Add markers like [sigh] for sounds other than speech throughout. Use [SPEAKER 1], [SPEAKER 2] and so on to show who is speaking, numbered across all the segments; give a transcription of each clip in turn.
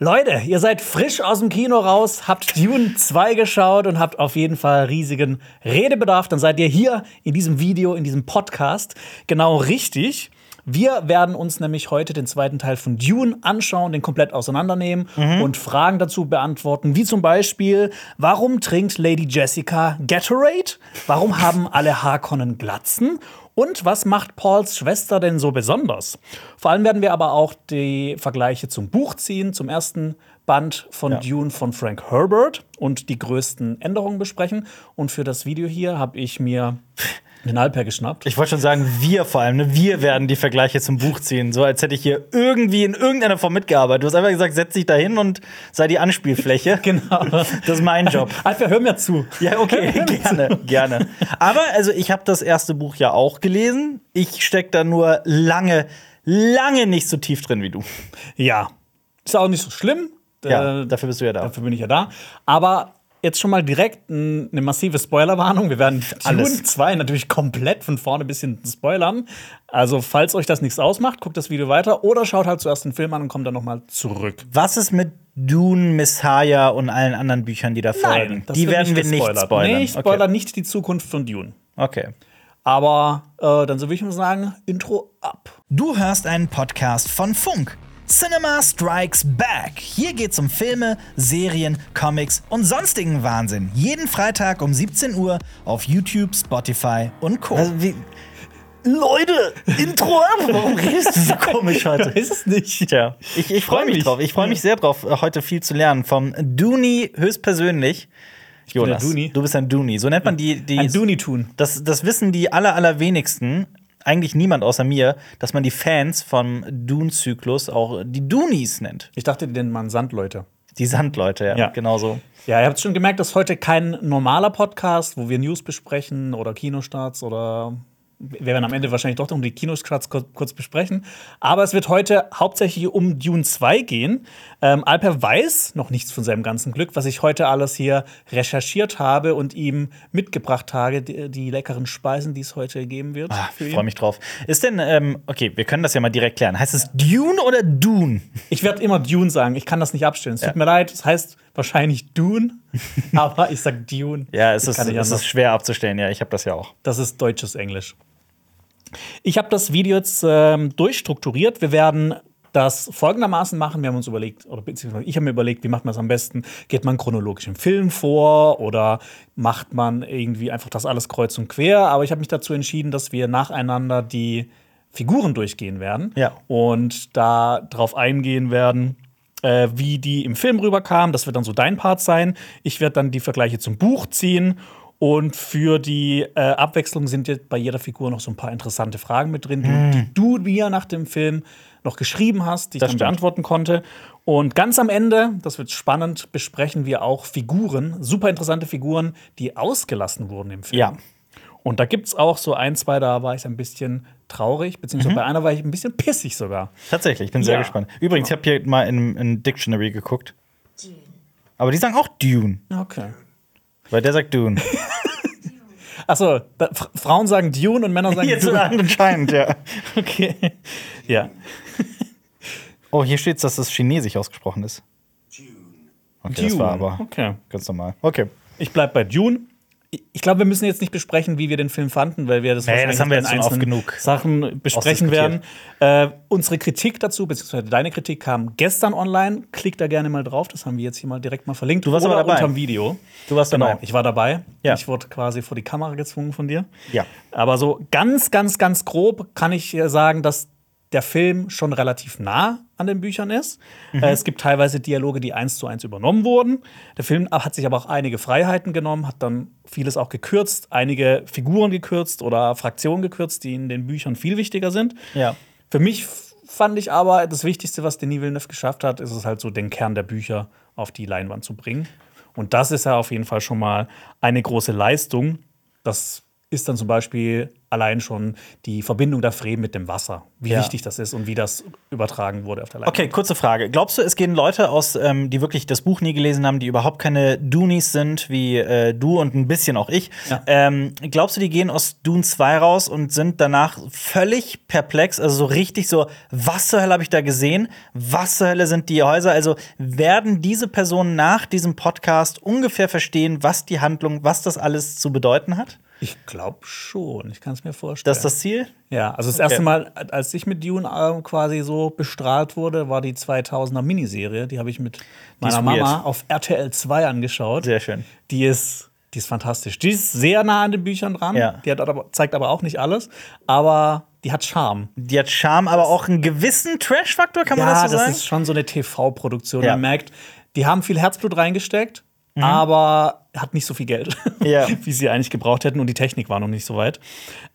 [SPEAKER 1] Leute, ihr seid frisch aus dem Kino raus, habt Dune 2 geschaut und habt auf jeden Fall riesigen Redebedarf. Dann seid ihr hier in diesem Video, in diesem Podcast genau richtig. Wir werden uns nämlich heute den zweiten Teil von Dune anschauen, den komplett auseinandernehmen und Fragen dazu beantworten, wie zum Beispiel, warum trinkt Lady Jessica Gatorade? Warum haben alle Harkonnen Glatzen? Und was macht Pauls Schwester denn so besonders? Vor allem werden wir aber auch die Vergleiche zum Buch ziehen, zum ersten Band von Dune von Frank Herbert und die größten Änderungen besprechen. Und für das Video hier habe ich mir den Alper
[SPEAKER 2] [laughs]
[SPEAKER 1] geschnappt.
[SPEAKER 2] Ich wollte schon sagen, wir vor allem, ne? wir werden die Vergleiche zum Buch ziehen. So als hätte ich hier irgendwie in irgendeiner Form mitgearbeitet. Du hast einfach gesagt, setz dich da hin und sei die Anspielfläche.
[SPEAKER 1] [laughs] Genau.
[SPEAKER 2] Das ist mein Job.
[SPEAKER 1] Alper, hör mir zu. [laughs]
[SPEAKER 2] Ja, okay,
[SPEAKER 1] Genau.
[SPEAKER 2] gerne, gerne. Aber also ich habe das erste Buch ja auch gelesen. Ich steck da nur lange, lange nicht so tief drin wie du.
[SPEAKER 1] Ja. Ist auch nicht so schlimm.
[SPEAKER 2] Ja,
[SPEAKER 1] Äh,
[SPEAKER 2] dafür bist du ja da.
[SPEAKER 1] dafür bin ich ja da. Aber jetzt schon mal direkt n- eine massive Spoilerwarnung. Wir
[SPEAKER 2] [laughs]
[SPEAKER 1] werden Dune
[SPEAKER 2] Alles.
[SPEAKER 1] 2 natürlich komplett von vorne bis hinten spoilern. Also, falls euch das nichts ausmacht, guckt das Video weiter oder schaut halt zuerst den Film an und kommt dann nochmal zurück.
[SPEAKER 2] Was ist mit Dune, Messiah und allen anderen Büchern, die da folgen?
[SPEAKER 1] das
[SPEAKER 2] die
[SPEAKER 1] wird
[SPEAKER 2] werden wir nicht
[SPEAKER 1] gespoilert.
[SPEAKER 2] spoilern.
[SPEAKER 1] Nee, ich spoiler nicht die Zukunft von Dune.
[SPEAKER 2] Okay. okay.
[SPEAKER 1] Aber äh, dann würde ich mal sagen, Intro ab.
[SPEAKER 2] Du hörst einen Podcast von Funk. Cinema Strikes Back. Hier geht's um Filme, Serien, Comics und sonstigen Wahnsinn. Jeden Freitag um 17 Uhr auf YouTube, Spotify und Co. Also Leute, Intro ab! Warum redest du so komisch heute?
[SPEAKER 1] Ist es nicht?
[SPEAKER 2] [laughs] Tja, ich, ich freue mich
[SPEAKER 1] Freulich.
[SPEAKER 2] drauf. Ich freue mich sehr drauf, äh, heute viel zu lernen. Vom Dooney höchstpersönlich.
[SPEAKER 1] bin der
[SPEAKER 2] Jonas,
[SPEAKER 1] Dooney.
[SPEAKER 2] du bist ein Dooney. So nennt man die. die
[SPEAKER 1] Ein Dooney-Tun.
[SPEAKER 2] das, das wissen die aller, allerwenigsten, eigentlich niemand außer mir, dass man die Fans vom Dune-Zyklus auch die Doonies nennt.
[SPEAKER 1] Ich dachte, die nennen man Sandleute.
[SPEAKER 2] Die Sandleute, ja, genau
[SPEAKER 1] Ja.
[SPEAKER 2] genauso.
[SPEAKER 1] Ja, ihr habt schon gemerkt, das ist heute kein normaler Podcast, wo wir News besprechen oder Kinostarts oder wir werden am Ende wahrscheinlich doch noch die Kinostarts kur- kurz besprechen. Aber es wird heute hauptsächlich um Dune 2 gehen. Ähm, Alper weiß noch nichts von seinem ganzen Glück, was ich heute alles hier recherchiert habe und ihm mitgebracht habe, die, die leckeren Speisen, die es heute geben wird.
[SPEAKER 2] Ah,
[SPEAKER 1] für
[SPEAKER 2] ich
[SPEAKER 1] ihn.
[SPEAKER 2] freue mich drauf. Ist denn, ähm, okay, wir können das ja mal direkt klären. Heißt es Dune oder Dune?
[SPEAKER 1] Ich werde immer Dune sagen, ich kann das nicht abstellen. Es tut mir leid, es heißt wahrscheinlich
[SPEAKER 2] [laughs]
[SPEAKER 1] Dune, aber ich sag Dune.
[SPEAKER 2] Ja, es
[SPEAKER 1] Ich
[SPEAKER 2] ist,
[SPEAKER 1] kann nicht
[SPEAKER 2] es
[SPEAKER 1] anders.
[SPEAKER 2] ist schwer abzustellen. Ja, ich habe das ja auch.
[SPEAKER 1] Das ist deutsches Englisch. Ich habe das Video jetzt ähm, durchstrukturiert. Wir werden das folgendermaßen machen. Wir haben uns überlegt, oder beziehungsweise ich habe mir überlegt, wie macht man es am besten? Geht man chronologisch im Film vor oder macht man irgendwie einfach das alles kreuz und quer? Aber ich habe mich dazu entschieden, dass wir nacheinander die Figuren durchgehen werden
[SPEAKER 2] Ja.
[SPEAKER 1] und da drauf eingehen werden, äh, wie die im Film rüberkamen. Das wird dann so dein Part sein. Ich werde dann die Vergleiche zum Buch ziehen. Und für die äh, Abwechslung sind jetzt bei jeder Figur noch so ein paar interessante Fragen mit drin, die du mir nach dem Film noch geschrieben hast, die ich
[SPEAKER 2] Hm. Das
[SPEAKER 1] dann
[SPEAKER 2] stimmt.
[SPEAKER 1] beantworten konnte. Und ganz am Ende, das wird spannend, besprechen wir auch Figuren, super interessante Figuren, die ausgelassen wurden im Film.
[SPEAKER 2] Ja.
[SPEAKER 1] Und da gibt es auch so ein, zwei, da war ich ein bisschen traurig, beziehungsweise bei einer war ich ein bisschen pissig sogar.
[SPEAKER 2] Tatsächlich, ich bin sehr
[SPEAKER 1] Ja.
[SPEAKER 2] gespannt. Übrigens, ich habe hier mal in in Dictionary geguckt. Aber die sagen auch Dune,
[SPEAKER 1] Okay.
[SPEAKER 2] weil der sagt Dune.
[SPEAKER 1] Achso, da- F- Frauen sagen Dune und Männer sagen
[SPEAKER 2] [laughs] [laughs] Jetzt
[SPEAKER 1] Dune.
[SPEAKER 2] anscheinend, ja.
[SPEAKER 1] [laughs] Okay. Ja.
[SPEAKER 2] Oh, hier steht's, dass das Chinesisch ausgesprochen ist. Okay, das war aber
[SPEAKER 1] Okay.
[SPEAKER 2] ganz normal. Okay.
[SPEAKER 1] Ich bleib bei Dune. Ich- Ich glaube, wir müssen jetzt nicht besprechen, wie wir den Film fanden, weil wir das,
[SPEAKER 2] Nee,
[SPEAKER 1] wahrscheinlich
[SPEAKER 2] das haben wir
[SPEAKER 1] in
[SPEAKER 2] jetzt schon oft
[SPEAKER 1] einzelnen
[SPEAKER 2] genug
[SPEAKER 1] Sachen besprechen werden.
[SPEAKER 2] ausdiskutiert.
[SPEAKER 1] Äh, unsere Kritik dazu, beziehungsweise deine Kritik kam gestern online. Klick da gerne mal drauf. Das haben wir jetzt hier mal direkt mal verlinkt. Du
[SPEAKER 2] warst
[SPEAKER 1] Oder
[SPEAKER 2] aber dabei.
[SPEAKER 1] unterm Video.
[SPEAKER 2] Du warst
[SPEAKER 1] Genau,
[SPEAKER 2] dabei.
[SPEAKER 1] ich war dabei.
[SPEAKER 2] Ja.
[SPEAKER 1] Ich wurde quasi vor die Kamera gezwungen von dir.
[SPEAKER 2] Ja.
[SPEAKER 1] Aber so ganz, ganz, ganz grob kann ich äh, sagen, dass der Film schon relativ nah an den Büchern ist.
[SPEAKER 2] Mhm.
[SPEAKER 1] Äh, Es gibt teilweise Dialoge, die eins zu eins übernommen wurden. Der Film hat sich aber auch einige Freiheiten genommen, hat dann vieles auch gekürzt, einige Figuren gekürzt oder Fraktionen gekürzt, die in den Büchern viel wichtiger sind.
[SPEAKER 2] Ja.
[SPEAKER 1] Für mich f- fand ich aber, das Wichtigste, was Denis Villeneuve geschafft hat, ist es halt so, den Kern der Bücher auf die Leinwand zu bringen. Und das ist ja auf jeden Fall schon mal eine große Leistung. Das ist dann zum Beispiel allein schon die Verbindung der Fremen mit dem Wasser, wie
[SPEAKER 2] Ja.
[SPEAKER 1] wichtig das ist und wie das übertragen wurde auf der Leinwand.
[SPEAKER 2] Okay, kurze Frage. Glaubst du, es gehen Leute aus, ähm, die wirklich das Buch nie gelesen haben, die überhaupt keine Doonies sind, wie äh, du und ein bisschen auch ich?
[SPEAKER 1] Ja.
[SPEAKER 2] Ähm, glaubst du, die gehen aus Dune 2 raus und sind danach völlig perplex, also so richtig so, was zur Hölle habe ich da gesehen? Was zur Hölle sind die Häuser? Also werden diese Personen nach diesem Podcast ungefähr verstehen, was die Handlung, was das alles zu bedeuten hat?
[SPEAKER 1] Ich glaube schon, ich kann es mir vorstellen.
[SPEAKER 2] Das ist das Ziel?
[SPEAKER 1] ja, also das erste Mal, als ich mit Dune ähm, quasi so bestrahlt wurde, war die 2000er Miniserie. Die habe ich mit meiner
[SPEAKER 2] ist
[SPEAKER 1] Mama
[SPEAKER 2] weird.
[SPEAKER 1] auf RTL 2 angeschaut.
[SPEAKER 2] Sehr schön.
[SPEAKER 1] Die ist, die ist fantastisch. Die ist sehr nah an den Büchern dran.
[SPEAKER 2] Ja.
[SPEAKER 1] Die hat aber, zeigt aber auch nicht alles. Aber die hat Charme.
[SPEAKER 2] Die hat Charme, aber auch einen gewissen Trash-Faktor, kann man
[SPEAKER 1] ja,
[SPEAKER 2] das so sagen?
[SPEAKER 1] ist schon so eine TV-Produktion.
[SPEAKER 2] Ja. Mhm.
[SPEAKER 1] Man merkt, die haben viel Herzblut reingesteckt, aber hat nicht so viel Geld, [laughs]
[SPEAKER 2] Ja.
[SPEAKER 1] wie sie eigentlich gebraucht hätten. Und die Technik war noch nicht so weit.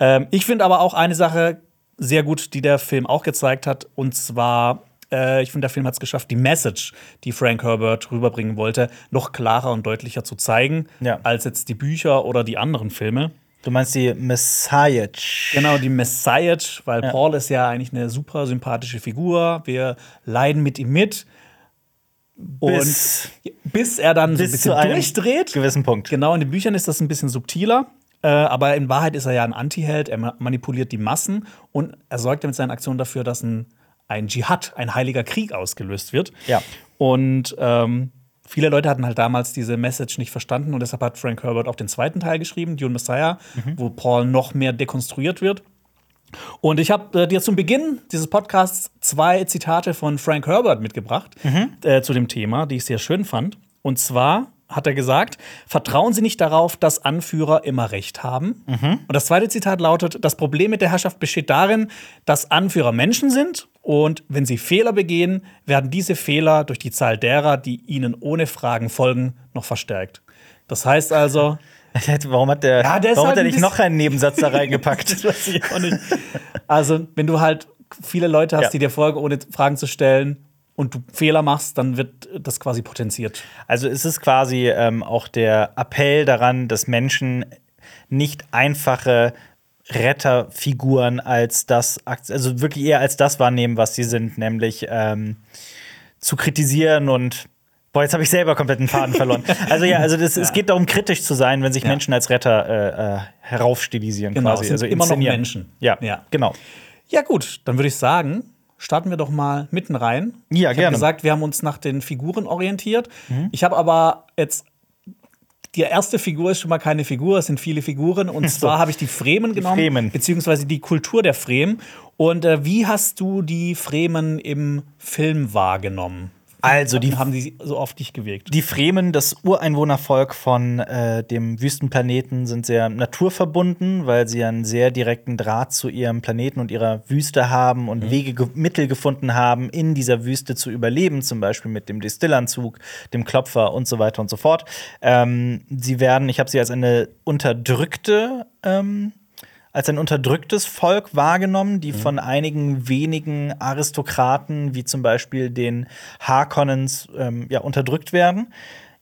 [SPEAKER 1] Ähm, ich finde aber auch eine Sache sehr gut, die der Film auch gezeigt hat. Und zwar, äh, ich finde, der Film hat es geschafft, die Message, die Frank Herbert rüberbringen wollte, noch klarer und deutlicher zu zeigen,
[SPEAKER 2] Ja.
[SPEAKER 1] als jetzt die Bücher oder die anderen Filme.
[SPEAKER 2] du meinst die Messiah.
[SPEAKER 1] Genau, die Messiah, weil Paul ist ja eigentlich eine super sympathische Figur. Wir leiden mit ihm mit.
[SPEAKER 2] Bis-
[SPEAKER 1] und bis er dann
[SPEAKER 2] bis
[SPEAKER 1] so
[SPEAKER 2] zu
[SPEAKER 1] ein bisschen
[SPEAKER 2] einem
[SPEAKER 1] durchdreht.
[SPEAKER 2] gewissen Punkt.
[SPEAKER 1] Genau, in den Büchern ist das ein bisschen subtiler. Äh, aber in Wahrheit ist er ja ein Anti-Held. Er ma- manipuliert die Massen und er sorgt ja mit seinen Aktionen dafür, dass ein, ein Dschihad, ein heiliger Krieg ausgelöst wird.
[SPEAKER 2] Ja.
[SPEAKER 1] Und ähm, viele Leute hatten halt damals diese Message nicht verstanden und deshalb hat Frank Herbert auch den zweiten Teil geschrieben, Dune Messiah,
[SPEAKER 2] Mhm.
[SPEAKER 1] wo Paul noch mehr dekonstruiert wird. Und ich habe äh, dir zum Beginn dieses Podcasts zwei Zitate von Frank Herbert mitgebracht äh, zu dem Thema, die ich sehr schön fand. Und zwar hat er gesagt, vertrauen Sie nicht darauf, dass Anführer immer recht haben. Und das zweite Zitat lautet, das Problem mit der Herrschaft besteht darin, dass Anführer Menschen sind und wenn sie Fehler begehen, werden diese Fehler durch die Zahl derer, die ihnen ohne Fragen folgen, noch verstärkt. Das heißt also,
[SPEAKER 2] [laughs] Warum hat der,
[SPEAKER 1] Ja, der ist
[SPEAKER 2] warum
[SPEAKER 1] halt
[SPEAKER 2] hat er
[SPEAKER 1] ein
[SPEAKER 2] nicht
[SPEAKER 1] bisschen-
[SPEAKER 2] noch einen Nebensatz da
[SPEAKER 1] [laughs]
[SPEAKER 2] reingepackt? [laughs]
[SPEAKER 1] weiß ich auch nicht. Also, wenn du halt viele Leute hast,
[SPEAKER 2] Ja.
[SPEAKER 1] die dir folgen, ohne Fragen zu stellen und du Fehler machst, dann wird das quasi potenziert.
[SPEAKER 2] Also ist es quasi ähm, auch der Appell daran, dass Menschen nicht einfache Retterfiguren als das, also wirklich eher als das wahrnehmen, was sie sind, nämlich ähm, zu kritisieren und Boah, jetzt habe ich selber komplett den
[SPEAKER 1] [laughs]
[SPEAKER 2] Faden verloren. Also ja, also das, es geht darum, kritisch zu sein, wenn sich Menschen als Retter äh, äh, heraufstilisieren
[SPEAKER 1] Genau,
[SPEAKER 2] quasi.
[SPEAKER 1] es sind
[SPEAKER 2] also
[SPEAKER 1] immer noch
[SPEAKER 2] inszenieren.
[SPEAKER 1] Menschen.
[SPEAKER 2] Ja,
[SPEAKER 1] Ja.
[SPEAKER 2] genau.
[SPEAKER 1] Ja, gut, dann würde ich sagen, starten wir doch mal mitten rein.
[SPEAKER 2] Ja,
[SPEAKER 1] ich habe
[SPEAKER 2] gerne. Mhm.
[SPEAKER 1] gesagt, wir haben uns nach den Figuren orientiert. Ich habe aber jetzt. Die erste Figur ist schon mal keine Figur, es sind viele Figuren. Und zwar habe ich die Fremen genommen,
[SPEAKER 2] Fremen.
[SPEAKER 1] beziehungsweise die Kultur der Fremen. Und äh, wie hast du die Fremen im Film wahrgenommen?
[SPEAKER 2] Also die
[SPEAKER 1] Haben die so auf dich gewirkt?
[SPEAKER 2] Die Fremen, das Ureinwohnervolk von äh, dem Wüstenplaneten, sind sehr naturverbunden, weil sie einen sehr direkten Draht zu ihrem Planeten und ihrer Wüste haben und Wege, ge Mittel gefunden haben, in dieser Wüste zu überleben, zum Beispiel mit dem Distillanzug, dem Klopfer und so weiter und so fort. Ähm, sie werden, ich habe sie als eine unterdrückte ähm, als ein unterdrücktes Volk wahrgenommen, die von einigen wenigen Aristokraten, wie zum Beispiel den Harkonnens, ähm, ja, unterdrückt werden.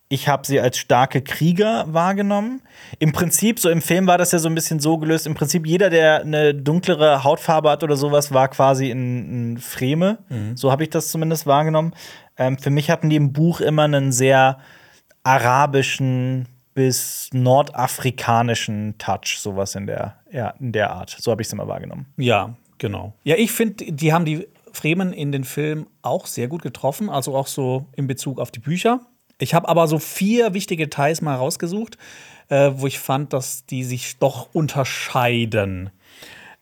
[SPEAKER 2] Ich habe sie als starke Krieger wahrgenommen. Im Prinzip, so im Film war das ja so ein bisschen so gelöst, im Prinzip jeder, der eine dunklere Hautfarbe hat oder sowas, war quasi ein, ein Freme. So habe ich das zumindest wahrgenommen. Ähm, für mich hatten die im Buch immer einen sehr arabischen bis nordafrikanischen Touch, sowas in der, ja, in der Art. So habe ich es immer wahrgenommen.
[SPEAKER 1] Ja, genau. Ja, ich finde, die haben die Fremen in den Film auch sehr gut getroffen, also auch so in Bezug auf die Bücher. Ich habe aber so vier wichtige Details mal rausgesucht, äh, wo ich fand, dass die sich doch unterscheiden.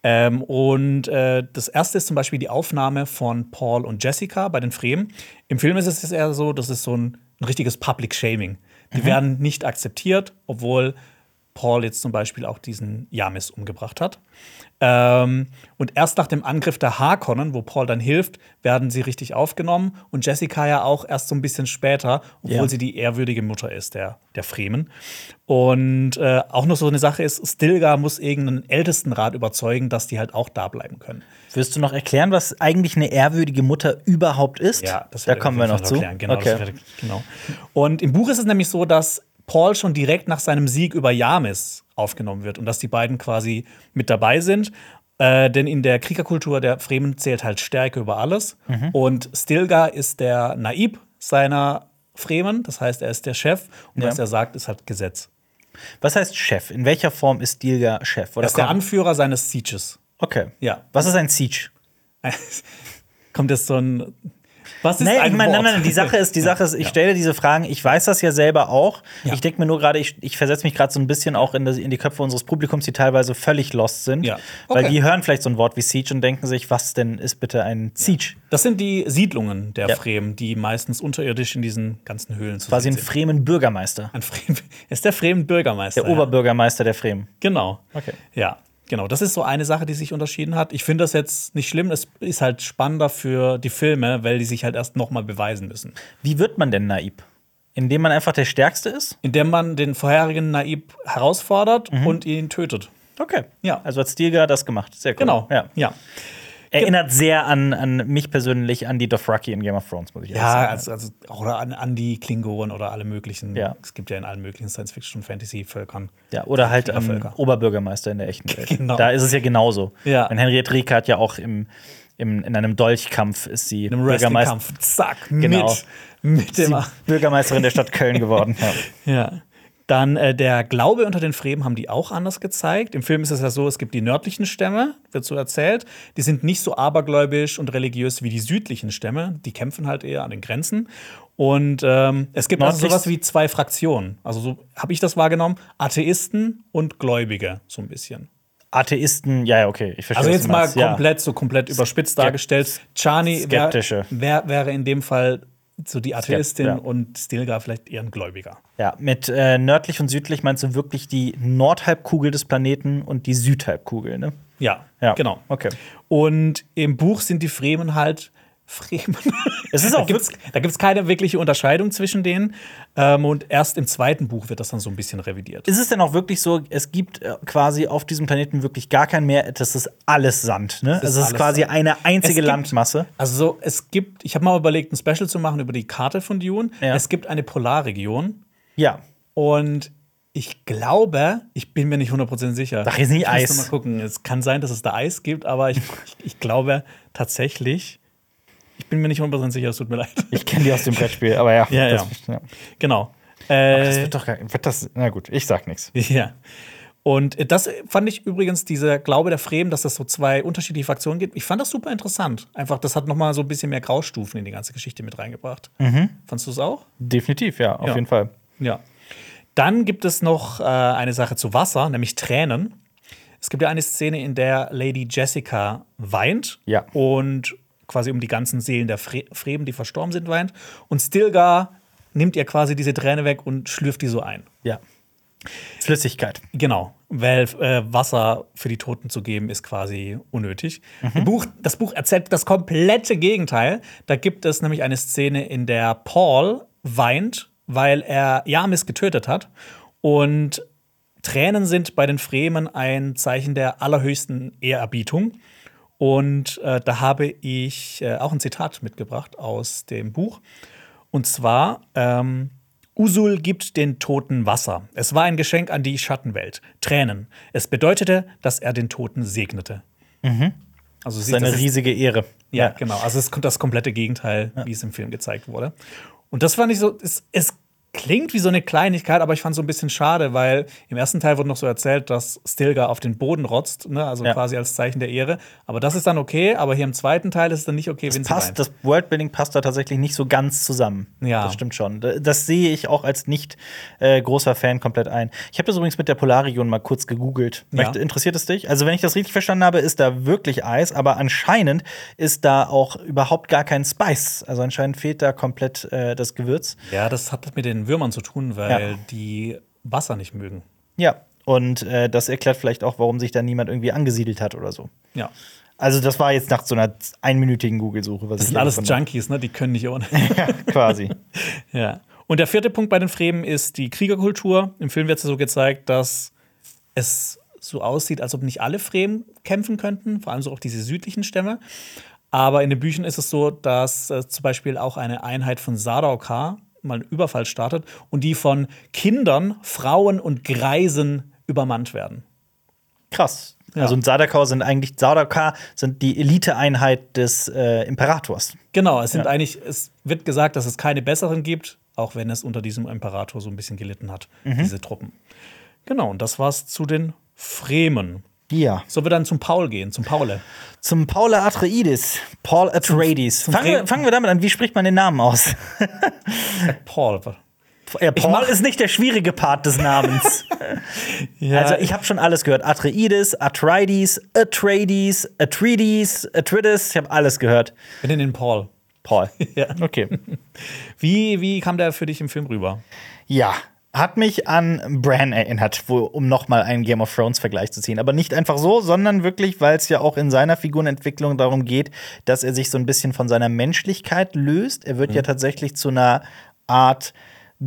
[SPEAKER 1] Ähm, und äh, das erste ist zum Beispiel die Aufnahme von Paul und Jessica bei den Fremen. Im Film ist es eher so, das ist so ein, ein richtiges Public Shaming. Die werden nicht akzeptiert, obwohl Paul jetzt zum Beispiel auch diesen Yamis umgebracht hat. Ähm, und erst nach dem Angriff der Harkonnen, wo Paul dann hilft, werden sie richtig aufgenommen und Jessica ja auch erst so ein bisschen später, obwohl
[SPEAKER 2] Ja.
[SPEAKER 1] sie die ehrwürdige Mutter ist, der, der Fremen. Und äh, auch noch so eine Sache ist, Stilgar muss irgendeinen Ältestenrat überzeugen, dass die halt auch da bleiben können.
[SPEAKER 2] Wirst du noch erklären, was eigentlich eine ehrwürdige Mutter überhaupt ist? da
[SPEAKER 1] werde ich
[SPEAKER 2] kommen wir
[SPEAKER 1] auf jeden Fall
[SPEAKER 2] noch zu.
[SPEAKER 1] erklären. Genau, das
[SPEAKER 2] okay.
[SPEAKER 1] werde ich- genau. Und im Buch ist es nämlich so, dass Paul schon direkt nach seinem Sieg über Yamis aufgenommen wird und dass die beiden quasi mit dabei sind. Äh, denn in der Kriegerkultur der Fremen zählt halt Stärke über alles.
[SPEAKER 2] Mhm.
[SPEAKER 1] Und Stilgar ist der Naib seiner Fremen, das heißt, er ist der Chef. Und
[SPEAKER 2] Ja.
[SPEAKER 1] was er sagt, ist halt Gesetz.
[SPEAKER 2] Was heißt Chef? In welcher Form ist Dilger Chef?
[SPEAKER 1] Er
[SPEAKER 2] Oder
[SPEAKER 1] ist der
[SPEAKER 2] kommt-
[SPEAKER 1] Anführer seines Sieges. [laughs]
[SPEAKER 2] Okay.
[SPEAKER 1] Ja.
[SPEAKER 2] Was ist ein Siege?
[SPEAKER 1] Kommt jetzt so ein. Was ist
[SPEAKER 2] Nein,
[SPEAKER 1] ein
[SPEAKER 2] ich meine, nein,
[SPEAKER 1] Wort?
[SPEAKER 2] nein, nein, die Sache ist, die Sache ist, ich stelle diese Fragen, ich weiß das ja selber auch.
[SPEAKER 1] Ja.
[SPEAKER 2] Ich denke mir nur gerade, ich, ich versetze mich gerade so ein bisschen auch in, das, in die Köpfe unseres Publikums, die teilweise völlig lost sind.
[SPEAKER 1] Ja.
[SPEAKER 2] Weil
[SPEAKER 1] Okay.
[SPEAKER 2] die hören vielleicht so ein Wort wie Siege und denken sich, was denn ist bitte ein Siege?
[SPEAKER 1] Das sind die Siedlungen der
[SPEAKER 2] Ja.
[SPEAKER 1] Fremen, die meistens unterirdisch in diesen ganzen Höhlen zu
[SPEAKER 2] Quasi ein Fremen Bürgermeister.
[SPEAKER 1] Ein Fremen [laughs] ist der Fremen Bürgermeister.
[SPEAKER 2] Der Oberbürgermeister der Fremen.
[SPEAKER 1] Genau.
[SPEAKER 2] Okay.
[SPEAKER 1] Ja, genau. Das ist so eine Sache, die sich unterschieden hat. Ich finde das jetzt nicht schlimm. Es ist halt spannender für die Filme, weil die sich halt erst nochmal beweisen müssen.
[SPEAKER 2] Wie wird man denn Naib? Indem man einfach der Stärkste ist?
[SPEAKER 1] Indem man den vorherigen Naib herausfordert und ihn tötet.
[SPEAKER 2] Okay.
[SPEAKER 1] Ja.
[SPEAKER 2] Also hat Stilgar das gemacht. Sehr cool.
[SPEAKER 1] Genau.
[SPEAKER 2] Ja.
[SPEAKER 1] ja.
[SPEAKER 2] Erinnert sehr an, an mich persönlich, an die Dothraki in Game of Thrones, muss ich ehrlich
[SPEAKER 1] Ja,
[SPEAKER 2] sagen.
[SPEAKER 1] also, also oder an, an die Klingonen oder alle möglichen.
[SPEAKER 2] Ja.
[SPEAKER 1] Es gibt ja in allen möglichen Science-Fiction, Fantasy-Völkern.
[SPEAKER 2] Ja, oder halt ähm,
[SPEAKER 1] Kriegervölker.
[SPEAKER 2] Oberbürgermeister in der echten Welt.
[SPEAKER 1] [laughs] Genau.
[SPEAKER 2] Da ist es ja genauso.
[SPEAKER 1] Ja.
[SPEAKER 2] Und Henriette Rieck hat ja auch im, im, in einem Dolchkampf ist sie
[SPEAKER 1] Im
[SPEAKER 2] Bürgermeister,
[SPEAKER 1] Wrestling-Kampf, zack,
[SPEAKER 2] Genau.
[SPEAKER 1] mit, mit dem.
[SPEAKER 2] sie Bürgermeisterin der Stadt Köln geworden.
[SPEAKER 1] [laughs]
[SPEAKER 2] Ja.
[SPEAKER 1] Ja. Dann äh, der Glaube unter den Fremen haben die auch anders gezeigt. Im Film ist es ja so, es gibt die nördlichen Stämme, wird so erzählt. Die sind nicht so abergläubisch und religiös wie die südlichen Stämme. Die kämpfen halt eher an den Grenzen. Und ähm, es gibt also
[SPEAKER 2] Nördlich-
[SPEAKER 1] sowas wie zwei Fraktionen. Also so habe ich das wahrgenommen. Atheisten und Gläubige, so ein bisschen.
[SPEAKER 2] Atheisten, ja, ja, okay, ich verstehe.
[SPEAKER 1] Also
[SPEAKER 2] was
[SPEAKER 1] jetzt
[SPEAKER 2] du
[SPEAKER 1] mal
[SPEAKER 2] meinst. ja.
[SPEAKER 1] komplett, so komplett überspitzt dargestellt. Chani wär,
[SPEAKER 2] Skeptische.
[SPEAKER 1] wär, wäre in dem Fall so die Atheistin
[SPEAKER 2] ja.
[SPEAKER 1] und Stilgar vielleicht eher ein Gläubiger.
[SPEAKER 2] Ja, mit äh, nördlich und südlich meinst du wirklich die Nordhalbkugel des Planeten und die Südhalbkugel, ne?
[SPEAKER 1] Ja,
[SPEAKER 2] Ja,
[SPEAKER 1] genau.
[SPEAKER 2] okay.
[SPEAKER 1] Und im Buch sind die Fremen halt Fremen.
[SPEAKER 2] Es
[SPEAKER 1] [laughs]
[SPEAKER 2] ist
[SPEAKER 1] da
[SPEAKER 2] auch
[SPEAKER 1] gibt's, da gibt's keine wirkliche Unterscheidung zwischen denen. Ähm, und erst im zweiten Buch wird das dann so ein bisschen revidiert.
[SPEAKER 2] Ist es denn auch wirklich so, es gibt äh, quasi auf diesem Planeten wirklich gar kein Meer, das ist alles Sand, ne?
[SPEAKER 1] ist
[SPEAKER 2] Es ist
[SPEAKER 1] alles
[SPEAKER 2] quasi
[SPEAKER 1] Sand.
[SPEAKER 2] eine einzige
[SPEAKER 1] gibt-
[SPEAKER 2] Landmasse.
[SPEAKER 1] Also so, es gibt, ich habe mal überlegt, ein Special zu machen über die Karte von Dune.
[SPEAKER 2] Ja.
[SPEAKER 1] Es gibt eine Polarregion
[SPEAKER 2] Ja.
[SPEAKER 1] und ich glaube, ich bin mir nicht 100% sicher.
[SPEAKER 2] Ach, hier ist nicht
[SPEAKER 1] ich muss
[SPEAKER 2] Eis.
[SPEAKER 1] noch Mal gucken. Es kann sein, dass es da Eis gibt, aber ich, ich, ich glaube tatsächlich, ich bin mir nicht 100% sicher, es tut mir leid.
[SPEAKER 2] Ich kenne die aus dem Brettspiel, aber ja.
[SPEAKER 1] Ja,
[SPEAKER 2] das,
[SPEAKER 1] ja. Genau. Äh,
[SPEAKER 2] Das wird doch gar wird das, Na gut, ich sag nichts.
[SPEAKER 1] [laughs] Ja. Und äh, das fand ich übrigens, dieser Glaube der Fremen, dass das so zwei unterschiedliche Fraktionen gibt. Ich fand das super interessant. Einfach, das hat noch mal so ein bisschen mehr Graustufen in die ganze Geschichte mit reingebracht.
[SPEAKER 2] Mhm.
[SPEAKER 1] Fandst du es auch?
[SPEAKER 2] Definitiv, ja, auf
[SPEAKER 1] Ja.
[SPEAKER 2] jeden Fall.
[SPEAKER 1] Ja. Dann gibt es noch äh, eine Sache zu Wasser, nämlich Tränen. Es gibt ja eine Szene, in der Lady Jessica weint
[SPEAKER 2] Ja.
[SPEAKER 1] und quasi um die ganzen Seelen der Fre Fremen, die verstorben sind, weint. Und Stilgar nimmt ihr quasi diese Träne weg und schlürft die so ein.
[SPEAKER 2] Ja. Flüssigkeit.
[SPEAKER 1] Genau, weil äh, Wasser für die Toten zu geben ist quasi unnötig. Im Buch, das Buch erzählt das komplette Gegenteil. Da gibt es nämlich eine Szene, in der Paul weint, weil er Jamis getötet hat. Und Tränen sind bei den Fremen ein Zeichen der allerhöchsten Ehrerbietung. Und äh, da habe ich äh, auch ein Zitat mitgebracht aus dem Buch. Und zwar, ähm, Usul gibt den Toten Wasser. Es war ein Geschenk an die Schattenwelt. Tränen. Es bedeutete, dass er den Toten segnete. Also sie,
[SPEAKER 2] Seine
[SPEAKER 1] das ist,
[SPEAKER 2] riesige Ehre.
[SPEAKER 1] ja, genau. Also es kommt das komplette Gegenteil, wie es im Film gezeigt wurde. Und das fand ich so, es, es klingt wie so eine Kleinigkeit, aber ich fand es so ein bisschen schade, weil im ersten Teil wurde noch so erzählt, dass Stilgar auf den Boden rotzt, ne? also
[SPEAKER 2] Ja.
[SPEAKER 1] quasi als Zeichen der Ehre. Aber das ist dann okay, aber hier im zweiten Teil ist es dann nicht okay, wenn sie
[SPEAKER 2] Passt,
[SPEAKER 1] weint.
[SPEAKER 2] das Worldbuilding passt da tatsächlich nicht so ganz zusammen.
[SPEAKER 1] Ja.
[SPEAKER 2] Das stimmt schon. D- Das sehe ich auch als nicht äh, großer Fan komplett ein. Ich habe das übrigens mit der Polarregion mal kurz gegoogelt.
[SPEAKER 1] Ja.
[SPEAKER 2] Möchte, interessiert es dich? Also, wenn ich das richtig verstanden habe, ist da wirklich Eis, aber anscheinend ist da auch überhaupt gar kein Spice. Also, anscheinend fehlt da komplett äh, das Gewürz.
[SPEAKER 1] Ja, das hat mit den Würmern zu tun, weil
[SPEAKER 2] Ja.
[SPEAKER 1] die Wasser nicht mögen.
[SPEAKER 2] Ja, und äh, das erklärt vielleicht auch, warum sich da niemand irgendwie angesiedelt hat oder so.
[SPEAKER 1] Ja.
[SPEAKER 2] Also, das war jetzt nach so einer einminütigen Google-Suche.
[SPEAKER 1] Das sind alles Junkies, ne? Die können nicht [laughs] ohne.
[SPEAKER 2] Quasi.
[SPEAKER 1] ja. Und der vierte Punkt bei den Fremen ist die Kriegerkultur. Im Film wird es so gezeigt, dass es so aussieht, als ob nicht alle Fremen kämpfen könnten, vor allem so auch diese südlichen Stämme. Aber in den Büchern ist es so, dass äh, zum Beispiel auch eine Einheit von Sardaukar mal einen Überfall startet und die von Kindern, Frauen und Greisen übermannt werden.
[SPEAKER 2] Krass. Also und Sadakau sind eigentlich Sadaka sind die Eliteeinheit des äh, Imperators.
[SPEAKER 1] Genau, es sind eigentlich, es wird gesagt, dass es keine besseren gibt, auch wenn es unter diesem Imperator so ein bisschen gelitten hat, diese Truppen. Genau, und das war's zu den Fremen.
[SPEAKER 2] Ja.
[SPEAKER 1] Sollen wir dann zum Paul gehen, zum Paule?
[SPEAKER 2] Zum Paula Atreides. Paul Atreides. Fangen wir,
[SPEAKER 1] Fre-
[SPEAKER 2] fangen wir damit an. Wie spricht man den Namen aus?
[SPEAKER 1] Paul.
[SPEAKER 2] Ja, Paul
[SPEAKER 1] mag-
[SPEAKER 2] ist nicht der schwierige Part
[SPEAKER 1] [laughs]
[SPEAKER 2] des Namens. also ich habe schon alles gehört. Atreides, Atreides, Atreides, Atreides, Atreides. Ich habe alles gehört.
[SPEAKER 1] Wir nennen ihn Paul. [laughs]
[SPEAKER 2] Paul.
[SPEAKER 1] Ja.
[SPEAKER 2] Okay.
[SPEAKER 1] Wie, wie kam der für dich im Film rüber?
[SPEAKER 2] Ja, hat mich an Bran erinnert, wo, um nochmal einen Game of Thrones Vergleich zu ziehen. Aber nicht einfach so, sondern wirklich, weil es ja auch in seiner Figurenentwicklung darum geht, dass er sich so ein bisschen von seiner Menschlichkeit löst. Er wird ja tatsächlich zu einer Art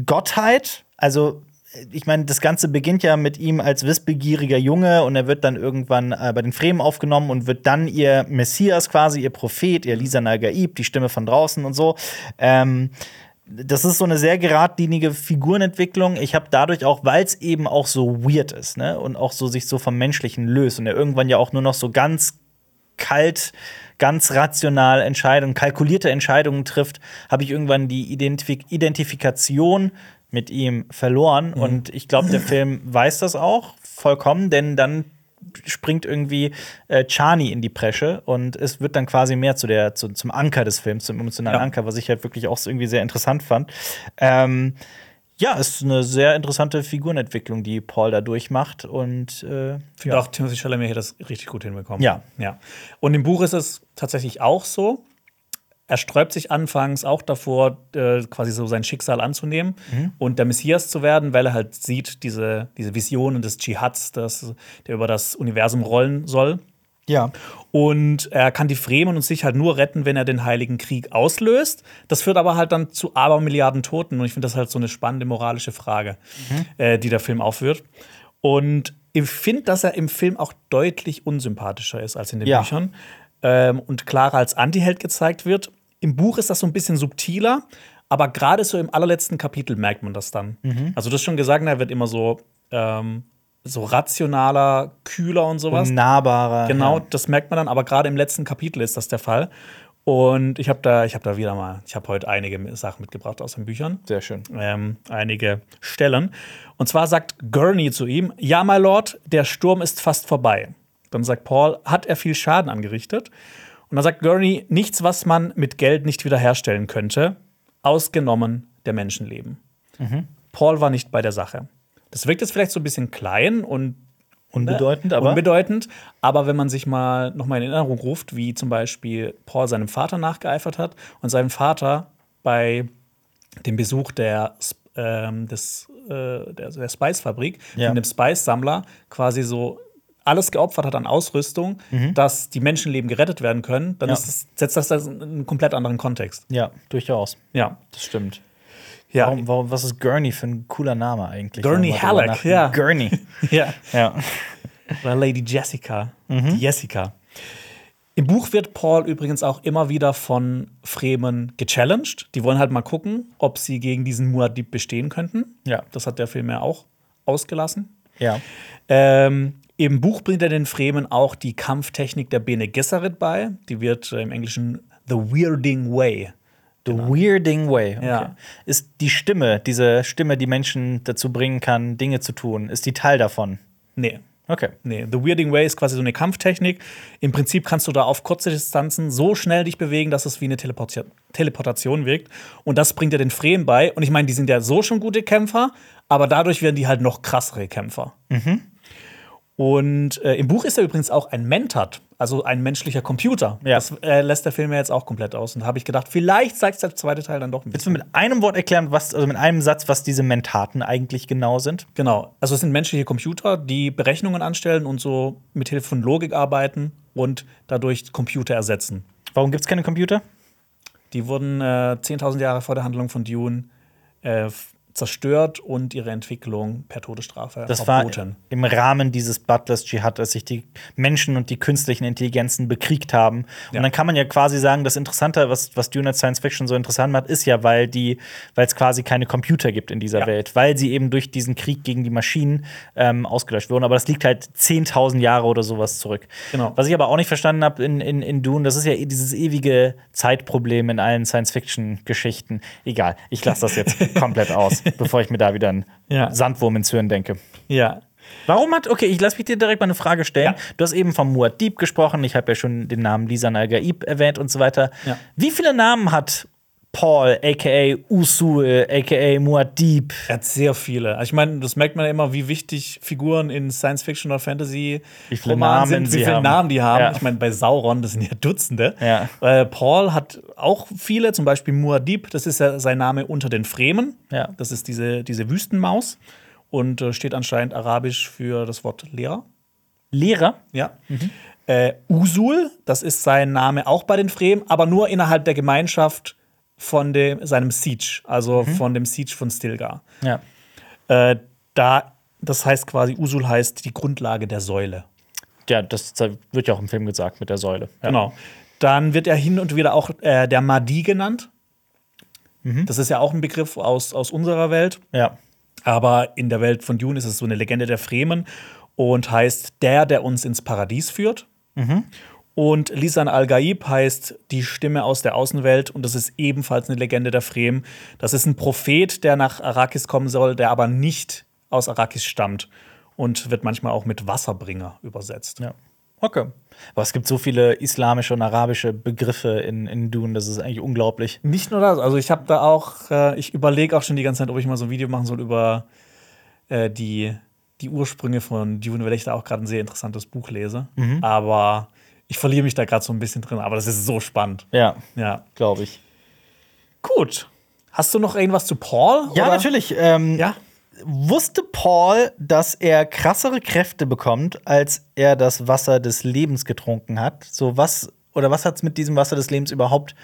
[SPEAKER 2] Gottheit. Also ich meine, das Ganze beginnt ja mit ihm als wissbegieriger Junge und er wird dann irgendwann äh, bei den Fremen aufgenommen und wird dann ihr Messias quasi, ihr Prophet, ihr Lisa Nagaib, die Stimme von draußen und so. Ähm, das ist so eine sehr geradlinige Figurenentwicklung. Ich habe dadurch auch, weil es eben auch so weird ist, ne, und auch so sich so vom Menschlichen löst und er irgendwann ja auch nur noch so ganz kalt, ganz rational Entscheidungen, kalkulierte Entscheidungen trifft, habe ich irgendwann die Identifi Identifikation mit ihm verloren.
[SPEAKER 1] Mhm.
[SPEAKER 2] Und ich glaube,
[SPEAKER 1] [laughs]
[SPEAKER 2] der Film weiß das auch vollkommen, denn dann springt irgendwie äh, Chani in die Presche und es wird dann quasi mehr zu der, zu, zum Anker des Films, zum emotionalen
[SPEAKER 1] Ja.
[SPEAKER 2] Anker, was ich halt wirklich auch so irgendwie sehr interessant fand. Ähm, ja, ist eine sehr interessante Figurenentwicklung, die Paul da durchmacht. Und äh,
[SPEAKER 1] Ich finde auch Timothy Chalamet hat das richtig gut hinbekommen.
[SPEAKER 2] Ja.
[SPEAKER 1] ja. Und im Buch ist es tatsächlich auch so. Er sträubt sich anfangs auch davor, äh, quasi so sein Schicksal anzunehmen und der Messias zu werden, weil er halt sieht, diese, diese Visionen des Dschihads, das, der über das Universum rollen soll.
[SPEAKER 2] ja.
[SPEAKER 1] Und er kann die Fremen und sich halt nur retten, wenn er den Heiligen Krieg auslöst. Das führt aber halt dann zu Abermilliarden Toten. Und ich finde das halt so eine spannende moralische Frage, äh, die der Film aufwirft. Und ich finde, dass er im Film auch deutlich unsympathischer ist als in den
[SPEAKER 2] Ja.
[SPEAKER 1] Büchern ähm, und klarer als Antiheld gezeigt wird. Im Buch ist das so ein bisschen subtiler, aber gerade so im allerletzten Kapitel merkt man das dann. Also, du hast schon gesagt, er wird immer so, ähm, so rationaler, kühler und sowas.
[SPEAKER 2] nahbarer.
[SPEAKER 1] Genau,
[SPEAKER 2] Ja.
[SPEAKER 1] das merkt man dann, aber gerade im letzten Kapitel ist das der Fall. Und ich habe da, ich habe da wieder mal, ich habe heute einige Sachen mitgebracht aus den Büchern,
[SPEAKER 2] Sehr schön.
[SPEAKER 1] ähm, einige Stellen. Und zwar sagt Gurney zu ihm: Ja, my Lord, der Sturm ist fast vorbei. Dann sagt Paul: Hat er viel Schaden angerichtet? Und dann sagt Gurney: Nichts, was man mit Geld nicht wiederherstellen könnte, ausgenommen der Menschenleben. Paul war nicht bei der Sache. Das wirkt jetzt vielleicht so ein bisschen klein und
[SPEAKER 2] Unbedeutend, aber.
[SPEAKER 1] Unbedeutend, aber wenn man sich mal nochmal in Erinnerung ruft, wie zum Beispiel Paul seinem Vater nachgeeifert hat und seinem Vater bei dem Besuch der, Sp- ähm, des, äh, der, der Spice-Fabrik
[SPEAKER 2] Ja.
[SPEAKER 1] mit dem Spice-Sammler quasi so alles geopfert hat an Ausrüstung, dass die Menschenleben gerettet werden können, dann
[SPEAKER 2] Mhm. Ja.
[SPEAKER 1] ist das, setzt das das in einen komplett anderen Kontext.
[SPEAKER 2] ja, durchaus.
[SPEAKER 1] Ja.
[SPEAKER 2] Das stimmt.
[SPEAKER 1] Ja.
[SPEAKER 2] Warum, warum, was ist Gurney für ein cooler Name eigentlich?
[SPEAKER 1] Gurney
[SPEAKER 2] Wenn wir drüber
[SPEAKER 1] Halleck,
[SPEAKER 2] nachdenken.
[SPEAKER 1] ja. [laughs]
[SPEAKER 2] Gurney.
[SPEAKER 1] [laughs] ja.
[SPEAKER 2] ja.
[SPEAKER 1] Oder Lady Jessica. Die Jessica. Im Buch wird Paul übrigens auch immer wieder von Fremen gechallenged. Die wollen halt mal gucken, ob sie gegen diesen Muad'Dib bestehen könnten.
[SPEAKER 2] Ja.
[SPEAKER 1] Das hat der Film ja auch ausgelassen.
[SPEAKER 2] Ja.
[SPEAKER 1] Ähm, Im Buch bringt er den Fremen auch die Kampftechnik der Bene Gesserit bei. Die wird äh, im Englischen The Weirding Way.
[SPEAKER 2] The Weirding Way. Okay.
[SPEAKER 1] Genau. Ja.
[SPEAKER 2] Ist die Stimme, diese Stimme, die Menschen dazu bringen kann, Dinge zu tun, ist die Teil davon.
[SPEAKER 1] Nee,
[SPEAKER 2] Okay.
[SPEAKER 1] Nee, The Weirding Way ist quasi so eine Kampftechnik. Im Prinzip kannst du da auf kurze Distanzen so schnell dich bewegen, dass es wie eine Teleportia- Teleportation wirkt. Und das bringt dir den Fremen bei. Und ich meine, die sind ja so schon gute Kämpfer, aber dadurch werden die halt noch krassere Kämpfer. Und äh, im Buch ist er übrigens auch ein Mentat, also ein menschlicher Computer.
[SPEAKER 2] Ja.
[SPEAKER 1] Das äh, lässt der Film ja jetzt auch komplett aus. Und da habe ich gedacht, vielleicht zeigt der zweite Teil dann doch ein bisschen.
[SPEAKER 2] Willst du mit einem Wort erklären, was, also mit einem Satz, was diese Mentaten eigentlich genau sind?
[SPEAKER 1] Genau. Also es sind menschliche Computer, die Berechnungen anstellen und so mit Hilfe von Logik arbeiten und dadurch Computer ersetzen.
[SPEAKER 2] Warum gibt es keine Computer?
[SPEAKER 1] Die wurden äh, 10.000 Jahre vor der Handlung von Dune äh, f- zerstört und ihre Entwicklung per Todesstrafe
[SPEAKER 2] Das war
[SPEAKER 1] verboten.
[SPEAKER 2] im Rahmen dieses Butlers Dschihad, als sich die Menschen und die künstlichen Intelligenzen bekriegt haben.
[SPEAKER 1] Ja.
[SPEAKER 2] Und dann kann man ja quasi sagen, das Interessante, was, was Dune als Science Fiction so interessant macht, ist ja, weil die, weil es quasi keine Computer gibt in dieser
[SPEAKER 1] Ja.
[SPEAKER 2] Welt, weil sie eben durch diesen Krieg gegen die Maschinen ähm, ausgelöscht wurden. Aber das liegt halt 10.000 Jahre oder sowas zurück.
[SPEAKER 1] Genau.
[SPEAKER 2] Was ich aber auch nicht verstanden habe in, in, in Dune, das ist ja eh dieses ewige Zeitproblem in allen Science-Fiction-Geschichten. Egal, ich lasse
[SPEAKER 1] [laughs]
[SPEAKER 2] das jetzt komplett aus, bevor ich mir da wieder einen
[SPEAKER 1] Ja.
[SPEAKER 2] Sandwurm ins Hirn denke.
[SPEAKER 1] ja.
[SPEAKER 2] Warum hat, okay, ich lass mich dir direkt mal eine Frage stellen.
[SPEAKER 1] Ja.
[SPEAKER 2] Du hast eben von Muad'Dib gesprochen, ich habe ja schon den Namen Lisan al-Gaib erwähnt und so weiter.
[SPEAKER 1] Ja.
[SPEAKER 2] Wie viele Namen hat Paul, a.k.a. Usul, a.k.a. Muad'Dib?
[SPEAKER 1] Er hat sehr viele. Also ich meine, das merkt man ja immer, wie wichtig Figuren in Science Fiction oder Fantasy
[SPEAKER 2] Wie viele
[SPEAKER 1] Romanen
[SPEAKER 2] Namen
[SPEAKER 1] sind, wie
[SPEAKER 2] sie
[SPEAKER 1] viele
[SPEAKER 2] haben.
[SPEAKER 1] Namen die haben.
[SPEAKER 2] Ja.
[SPEAKER 1] Ich meine, bei Sauron, das sind ja Dutzende.
[SPEAKER 2] Ja.
[SPEAKER 1] Äh, Paul hat auch viele, zum Beispiel Muad'Dib, das ist ja sein Name unter den Fremen.
[SPEAKER 2] Ja.
[SPEAKER 1] Das ist diese, diese Wüstenmaus und äh, steht anscheinend arabisch für das Wort Lehrer.
[SPEAKER 2] Lehrer?
[SPEAKER 1] Ja.
[SPEAKER 2] Mhm.
[SPEAKER 1] Äh, Usul, das ist sein Name auch bei den Fremen, aber nur innerhalb der Gemeinschaft von dem, seinem Siege, also
[SPEAKER 2] Mhm.
[SPEAKER 1] von dem Siege von Stilgar.
[SPEAKER 2] Ja.
[SPEAKER 1] Äh, da, das heißt quasi, Usul heißt die Grundlage der Säule.
[SPEAKER 2] Ja, das wird ja auch im Film gesagt mit der Säule. Ja.
[SPEAKER 1] Genau. Dann wird er hin und wieder auch äh, der Mahdi genannt. Das ist ja auch ein Begriff aus, aus unserer Welt.
[SPEAKER 2] Ja.
[SPEAKER 1] Aber in der Welt von Dune ist es so eine Legende der Fremen und heißt der, der uns ins Paradies führt. Und Lisan al-Gaib heißt die Stimme aus der Außenwelt und das ist ebenfalls eine Legende der Fremen. Das ist ein Prophet, der nach Arrakis kommen soll, der aber nicht aus Arrakis stammt und wird manchmal auch mit Wasserbringer übersetzt.
[SPEAKER 2] Ja. Okay. Aber es gibt so viele islamische und arabische Begriffe in, in Dune, das ist eigentlich unglaublich.
[SPEAKER 1] Nicht nur das, also ich habe da auch, äh, ich überlege auch schon die ganze Zeit, ob ich mal so ein Video machen soll über äh, die, die Ursprünge von Dune, weil ich da auch gerade ein sehr interessantes Buch lese.
[SPEAKER 2] Mhm.
[SPEAKER 1] Aber ich verliere mich da gerade so ein bisschen drin, aber das ist so spannend.
[SPEAKER 2] Ja,
[SPEAKER 1] Ja.
[SPEAKER 2] glaube ich.
[SPEAKER 1] Gut. Hast du noch irgendwas zu Paul?
[SPEAKER 2] Ja,
[SPEAKER 1] oder?
[SPEAKER 2] natürlich. Ähm,
[SPEAKER 1] Ja.
[SPEAKER 2] Wusste Paul, dass er krassere Kräfte bekommt, als er das Wasser des Lebens getrunken hat? So was oder was hat's mit diesem Wasser des Lebens überhaupt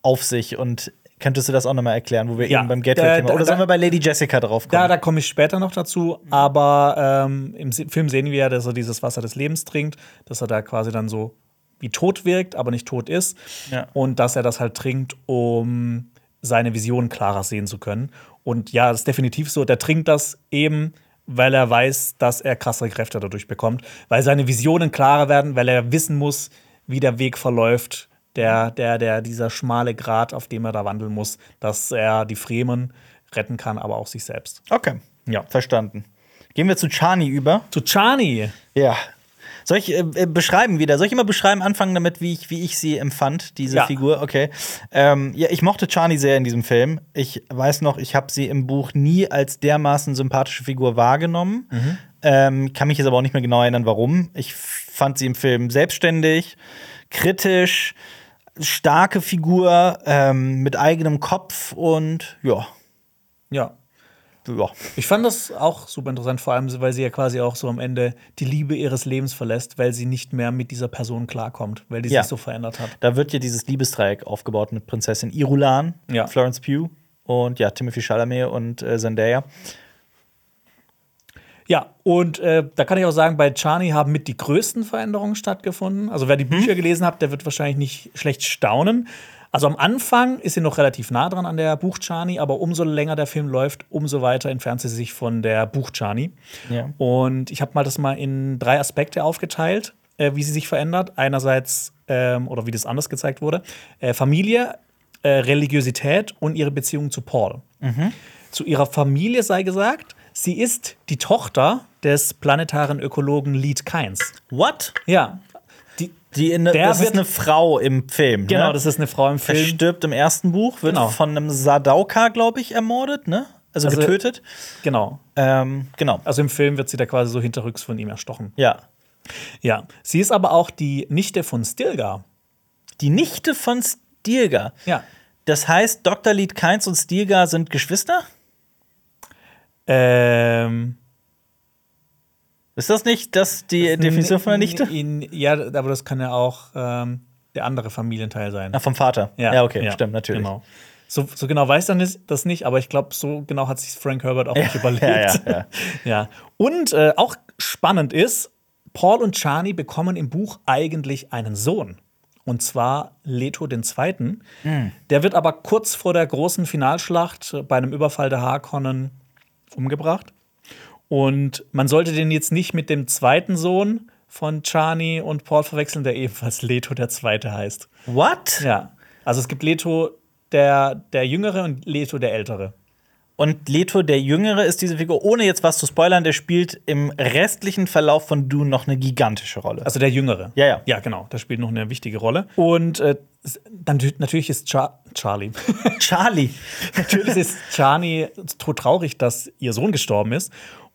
[SPEAKER 2] auf sich? Und könntest du das auch nochmal erklären, wo wir
[SPEAKER 1] Ja,
[SPEAKER 2] eben beim
[SPEAKER 1] da-
[SPEAKER 2] Gateway-Thema
[SPEAKER 1] da-
[SPEAKER 2] oder sollen wir bei Lady Jessica drauf
[SPEAKER 1] Da,
[SPEAKER 2] kommen?
[SPEAKER 1] da komme ich später noch dazu, aber ähm, im Se- Film sehen wir ja, dass er dieses Wasser des Lebens trinkt, dass er da quasi dann so wie tot wirkt, aber nicht tot ist.
[SPEAKER 2] Ja.
[SPEAKER 1] Und dass er das halt trinkt, um seine Vision klarer sehen zu können. Und ja, das ist definitiv so. Der trinkt das eben, weil er weiß, dass er krassere Kräfte dadurch bekommt, weil seine Visionen klarer werden, weil er wissen muss, wie der Weg verläuft. Der, der, der, dieser schmale Grat, auf dem er da wandeln muss, dass er die Fremen retten kann, aber auch sich selbst.
[SPEAKER 2] okay.
[SPEAKER 1] Ja.
[SPEAKER 2] Verstanden. Gehen wir zu Chani über.
[SPEAKER 1] Zu Chani.
[SPEAKER 2] Ja. Soll ich äh, äh, beschreiben wieder? Soll ich immer beschreiben anfangen damit, wie ich, wie ich sie empfand, diese
[SPEAKER 1] Ja.
[SPEAKER 2] Figur? Okay. Ähm, ja, ich mochte Chani sehr in diesem Film. Ich weiß noch, ich habe sie im Buch nie als dermaßen sympathische Figur wahrgenommen. Ähm, kann mich jetzt aber auch nicht mehr genau erinnern, warum. Ich fand sie im Film selbstständig, kritisch, starke Figur, ähm, mit eigenem Kopf und ja.
[SPEAKER 1] Ja.
[SPEAKER 2] ja.
[SPEAKER 1] Ich fand das auch super interessant, vor allem, weil sie ja quasi auch so am Ende die Liebe ihres Lebens verlässt, weil sie nicht mehr mit dieser Person klarkommt, weil die
[SPEAKER 2] Ja.
[SPEAKER 1] sich so verändert hat.
[SPEAKER 2] Da wird ja dieses Liebesdreieck aufgebaut mit Prinzessin Irulan,
[SPEAKER 1] Ja.
[SPEAKER 2] Florence Pugh und ja, Timothy Chalamet und äh, Zendaya.
[SPEAKER 1] Ja, und äh, da kann ich auch sagen, bei Chani haben mit die größten Veränderungen stattgefunden. Also wer die Bücher gelesen hat, der wird wahrscheinlich nicht schlecht staunen. Also am Anfang ist sie noch relativ nah dran an der Buch Chani, aber umso länger der Film läuft, umso weiter entfernt sie sich von der Buch Chani.
[SPEAKER 2] Ja.
[SPEAKER 1] Und ich habe mal das mal in drei Aspekte aufgeteilt, äh, wie sie sich verändert. Einerseits ähm, oder wie das anders gezeigt wurde: äh, Familie, äh, Religiosität und ihre Beziehung zu Paul. Zu ihrer Familie sei gesagt, sie ist die Tochter des planetaren Ökologen Lied Kainz.
[SPEAKER 2] What?
[SPEAKER 1] Ja. Die,
[SPEAKER 2] Die in, ne,
[SPEAKER 1] Der
[SPEAKER 2] das ist
[SPEAKER 1] wird-
[SPEAKER 2] eine Frau im Film.
[SPEAKER 1] genau,
[SPEAKER 2] ne?
[SPEAKER 1] das ist eine Frau im
[SPEAKER 2] Er
[SPEAKER 1] Film.
[SPEAKER 2] stirbt im ersten Buch, wird
[SPEAKER 1] Genau.
[SPEAKER 2] von einem Sadauka, glaube ich, ermordet, ne? Also,
[SPEAKER 1] Also-
[SPEAKER 2] getötet.
[SPEAKER 1] Genau.
[SPEAKER 2] Ähm, genau.
[SPEAKER 1] Also im Film wird sie da quasi so hinterrücks von ihm erstochen.
[SPEAKER 2] Ja.
[SPEAKER 1] Ja. Sie ist aber auch die Nichte von Stilgar.
[SPEAKER 2] Die Nichte von Stilgar.
[SPEAKER 1] Ja.
[SPEAKER 2] Das heißt, Dr. Lied Kainz und Stilgar sind Geschwister?
[SPEAKER 1] Ähm.
[SPEAKER 2] Ist das nicht das die Definition von der Nichte?
[SPEAKER 1] In, in, ja, aber das kann ja auch ähm, der andere Familienteil sein.
[SPEAKER 2] Ah, vom Vater. Ja, okay, stimmt, natürlich.
[SPEAKER 1] Genau. So, so genau weiß er nicht- das nicht, aber ich glaube, so genau hat sich Frank Herbert auch nicht überlegt.
[SPEAKER 2] [laughs] ja, ja.
[SPEAKER 1] [laughs] Ja. Und äh, auch spannend ist, Paul und Chani bekommen im Buch eigentlich einen Sohn. Und zwar Leto II.
[SPEAKER 2] Hm.
[SPEAKER 1] Der wird aber kurz vor der großen Finalschlacht äh, bei einem Überfall der Harkonnen umgebracht. Und man sollte den jetzt nicht mit dem zweiten Sohn von Chani und Paul verwechseln, der ebenfalls Leto der Zweite heißt.
[SPEAKER 2] What?
[SPEAKER 1] Ja. Also es gibt Leto der, der Jüngere und Leto der Ältere.
[SPEAKER 2] Und Leto, der Jüngere, ist diese Figur, ohne jetzt was zu spoilern, der spielt im restlichen Verlauf von Dune noch eine
[SPEAKER 1] [laughs]
[SPEAKER 2] gigantische Rolle.
[SPEAKER 1] Also der Jüngere.
[SPEAKER 2] Ja, ja.
[SPEAKER 1] Ja, genau. Das spielt noch eine wichtige Rolle. Und äh, s- dann tü- natürlich ist Char
[SPEAKER 2] [laughs]
[SPEAKER 1] Charlie.
[SPEAKER 2] Charlie.
[SPEAKER 1] natürlich ist Chani tot traurig, dass ihr Sohn gestorben ist.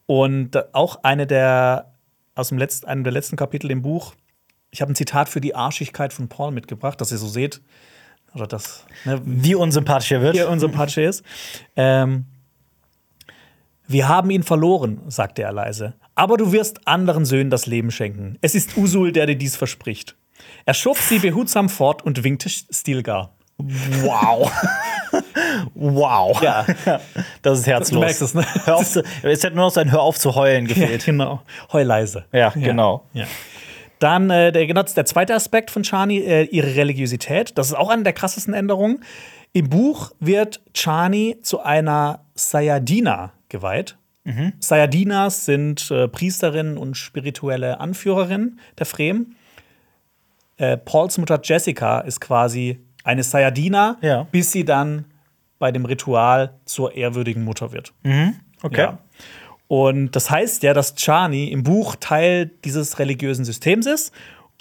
[SPEAKER 1] Und äh, auch eine der aus dem letzten, einem der letzten Kapitel im Buch. Ich habe ein Zitat für die Arschigkeit von Paul mitgebracht, dass ihr so seht. Oder das, ne,
[SPEAKER 2] Wie unsympathisch er wird.
[SPEAKER 1] hier unser Patsche ist. Ähm, wir haben ihn verloren, sagte er leise. Aber du wirst anderen Söhnen das Leben schenken. Es ist Usul, der dir dies verspricht. Er schob sie behutsam fort und winkte Stilgar. [laughs]
[SPEAKER 2] Wow. wow.
[SPEAKER 1] Ja.
[SPEAKER 2] Das ist herzlos.
[SPEAKER 1] Du merkst es, ne?
[SPEAKER 2] Hör auf zu, es hätte nur noch sein Hör auf zu heulen
[SPEAKER 1] ja,
[SPEAKER 2] gefehlt.
[SPEAKER 1] genau. Heuleise.
[SPEAKER 2] Ja, genau.
[SPEAKER 1] Ja. Dann äh, der, genau, das ist der zweite Aspekt von Chani, äh, ihre Religiosität. Das ist auch eine der krassesten Änderungen. Im Buch wird Chani zu einer Sayadina geweiht.
[SPEAKER 2] Mhm.
[SPEAKER 1] Sayadinas sind äh, Priesterinnen und spirituelle Anführerinnen der Fremen. Äh, Pauls Mutter Jessica ist quasi eine Sayadina,
[SPEAKER 2] Ja.
[SPEAKER 1] bis sie dann bei dem Ritual zur ehrwürdigen Mutter wird.
[SPEAKER 2] Okay.
[SPEAKER 1] Ja. Und das heißt ja, dass Chani im Buch Teil dieses religiösen Systems ist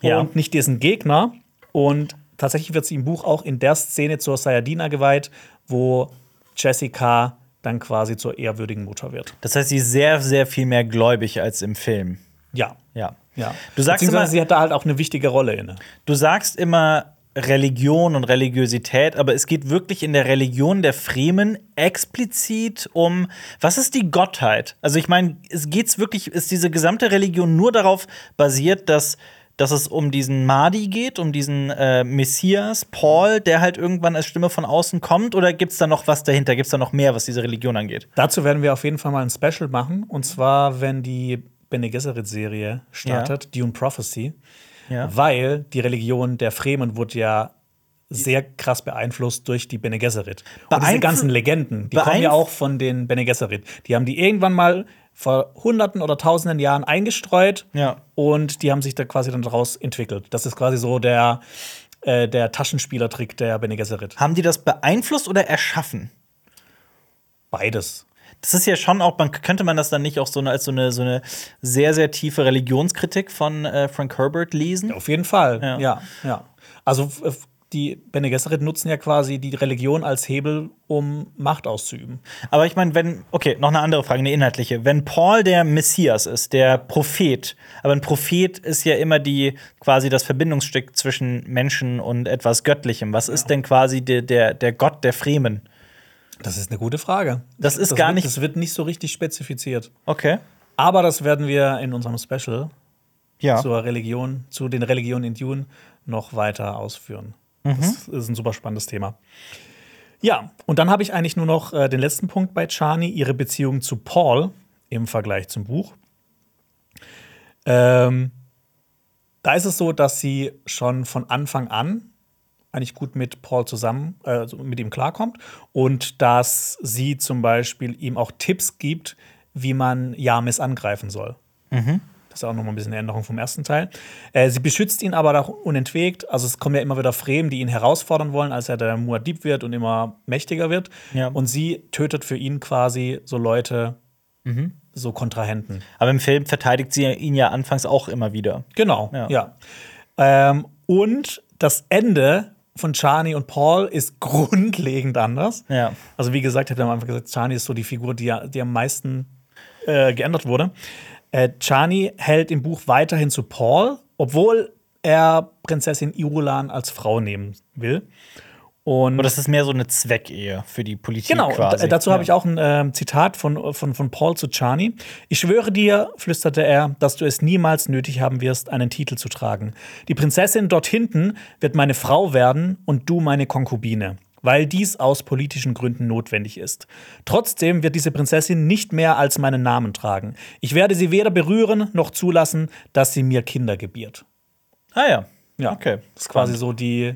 [SPEAKER 2] Ja.
[SPEAKER 1] und nicht dessen Gegner. Und tatsächlich wird sie im Buch auch in der Szene zur Sayadina geweiht, wo Jessica dann quasi zur ehrwürdigen Mutter wird.
[SPEAKER 2] Das heißt, sie ist sehr, sehr viel mehr gläubig als im Film.
[SPEAKER 1] Ja.
[SPEAKER 2] Ja.
[SPEAKER 1] ja.
[SPEAKER 2] Du sagst
[SPEAKER 1] Beziehungsweise
[SPEAKER 2] immer-
[SPEAKER 1] sie hat da halt auch eine wichtige Rolle inne.
[SPEAKER 2] Du sagst immer Religion und Religiosität, aber es geht wirklich in der Religion der Fremen explizit um, was ist die Gottheit? Also ich meine, es geht's wirklich, ist diese gesamte Religion nur darauf basiert, dass dass es um diesen Mahdi geht, um diesen äh, Messias, Paul, der halt irgendwann als Stimme von außen kommt? Oder gibt es da noch was dahinter? Gibt es da noch mehr, was diese Religion angeht?
[SPEAKER 1] Dazu werden wir auf jeden Fall mal ein Special machen. Und zwar, wenn die Bene Gesserit-Serie startet, Dune Prophecy.
[SPEAKER 2] Ja.
[SPEAKER 1] Weil die Religion der Fremen wurde ja sehr krass beeinflusst durch die Bene Gesserit. Und diese
[SPEAKER 2] Beeinflu-
[SPEAKER 1] ganzen Legenden, die kommen ja
[SPEAKER 2] Beeinf-
[SPEAKER 1] auch von den Bene Gesserit. Die haben die irgendwann mal vor hunderten oder tausenden Jahren eingestreut.
[SPEAKER 2] Ja.
[SPEAKER 1] Und die haben sich da quasi dann daraus entwickelt. Das ist quasi so der, äh, der Taschenspielertrick der Bene Gesserit.
[SPEAKER 2] Haben die das beeinflusst oder erschaffen?
[SPEAKER 1] Beides.
[SPEAKER 2] Das ist ja schon auch, man könnte man das dann nicht auch so eine, als so eine, so eine sehr, sehr tiefe Religionskritik von äh, Frank Herbert lesen?
[SPEAKER 1] Auf jeden Fall,
[SPEAKER 2] Ja.
[SPEAKER 1] ja. ja, Also f- f- die Bene Gesserit nutzen ja quasi die Religion als Hebel, um Macht auszuüben.
[SPEAKER 2] Aber ich meine, wenn, okay, noch eine andere Frage, eine inhaltliche. Wenn Paul der Messias ist, der Prophet, aber ein Prophet ist ja immer die quasi das Verbindungsstück zwischen Menschen und etwas Göttlichem. Was ist denn quasi der, der, der Gott der Fremen?
[SPEAKER 1] Das ist eine gute Frage.
[SPEAKER 2] Das ist gar
[SPEAKER 1] wird,
[SPEAKER 2] nicht-
[SPEAKER 1] Das wird nicht so richtig spezifiziert.
[SPEAKER 2] Okay.
[SPEAKER 1] Aber das werden wir in unserem Special
[SPEAKER 2] Ja.
[SPEAKER 1] zur Religion, zu den Religionen in Dune noch weiter ausführen.
[SPEAKER 2] Mhm.
[SPEAKER 1] Das ist ein super spannendes Thema. Ja, und dann habe ich eigentlich nur noch äh, den letzten Punkt bei Chani, ihre Beziehung zu Paul im Vergleich zum Buch. Ähm, da ist es so, dass sie schon von Anfang an eigentlich gut mit Paul zusammen, äh, so mit ihm klarkommt und dass sie zum Beispiel ihm auch Tipps gibt, wie man Jamis angreifen soll. Das ist auch nochmal ein bisschen eine Änderung vom ersten Teil. Äh, sie beschützt ihn aber auch unentwegt. Also es kommen ja immer wieder Fremen, die ihn herausfordern wollen, als er der Muad'Dib wird und immer mächtiger wird.
[SPEAKER 2] Ja.
[SPEAKER 1] Und sie tötet für ihn quasi so Leute, so Kontrahenten.
[SPEAKER 2] Aber im Film verteidigt sie ihn ja anfangs auch immer wieder.
[SPEAKER 1] Genau,
[SPEAKER 2] Ja.
[SPEAKER 1] ja. Ähm, und das Ende von Chani und Paul ist [laughs] grundlegend anders.
[SPEAKER 2] Ja.
[SPEAKER 1] Also, wie gesagt, ich habe am Anfang gesagt, Chani ist so die Figur, die, ja- die am meisten äh, geändert wurde. Äh, Chani hält im Buch weiterhin zu Paul, obwohl er Prinzessin Irulan als Frau nehmen will. Und
[SPEAKER 2] Aber das ist mehr so eine Zweckehe für die Politik
[SPEAKER 1] Genau, und
[SPEAKER 2] quasi.
[SPEAKER 1] da- dazu habe
[SPEAKER 2] Ja.
[SPEAKER 1] ich auch ein ähm, Zitat von, von, von Paul zu Chani. Ich schwöre dir, flüsterte er, dass du es niemals nötig haben wirst, einen Titel zu tragen. Die Prinzessin dort hinten wird meine Frau werden und du meine Konkubine. weil dies aus politischen Gründen notwendig ist. Trotzdem wird diese Prinzessin nicht mehr als meinen Namen tragen. Ich werde sie weder berühren noch zulassen, dass sie mir Kinder gebiert.
[SPEAKER 2] Ah ja.
[SPEAKER 1] Ja,
[SPEAKER 2] Okay.
[SPEAKER 1] das ist quasi so die,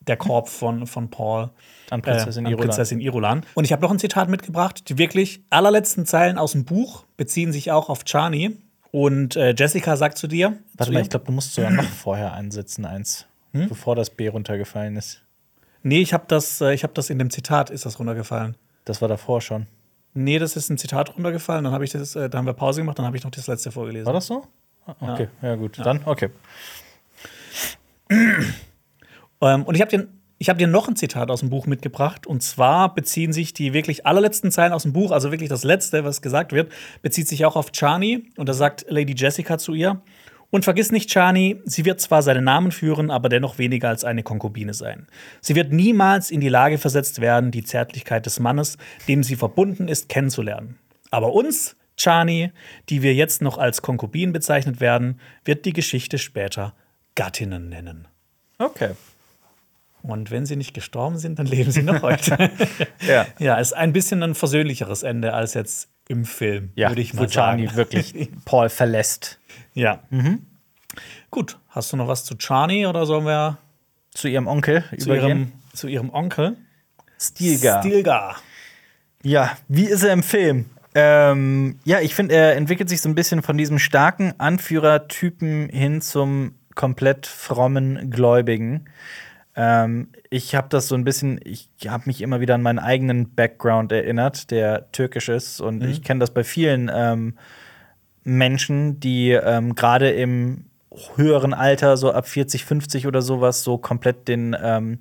[SPEAKER 1] der Korb von, von Paul äh,
[SPEAKER 2] An Prinzessin
[SPEAKER 1] an
[SPEAKER 2] Irulan.
[SPEAKER 1] Prinzessin Irulan. Und ich habe noch ein Zitat mitgebracht. Die wirklich allerletzten Zeilen aus dem Buch beziehen sich auch auf Chani. Und äh, Jessica sagt zu dir,
[SPEAKER 2] Warte
[SPEAKER 1] zu ihr-
[SPEAKER 2] mal,
[SPEAKER 1] Hm?
[SPEAKER 2] ich glaube, du musst sogar noch vorher ansetzen, eins. Bevor das B runtergefallen ist.
[SPEAKER 1] nee, ich habe das, äh, ich hab das in dem Zitat, ist das runtergefallen.
[SPEAKER 2] Das war davor schon.
[SPEAKER 1] Nee, das ist ein Zitat runtergefallen. Dann habe ich das, äh, da haben wir Pause gemacht, dann habe ich noch das letzte vorgelesen.
[SPEAKER 2] War das so? Ah, Okay, ja, gut. Dann, okay.
[SPEAKER 1] Ähm, und ich habe dir, ich hab dir noch ein Zitat aus dem Buch mitgebracht. Und zwar beziehen sich die wirklich allerletzten Zeilen aus dem Buch, also wirklich das letzte, was gesagt wird, bezieht sich auch auf Chani. Und da sagt Lady Jessica zu ihr: Und vergiss nicht, Chani, sie wird zwar seinen Namen führen, aber dennoch weniger als eine Konkubine sein. Sie wird niemals in die Lage versetzt werden, die Zärtlichkeit des Mannes, dem sie verbunden ist, kennenzulernen. Aber uns. Chani, die wir jetzt noch als Konkubin bezeichnet werden, wird die Geschichte später Gattinnen nennen.
[SPEAKER 2] Okay.
[SPEAKER 1] Und wenn sie nicht gestorben sind, dann leben sie
[SPEAKER 2] [laughs]
[SPEAKER 1] noch heute. [laughs]
[SPEAKER 2] Ja.
[SPEAKER 1] ja, ist ein bisschen ein versöhnlicheres Ende als jetzt im Film,
[SPEAKER 2] Ja,
[SPEAKER 1] würde ich
[SPEAKER 2] wo
[SPEAKER 1] mal
[SPEAKER 2] Chani
[SPEAKER 1] sagen. [laughs]
[SPEAKER 2] wirklich Paul verlässt.
[SPEAKER 1] Ja.
[SPEAKER 2] Mhm.
[SPEAKER 1] Gut, hast du noch was zu Chani oder sollen wir
[SPEAKER 2] Zu ihrem Onkel
[SPEAKER 1] zu ihrem, zu ihrem Onkel?
[SPEAKER 2] Stilgar.
[SPEAKER 1] Stilgar.
[SPEAKER 2] Ja, wie ist er im Film? Ähm, ja, ich finde, er entwickelt sich so ein bisschen von diesem starken Anführertypen hin zum komplett frommen Gläubigen. Ähm, ich habe das so ein bisschen, ich habe mich immer wieder an meinen eigenen Background erinnert, der türkisch ist. Und ich kenne das bei vielen ähm, Menschen, die ähm, gerade im höheren Alter, so ab 40, 50 oder sowas, so komplett den, ähm,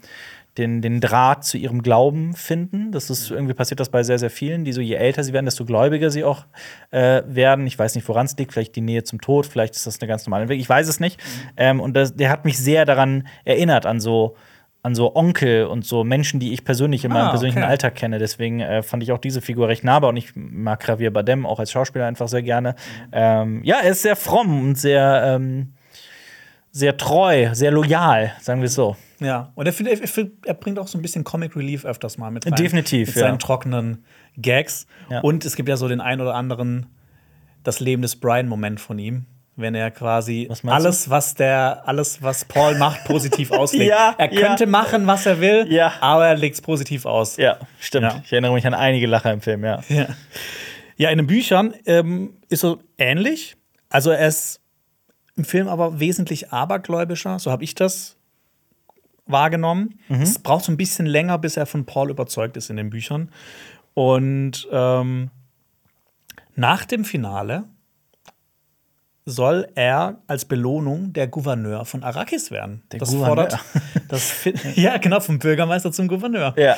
[SPEAKER 2] den, den Draht zu ihrem Glauben finden. Das ist
[SPEAKER 1] Mhm.
[SPEAKER 2] irgendwie passiert das bei sehr, sehr vielen, die so je älter sie werden, desto gläubiger sie auch äh, werden. Ich weiß nicht, woran es liegt, vielleicht die Nähe zum Tod, vielleicht ist das eine ganz normale Weg. Ich weiß es nicht.
[SPEAKER 1] Mhm.
[SPEAKER 2] Ähm, und das, der hat mich sehr daran erinnert, an so an so Onkel und so Menschen, die ich persönlich in meinem
[SPEAKER 1] Ah,
[SPEAKER 2] persönlichen
[SPEAKER 1] okay.
[SPEAKER 2] Alltag Alltag kenne. Deswegen äh, fand ich auch diese Figur recht nahbar und ich mag Javier Bardem auch als Schauspieler einfach sehr gerne. Ähm, ja, er ist sehr fromm und sehr, ähm, sehr treu, sehr loyal, sagen wir es so.
[SPEAKER 1] Ja, und er, find, er, find, er bringt auch so ein bisschen Comic Relief öfters mal mit rein.
[SPEAKER 2] Definitiv,
[SPEAKER 1] Mit seinen
[SPEAKER 2] ja.
[SPEAKER 1] trockenen Gags.
[SPEAKER 2] Ja.
[SPEAKER 1] Und es gibt ja so den einen oder anderen das Leben des Brian-Moment von ihm. Wenn er quasi
[SPEAKER 2] Was meinst du?
[SPEAKER 1] alles, was der, alles, was Paul macht,
[SPEAKER 2] [laughs]
[SPEAKER 1] positiv auslegt.
[SPEAKER 2] Ja,
[SPEAKER 1] er könnte
[SPEAKER 2] ja.
[SPEAKER 1] machen, was er will,
[SPEAKER 2] Ja.
[SPEAKER 1] aber er legt es positiv aus.
[SPEAKER 2] Ja, stimmt.
[SPEAKER 1] Ja.
[SPEAKER 2] Ich erinnere mich an einige Lacher im Film, ja.
[SPEAKER 1] Ja. ja, in den Büchern ähm, ist so ähnlich. Also er ist im Film aber wesentlich abergläubischer, so habe ich das wahrgenommen.
[SPEAKER 2] Mhm.
[SPEAKER 1] Es braucht so ein bisschen länger, bis er von Paul überzeugt ist in den Büchern. Und ähm, nach dem Finale soll er als Belohnung der Gouverneur von Arrakis werden.
[SPEAKER 2] Der
[SPEAKER 1] das
[SPEAKER 2] Gouverneur.
[SPEAKER 1] fordert das
[SPEAKER 2] [laughs]
[SPEAKER 1] fi- ja genau vom Bürgermeister zum Gouverneur.
[SPEAKER 2] Ja.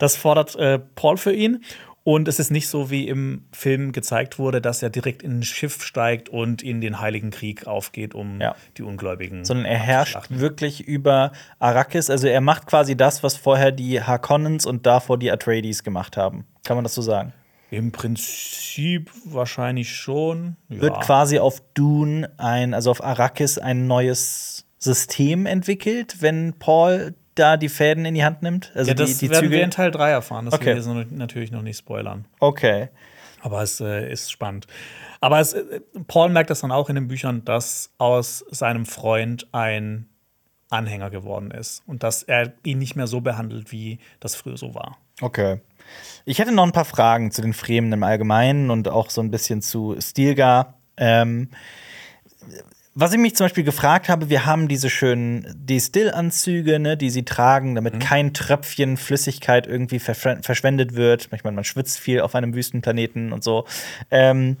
[SPEAKER 1] Das fordert äh, Paul für ihn. Und es ist nicht so, wie im Film gezeigt wurde, dass er direkt in ein Schiff steigt und in den Heiligen Krieg aufgeht, um
[SPEAKER 2] Ja.
[SPEAKER 1] die Ungläubigen.
[SPEAKER 2] Sondern er herrscht
[SPEAKER 1] abzuschlachten.
[SPEAKER 2] wirklich über Arrakis. Also er macht quasi das, was vorher die Harkonnens und davor die Atreides gemacht haben. Kann man das so sagen?
[SPEAKER 1] Im Prinzip wahrscheinlich schon. Ja.
[SPEAKER 2] wird quasi auf Dune ein, also auf Arrakis ein neues System entwickelt, wenn Paul da die Fäden in die Hand nimmt. Also
[SPEAKER 1] ja, das
[SPEAKER 2] die, die
[SPEAKER 1] werden wir
[SPEAKER 2] Züge.
[SPEAKER 1] in Teil 3 erfahren. Das
[SPEAKER 2] Okay.
[SPEAKER 1] will ich jetzt natürlich noch nicht spoilern.
[SPEAKER 2] Okay.
[SPEAKER 1] Aber es äh, ist spannend. Aber es, äh, Paul merkt das dann auch in den Büchern, dass aus seinem Freund ein Anhänger geworden ist und dass er ihn nicht mehr so behandelt, wie das früher so war.
[SPEAKER 2] Okay. Ich hätte noch ein paar Fragen zu den Fremen im Allgemeinen und auch so ein bisschen zu Stilgar. Ähm, was ich mich zum Beispiel gefragt habe, wir haben diese schönen die Stillanzüge, ne, die sie tragen, damit kein Tröpfchen Flüssigkeit irgendwie verschw- verschwendet wird. Ich meine, man schwitzt viel auf einem Wüstenplaneten und so. Ähm,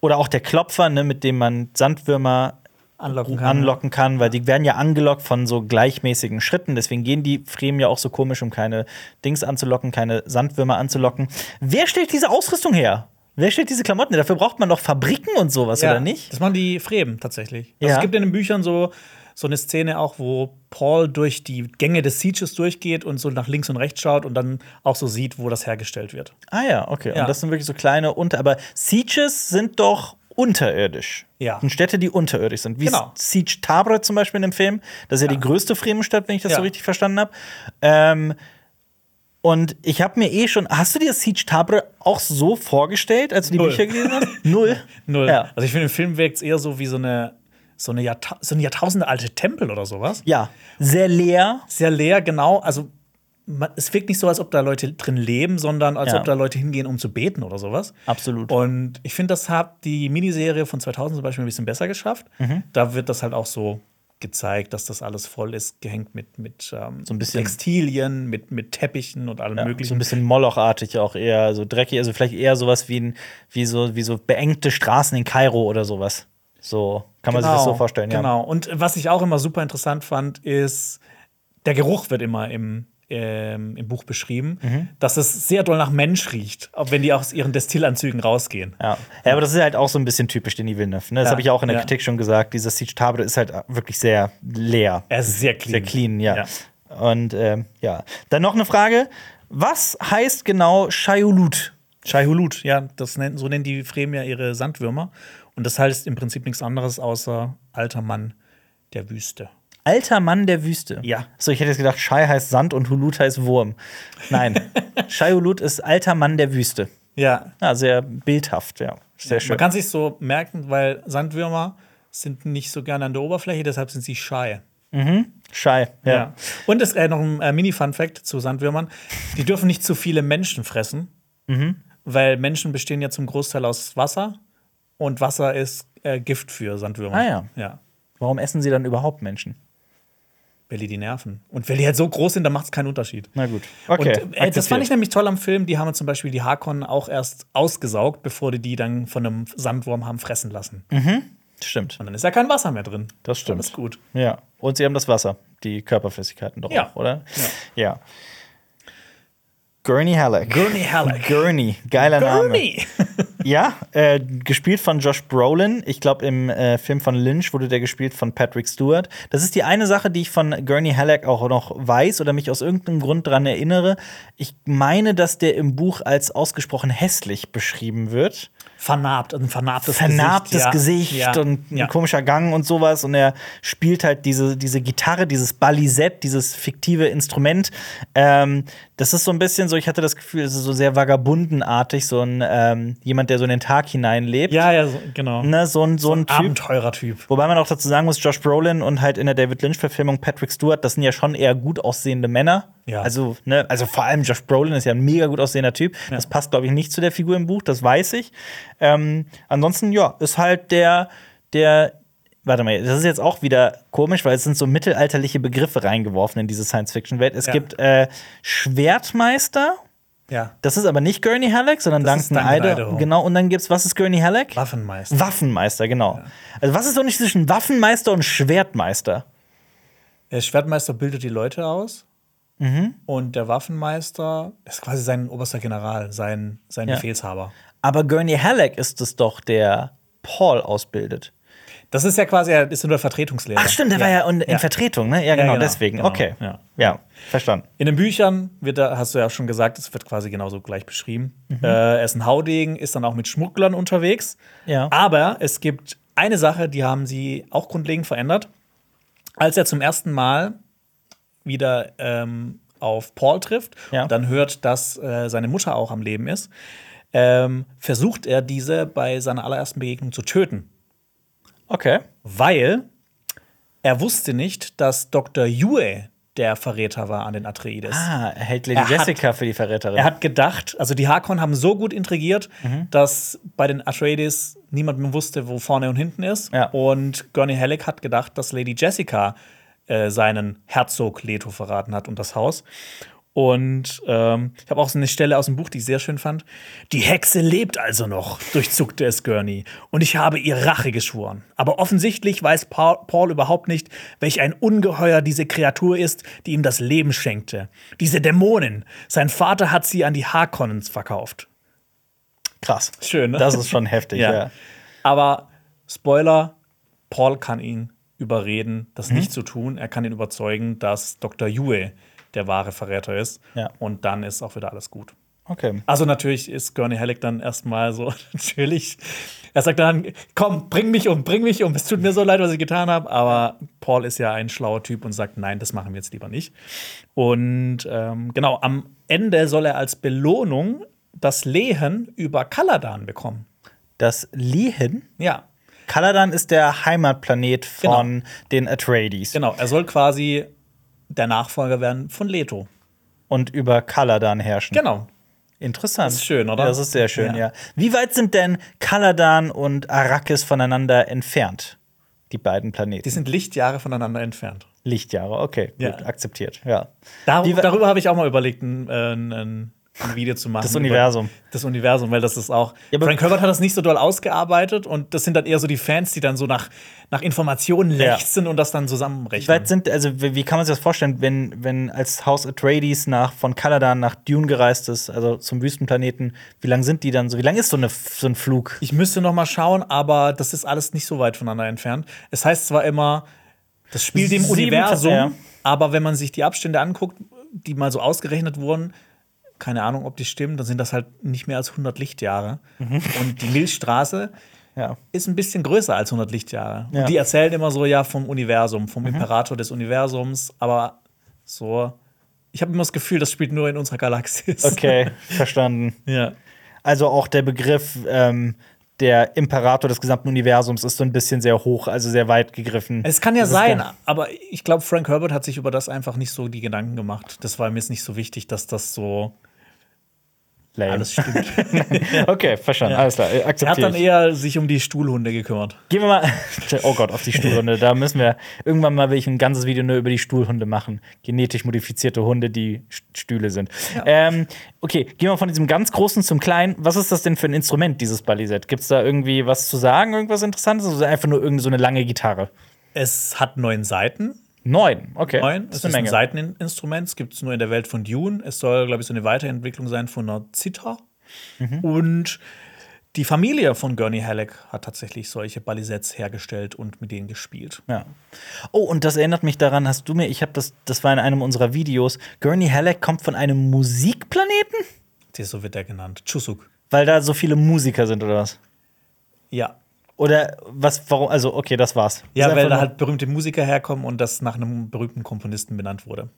[SPEAKER 2] oder auch der Klopfer, ne, mit dem man Sandwürmer
[SPEAKER 1] Anlocken ne?
[SPEAKER 2] anlocken kann, weil die werden ja angelockt von so gleichmäßigen Schritten. Deswegen gehen die Fremen ja auch so komisch, um keine Dings anzulocken, keine Sandwürmer anzulocken. Wer stellt diese Ausrüstung her? Wer stellt diese Klamotten her? Dafür braucht man doch Fabriken und sowas, oder nicht?
[SPEAKER 1] Das machen die Fremen tatsächlich. Also
[SPEAKER 2] Ja.
[SPEAKER 1] Es gibt in den Büchern so, so eine Szene auch, wo Paul durch die Gänge des Sieges durchgeht und so nach links und rechts schaut und dann auch so sieht, wo das hergestellt wird.
[SPEAKER 2] Ah ja, okay.
[SPEAKER 1] Ja.
[SPEAKER 2] Und das sind wirklich so kleine Unter... Aber Sieges sind doch unterirdisch.
[SPEAKER 1] Ja.
[SPEAKER 2] Sind Städte, die unterirdisch sind. Wie
[SPEAKER 1] Genau.
[SPEAKER 2] Siege Tabra zum Beispiel in dem Film. Das ist ja, die größte Fremenstadt, wenn ich das
[SPEAKER 1] Ja.
[SPEAKER 2] so richtig verstanden habe. Ähm, Und ich habe mir eh schon. Hast du dir Siege Tabre auch so vorgestellt, als du die
[SPEAKER 1] Null.
[SPEAKER 2] Bücher
[SPEAKER 1] [laughs]
[SPEAKER 2] gelesen hast? Null.
[SPEAKER 1] Null.
[SPEAKER 2] Ja.
[SPEAKER 1] Also ich finde, im Film wirkt es eher so wie so eine, so eine, Jahrta so eine jahrtausendealte Tempel oder sowas.
[SPEAKER 2] ja. Sehr leer.
[SPEAKER 1] Sehr leer, genau. Also man, es wirkt nicht so, als ob da Leute drin leben, sondern als
[SPEAKER 2] Ja.
[SPEAKER 1] ob da Leute hingehen, um zu beten oder sowas.
[SPEAKER 2] Absolut.
[SPEAKER 1] Und ich finde, das hat die Miniserie von 2000 zum Beispiel ein bisschen besser geschafft.
[SPEAKER 2] Mhm.
[SPEAKER 1] Da wird das halt auch so gezeigt, dass das alles voll ist, gehängt mit, mit ähm,
[SPEAKER 2] So ein bisschen-
[SPEAKER 1] Textilien, mit, mit Teppichen und allem
[SPEAKER 2] So ein
[SPEAKER 1] möglichen.
[SPEAKER 2] bisschen molochartig auch eher, so dreckig, also vielleicht eher sowas wie, ein, wie, so, wie so beengte Straßen in Kairo oder sowas. So kann man sich das so vorstellen, ja.
[SPEAKER 1] Genau. Und was ich auch immer super interessant fand, ist, der Geruch wird immer im, ähm, im Buch beschrieben,
[SPEAKER 2] Mhm.
[SPEAKER 1] dass es sehr doll nach Mensch riecht, auch wenn die aus ihren Destillanzügen rausgehen.
[SPEAKER 2] Ja. ja, aber das ist halt auch so ein bisschen typisch Denis Villeneuve. Ne? Das
[SPEAKER 1] Ja,
[SPEAKER 2] habe ich auch in der
[SPEAKER 1] ja.
[SPEAKER 2] Kritik schon gesagt. Dieser Siege Tabre ist halt wirklich sehr leer.
[SPEAKER 1] Er ist sehr clean.
[SPEAKER 2] Sehr clean, ja. Und ähm, ja. Dann noch eine Frage. Was heißt genau Shayulut?
[SPEAKER 1] Shai Hulut, ja, das nennen, so nennen die Fremen ja ihre Sandwürmer. Und das heißt im Prinzip nichts anderes außer alter Mann der Wüste.
[SPEAKER 2] Alter Mann der Wüste.
[SPEAKER 1] Ja.
[SPEAKER 2] So, ich hätte jetzt gedacht, Shai heißt Sand und Hulut heißt Wurm.
[SPEAKER 1] [laughs]
[SPEAKER 2] Nein. Shayulut ist alter Mann der Wüste.
[SPEAKER 1] Ja,
[SPEAKER 2] Ja, sehr bildhaft, ja. Sehr schön.
[SPEAKER 1] man kann sich so merken, weil Sandwürmer sind nicht so gerne an der Oberfläche, deshalb sind sie Shai.
[SPEAKER 2] Shai, ja.
[SPEAKER 1] Ja. Und es, äh, noch ein äh, Mini-Fun-Fact zu Sandwürmern: Die dürfen nicht zu viele Menschen fressen,
[SPEAKER 2] Mhm.
[SPEAKER 1] weil Menschen bestehen ja zum Großteil aus Wasser und Wasser ist äh, Gift für Sandwürmer.
[SPEAKER 2] Ah, ja.
[SPEAKER 1] Ja.
[SPEAKER 2] Warum essen sie dann überhaupt Menschen?
[SPEAKER 1] Weil die die nerven. Und weil die halt so groß sind, da macht es keinen Unterschied.
[SPEAKER 2] Na gut.
[SPEAKER 1] Und,
[SPEAKER 2] Okay.
[SPEAKER 1] äh, das
[SPEAKER 2] akzeptiert.
[SPEAKER 1] fand ich nämlich toll am Film. Die haben zum Beispiel die Harkonnen auch erst ausgesaugt, bevor die die dann von einem Sandwurm haben fressen lassen.
[SPEAKER 2] Stimmt.
[SPEAKER 1] Und dann ist ja kein Wasser mehr drin.
[SPEAKER 2] Hm. Das stimmt.
[SPEAKER 1] Alles gut.
[SPEAKER 2] Ja. Und sie haben das Wasser, die Körperflüssigkeiten doch
[SPEAKER 1] Ja.
[SPEAKER 2] auch, oder? Ja. Gurney Halleck.
[SPEAKER 1] Gurney Halleck.
[SPEAKER 2] Gurney, geiler Name.
[SPEAKER 1] Gurney.
[SPEAKER 2] Ja, äh, gespielt von Josh Brolin. Ich glaube, im äh, Film von Lynch wurde der gespielt von Patrick Stewart. Das ist die eine Sache, die ich von Gurney Halleck auch noch weiß oder mich aus irgendeinem Grund daran erinnere. Ich meine, dass der im Buch als ausgesprochen hässlich beschrieben wird.
[SPEAKER 1] [laughs] Vernarbt, ein vernarbtes
[SPEAKER 2] vernarbtes Gesicht,
[SPEAKER 1] Gesicht, ja. Ja.
[SPEAKER 2] und ein
[SPEAKER 1] ja.
[SPEAKER 2] komischer Gang und sowas. Und er spielt halt diese, diese Gitarre, dieses Balisett, dieses fiktive Instrument. Ähm, das ist so ein bisschen so, ich hatte das Gefühl, es ist so sehr vagabundenartig, so ein ähm, jemand, der so in den Tag hineinlebt.
[SPEAKER 1] ja, ja, so, genau.
[SPEAKER 2] Ne, so ein, so ein Typ.
[SPEAKER 1] Abenteurer-Typ.
[SPEAKER 2] Wobei man auch dazu sagen muss, Josh Brolin und halt in der David Lynch-Verfilmung Patrick Stewart, das sind ja schon eher gut aussehende Männer.
[SPEAKER 1] Ja.
[SPEAKER 2] Also, ne, also vor allem Josh Brolin ist ja ein mega gut aussehender Typ. Das passt, glaube ich, nicht zu der Figur im Buch, das weiß ich. Ähm, ansonsten, ja, ist halt der, der. Warte mal, das ist jetzt auch wieder komisch, weil es sind so mittelalterliche Begriffe reingeworfen in diese Science-Fiction-Welt. Es
[SPEAKER 1] Ja.
[SPEAKER 2] gibt äh, Schwertmeister,
[SPEAKER 1] Ja.
[SPEAKER 2] das ist aber nicht Gurney Halleck, sondern
[SPEAKER 1] Das ist
[SPEAKER 2] Duncan
[SPEAKER 1] Duncan
[SPEAKER 2] Idaho.
[SPEAKER 1] Idaho.
[SPEAKER 2] Genau, und dann gibt's, was ist Gurney Halleck?
[SPEAKER 1] Waffenmeister.
[SPEAKER 2] Waffenmeister, genau. Also, was ist doch nicht zwischen Waffenmeister und Schwertmeister?
[SPEAKER 1] Der Schwertmeister bildet die Leute aus.
[SPEAKER 2] Mhm.
[SPEAKER 1] Und der Waffenmeister ist quasi sein oberster General, sein, sein
[SPEAKER 2] Ja.
[SPEAKER 1] Befehlshaber.
[SPEAKER 2] Aber Gurney Halleck ist es doch, der Paul ausbildet.
[SPEAKER 1] Das ist ja quasi, er ist nur der Vertretungslehrer.
[SPEAKER 2] Ach, stimmt, der war ja in, in Vertretung, ne? Ja, genau,
[SPEAKER 1] genau,
[SPEAKER 2] deswegen.
[SPEAKER 1] genau,
[SPEAKER 2] Okay. Ja.
[SPEAKER 1] ja.
[SPEAKER 2] verstanden.
[SPEAKER 1] In den Büchern wird da, hast du ja schon gesagt, es wird quasi genauso gleich beschrieben.
[SPEAKER 2] Mhm.
[SPEAKER 1] Äh, er ist ein Haudegen, ist dann auch mit Schmugglern unterwegs.
[SPEAKER 2] Ja.
[SPEAKER 1] Aber es gibt eine Sache, die haben sie auch grundlegend verändert. Als er zum ersten Mal wieder ähm, auf Paul trifft
[SPEAKER 2] Ja.
[SPEAKER 1] und dann hört, dass äh, seine Mutter auch am Leben ist, ähm, versucht er diese bei seiner allerersten Begegnung zu töten,
[SPEAKER 2] Okay.
[SPEAKER 1] weil er wusste nicht, dass Dr. Yue der Verräter war an den Atreides.
[SPEAKER 2] Ah, er hält Lady
[SPEAKER 1] Er hat-
[SPEAKER 2] Jessica für die Verräterin.
[SPEAKER 1] Er hat gedacht, also die Harkonnen haben so gut intrigiert,
[SPEAKER 2] Mhm.
[SPEAKER 1] dass bei den Atreides niemand mehr wusste, wo vorne und hinten ist.
[SPEAKER 2] Ja.
[SPEAKER 1] Und Gurney Halleck hat gedacht, dass Lady Jessica äh, seinen Herzog Leto verraten hat und das Haus. Und ähm, ich habe auch so eine Stelle aus dem Buch, die ich sehr schön fand. Die Hexe lebt also noch, durchzuckte es Gurney. Und ich habe ihr Rache geschworen. Aber offensichtlich weiß Paul, Paul überhaupt nicht, welch ein Ungeheuer diese Kreatur ist, die ihm das Leben schenkte. Diese Dämonen. Sein Vater hat sie an die Harkonnens verkauft.
[SPEAKER 2] krass.
[SPEAKER 1] Schön, ne?
[SPEAKER 2] Das ist schon heftig, ja.
[SPEAKER 1] Aber Spoiler: Paul kann ihn überreden, das nicht zu tun. Er kann ihn überzeugen, dass Dr. Yue der wahre Verräter ist.
[SPEAKER 2] Ja.
[SPEAKER 1] Und dann ist auch wieder alles gut.
[SPEAKER 2] Okay.
[SPEAKER 1] Also natürlich ist Gurney Halleck dann erstmal so, [laughs] natürlich. Er sagt dann, komm, bring mich um, bring mich um. Es tut mir so leid, was ich getan habe. Aber Paul ist ja ein schlauer Typ und sagt, nein, das machen wir jetzt lieber nicht. Und ähm, genau, am Ende soll er als Belohnung das Lehen über Kaladan bekommen.
[SPEAKER 2] Das Lehen.
[SPEAKER 1] Ja,
[SPEAKER 2] Kaladan ist der Heimatplanet von den Atreides.
[SPEAKER 1] genau. Er soll quasi der Nachfolger werden von Leto.
[SPEAKER 2] Und über Kaladan herrschen.
[SPEAKER 1] Genau.
[SPEAKER 2] Interessant. Das
[SPEAKER 1] ist schön, oder?
[SPEAKER 2] Das ist sehr schön,
[SPEAKER 1] Ja.
[SPEAKER 2] ja. Wie weit sind denn Kaladan und Arrakis voneinander entfernt? Die beiden
[SPEAKER 1] Die
[SPEAKER 2] Planeten.
[SPEAKER 1] sind Lichtjahre voneinander entfernt.
[SPEAKER 2] Lichtjahre, okay,
[SPEAKER 1] Ja.
[SPEAKER 2] gut, akzeptiert, ja.
[SPEAKER 1] Dar
[SPEAKER 2] Die-
[SPEAKER 1] darüber habe ich auch mal überlegt, ein, äh, ein, ein ein Video zu machen.
[SPEAKER 2] Das Universum.
[SPEAKER 1] Über das Universum, weil das ist auch.
[SPEAKER 2] Ja, aber-
[SPEAKER 1] Frank Herbert hat das nicht so doll ausgearbeitet und das sind dann eher so die Fans, die dann so nach, nach Informationen
[SPEAKER 2] Ja.
[SPEAKER 1] lechzen und das dann
[SPEAKER 2] Wie
[SPEAKER 1] zusammenrechnen.
[SPEAKER 2] weit sind, also wie, wie kann man sich das vorstellen, wenn, wenn als Haus Atreides nach, von Kaladan nach Dune gereist ist, also zum Wüstenplaneten, wie lang sind die dann so? Wie lang ist so, eine, so ein Flug?
[SPEAKER 1] Ich müsste noch mal schauen, aber das ist alles nicht so weit voneinander entfernt. Es heißt zwar immer, das spielt im
[SPEAKER 2] Sieben-
[SPEAKER 1] Universum,
[SPEAKER 2] ja.
[SPEAKER 1] aber wenn man sich die Abstände anguckt, die mal so ausgerechnet wurden, keine Ahnung, ob die stimmen, dann sind das halt nicht mehr als 100 Lichtjahre.
[SPEAKER 2] Mhm.
[SPEAKER 1] Und die Milchstraße
[SPEAKER 2] Ja.
[SPEAKER 1] ist ein bisschen größer als 100 Lichtjahre.
[SPEAKER 2] Ja. Mhm.
[SPEAKER 1] Und die erzählen immer so ja vom Universum, vom Imperator des Universums, aber so. Ich habe immer das Gefühl, das spielt nur in unserer Galaxis.
[SPEAKER 2] Okay, verstanden.
[SPEAKER 1] [laughs] Ja.
[SPEAKER 2] Also auch der Begriff, ähm, der Imperator des gesamten Universums ist so ein bisschen sehr hoch, also sehr weit gegriffen.
[SPEAKER 1] Es kann ja
[SPEAKER 2] Das ist
[SPEAKER 1] sein,
[SPEAKER 2] gar-
[SPEAKER 1] aber ich glaube, Frank Herbert hat sich über das einfach nicht so die Gedanken gemacht. Das war mir jetzt nicht so wichtig, dass das so
[SPEAKER 2] Lame.
[SPEAKER 1] alles stimmt.
[SPEAKER 2] [laughs] Okay, verstanden. Alles klar, äh,
[SPEAKER 1] er hat
[SPEAKER 2] akzeptiere
[SPEAKER 1] dann
[SPEAKER 2] ich.
[SPEAKER 1] eher sich um die Stuhlhunde gekümmert.
[SPEAKER 2] Gehen wir mal. [laughs] Oh Gott, auf die Stuhlhunde. Da müssen wir irgendwann mal will ich ein ganzes Video nur über die Stuhlhunde machen. Genetisch modifizierte Hunde, die St- Stühle sind. Ähm, okay, gehen wir von diesem ganz Großen zum Kleinen. Was ist das denn für ein Instrument, dieses Balisett? Gibt es da irgendwie was zu sagen, irgendwas Interessantes? Oder einfach nur irgendeine so eine lange Gitarre?
[SPEAKER 1] Es hat neun Seiten.
[SPEAKER 2] Neun, okay.
[SPEAKER 1] Neun.
[SPEAKER 2] Das
[SPEAKER 1] Es
[SPEAKER 2] ist eine
[SPEAKER 1] ist ein
[SPEAKER 2] Menge.
[SPEAKER 1] Seiteninstrument. Es gibt es nur in der Welt von Dune. Es soll, glaube ich, so eine Weiterentwicklung sein von einer Zither.
[SPEAKER 2] Mhm.
[SPEAKER 1] Und die Familie von Gurney Halleck hat tatsächlich solche Balisets hergestellt und mit denen gespielt.
[SPEAKER 2] Ja. Oh, und das erinnert mich daran, hast du mir, ich habe das, das war in einem unserer Videos, Gurney Halleck kommt von einem Musikplaneten?
[SPEAKER 1] So wird er genannt. Chusuk.
[SPEAKER 2] Weil da so viele Musiker sind oder was?
[SPEAKER 1] Ja,
[SPEAKER 2] Oder was, warum, also okay, das war's.
[SPEAKER 1] Ja,
[SPEAKER 2] Ist
[SPEAKER 1] weil
[SPEAKER 2] einfach
[SPEAKER 1] da
[SPEAKER 2] nur-
[SPEAKER 1] halt berühmte Musiker herkommen und das nach einem berühmten Komponisten benannt wurde.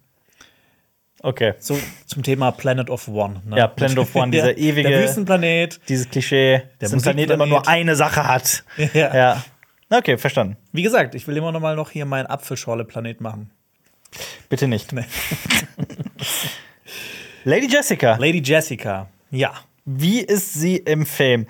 [SPEAKER 2] Okay,
[SPEAKER 1] So zum Thema Planet of One. Ne?
[SPEAKER 2] Ja, Planet
[SPEAKER 1] [laughs]
[SPEAKER 2] of One, dieser
[SPEAKER 1] Der-
[SPEAKER 2] ewige-
[SPEAKER 1] Der Wüstenplanet. [laughs]
[SPEAKER 2] dieses Klischee, dass ein Planet
[SPEAKER 1] Musikplanet.
[SPEAKER 2] immer nur eine Sache hat.
[SPEAKER 1] Ja.
[SPEAKER 2] ja. Okay, verstanden.
[SPEAKER 1] Wie gesagt, ich will immer noch mal noch hier meinen Apfelschorle-Planet machen.
[SPEAKER 2] Bitte nicht. [laughs] Lady Jessica,
[SPEAKER 1] Lady Jessica. Ja.
[SPEAKER 2] wie ist sie im Film?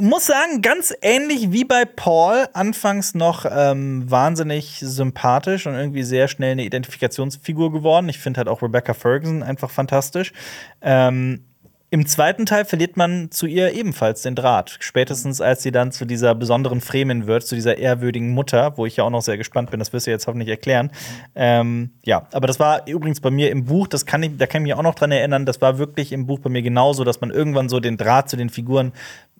[SPEAKER 2] Muss sagen, ganz ähnlich wie bei Paul, anfangs noch ähm, wahnsinnig sympathisch und irgendwie sehr schnell eine Identifikationsfigur geworden. Ich finde halt auch Rebecca Ferguson einfach fantastisch. Ähm, Im zweiten Teil verliert man zu ihr ebenfalls den Draht. Spätestens als sie dann zu dieser besonderen Fremen wird, zu dieser ehrwürdigen Mutter, wo ich ja auch noch sehr gespannt bin, das wirst du jetzt hoffentlich erklären. Ähm, ja, aber das war übrigens bei mir im Buch, das kann ich, da kann ich mich auch noch dran erinnern, das war wirklich im Buch bei mir genauso, dass man irgendwann so den Draht zu den Figuren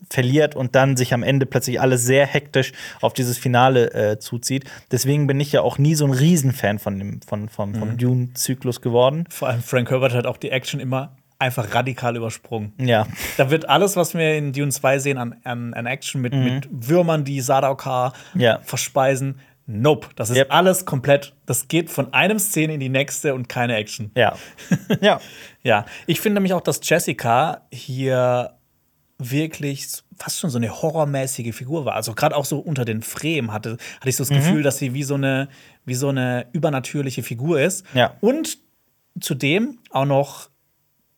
[SPEAKER 2] verliert und dann sich am Ende plötzlich alles sehr hektisch auf dieses Finale äh, zuzieht. Deswegen bin ich ja auch nie so ein Riesenfan von dem, von, von, vom Dune-Zyklus geworden.
[SPEAKER 1] Vor allem Frank Herbert hat auch die Action immer einfach radikal übersprungen.
[SPEAKER 2] Ja.
[SPEAKER 1] Da wird alles, was wir in Dune 2 sehen, an, an, an Action mit, mit Würmern, die Sadaukar
[SPEAKER 2] Mhm. Ja.
[SPEAKER 1] verspeisen. Nope. Das ist
[SPEAKER 2] Yep.
[SPEAKER 1] alles komplett. Das geht von einem Szene in die nächste und keine Action.
[SPEAKER 2] Ja. ja.
[SPEAKER 1] Ja, ich finde nämlich auch, dass Jessica hier wirklich fast schon so eine horrormäßige Figur war. Also gerade auch so unter den Fremen hatte, hatte ich so
[SPEAKER 2] Mhm.
[SPEAKER 1] das Gefühl, dass sie wie so eine, wie so eine übernatürliche Figur ist.
[SPEAKER 2] Ja.
[SPEAKER 1] Und zudem auch noch,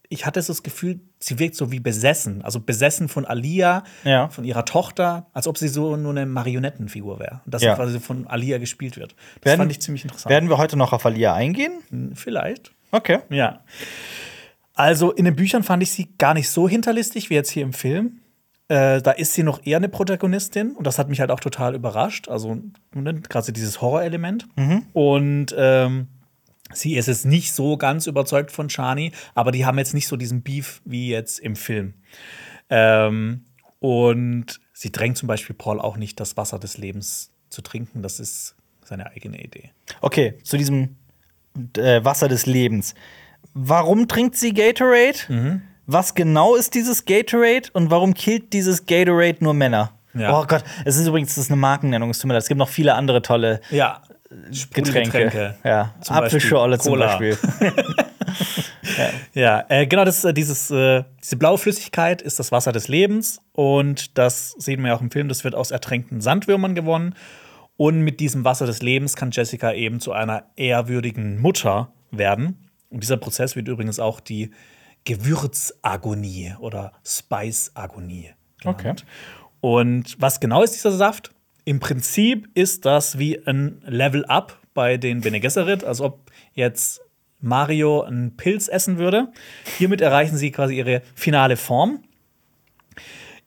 [SPEAKER 1] ich hatte so das Gefühl, sie wirkt so wie besessen. Also besessen von Alia,
[SPEAKER 2] Ja.
[SPEAKER 1] von ihrer Tochter, als ob sie so nur eine Marionettenfigur wäre. Und dass sie
[SPEAKER 2] Ja.
[SPEAKER 1] quasi von Alia gespielt wird. Das
[SPEAKER 2] Werden-
[SPEAKER 1] fand ich ziemlich interessant.
[SPEAKER 2] Werden wir heute noch auf Alia eingehen?
[SPEAKER 1] Vielleicht.
[SPEAKER 2] Okay.
[SPEAKER 1] Ja. Also in den Büchern fand ich sie gar nicht so hinterlistig wie jetzt hier im Film. Äh, da ist sie noch eher eine Protagonistin und das hat mich halt auch total überrascht. Also ne, gerade dieses Horrorelement. Und ähm, sie ist jetzt nicht so ganz überzeugt von Shani, aber die haben jetzt nicht so diesen Beef wie jetzt im Film. Ähm, und sie drängt zum Beispiel Paul auch nicht, das Wasser des Lebens zu trinken. Das ist seine eigene Idee.
[SPEAKER 2] Okay, zu
[SPEAKER 1] Mhm.
[SPEAKER 2] diesem äh, Wasser des Lebens. Warum trinkt sie Gatorade? was genau ist dieses Gatorade und warum killt dieses Gatorade nur Männer?
[SPEAKER 1] Ja.
[SPEAKER 2] Oh Gott, es ist übrigens das ist eine Markennennung, es tut mir leid. Es gibt noch viele andere tolle
[SPEAKER 1] Ja.
[SPEAKER 2] Getränke.
[SPEAKER 1] Getränke.
[SPEAKER 2] Ja,
[SPEAKER 1] Zum Beispiel
[SPEAKER 2] Apfelschorle zum
[SPEAKER 1] Cola.
[SPEAKER 2] Beispiel.
[SPEAKER 1] [laughs] Ja, äh, genau, das, äh, dieses, äh, diese blaue Flüssigkeit ist das Wasser des Lebens. Und das sehen wir ja auch im Film, das wird aus ertränkten Sandwürmern gewonnen. Und mit diesem Wasser des Lebens kann Jessica eben zu einer ehrwürdigen Mutter werden. Und dieser Prozess wird übrigens auch die Gewürzagonie oder Spice-Agonie genannt. Und was genau ist dieser Saft? Im Prinzip ist das wie ein Level-Up bei den Bene Gesserit, als ob jetzt Mario einen Pilz essen würde. Hiermit erreichen sie quasi ihre finale Form.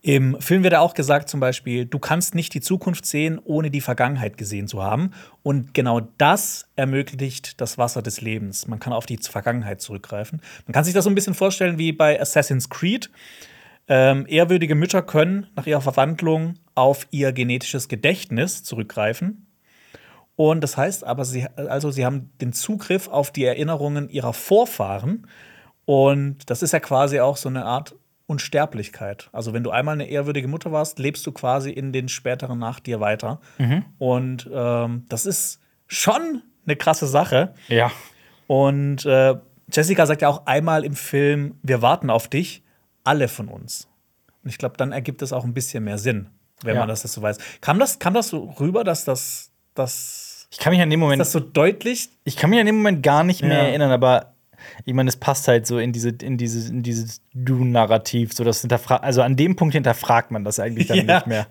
[SPEAKER 1] Im Film wird ja auch gesagt, zum Beispiel, du kannst nicht die Zukunft sehen, ohne die Vergangenheit gesehen zu haben. Und genau das ermöglicht das Wasser des Lebens. Man kann auf die Vergangenheit zurückgreifen. Man kann sich das so ein bisschen vorstellen wie bei Assassin's Creed. Ähm, ehrwürdige Mütter können nach ihrer Verwandlung auf ihr genetisches Gedächtnis zurückgreifen. Und das heißt aber, sie, also sie haben den Zugriff auf die Erinnerungen ihrer Vorfahren. Und das ist ja quasi auch so eine Art Unsterblichkeit. Also, wenn du einmal eine ehrwürdige Mutter warst, lebst du quasi in den späteren nach dir weiter. Und ähm, das ist schon eine krasse Sache.
[SPEAKER 2] Ja.
[SPEAKER 1] Und äh, Jessica sagt ja auch einmal im Film: Wir warten auf dich, alle von uns. Und ich glaube, dann ergibt es auch ein bisschen mehr Sinn, wenn
[SPEAKER 2] Ja.
[SPEAKER 1] man das jetzt so weiß. Kam das, kam das so rüber, dass das, das,
[SPEAKER 2] Ich kann mich an dem Moment
[SPEAKER 1] das so deutlich?
[SPEAKER 2] Ich kann mich an den Moment gar nicht mehr
[SPEAKER 1] Ja.
[SPEAKER 2] erinnern, aber ich meine, es passt halt so in diese in dieses in dieses Du-Narrativ, so das hinterfra- also an dem Punkt hinterfragt man das eigentlich dann
[SPEAKER 1] [laughs] Ja.
[SPEAKER 2] nicht mehr.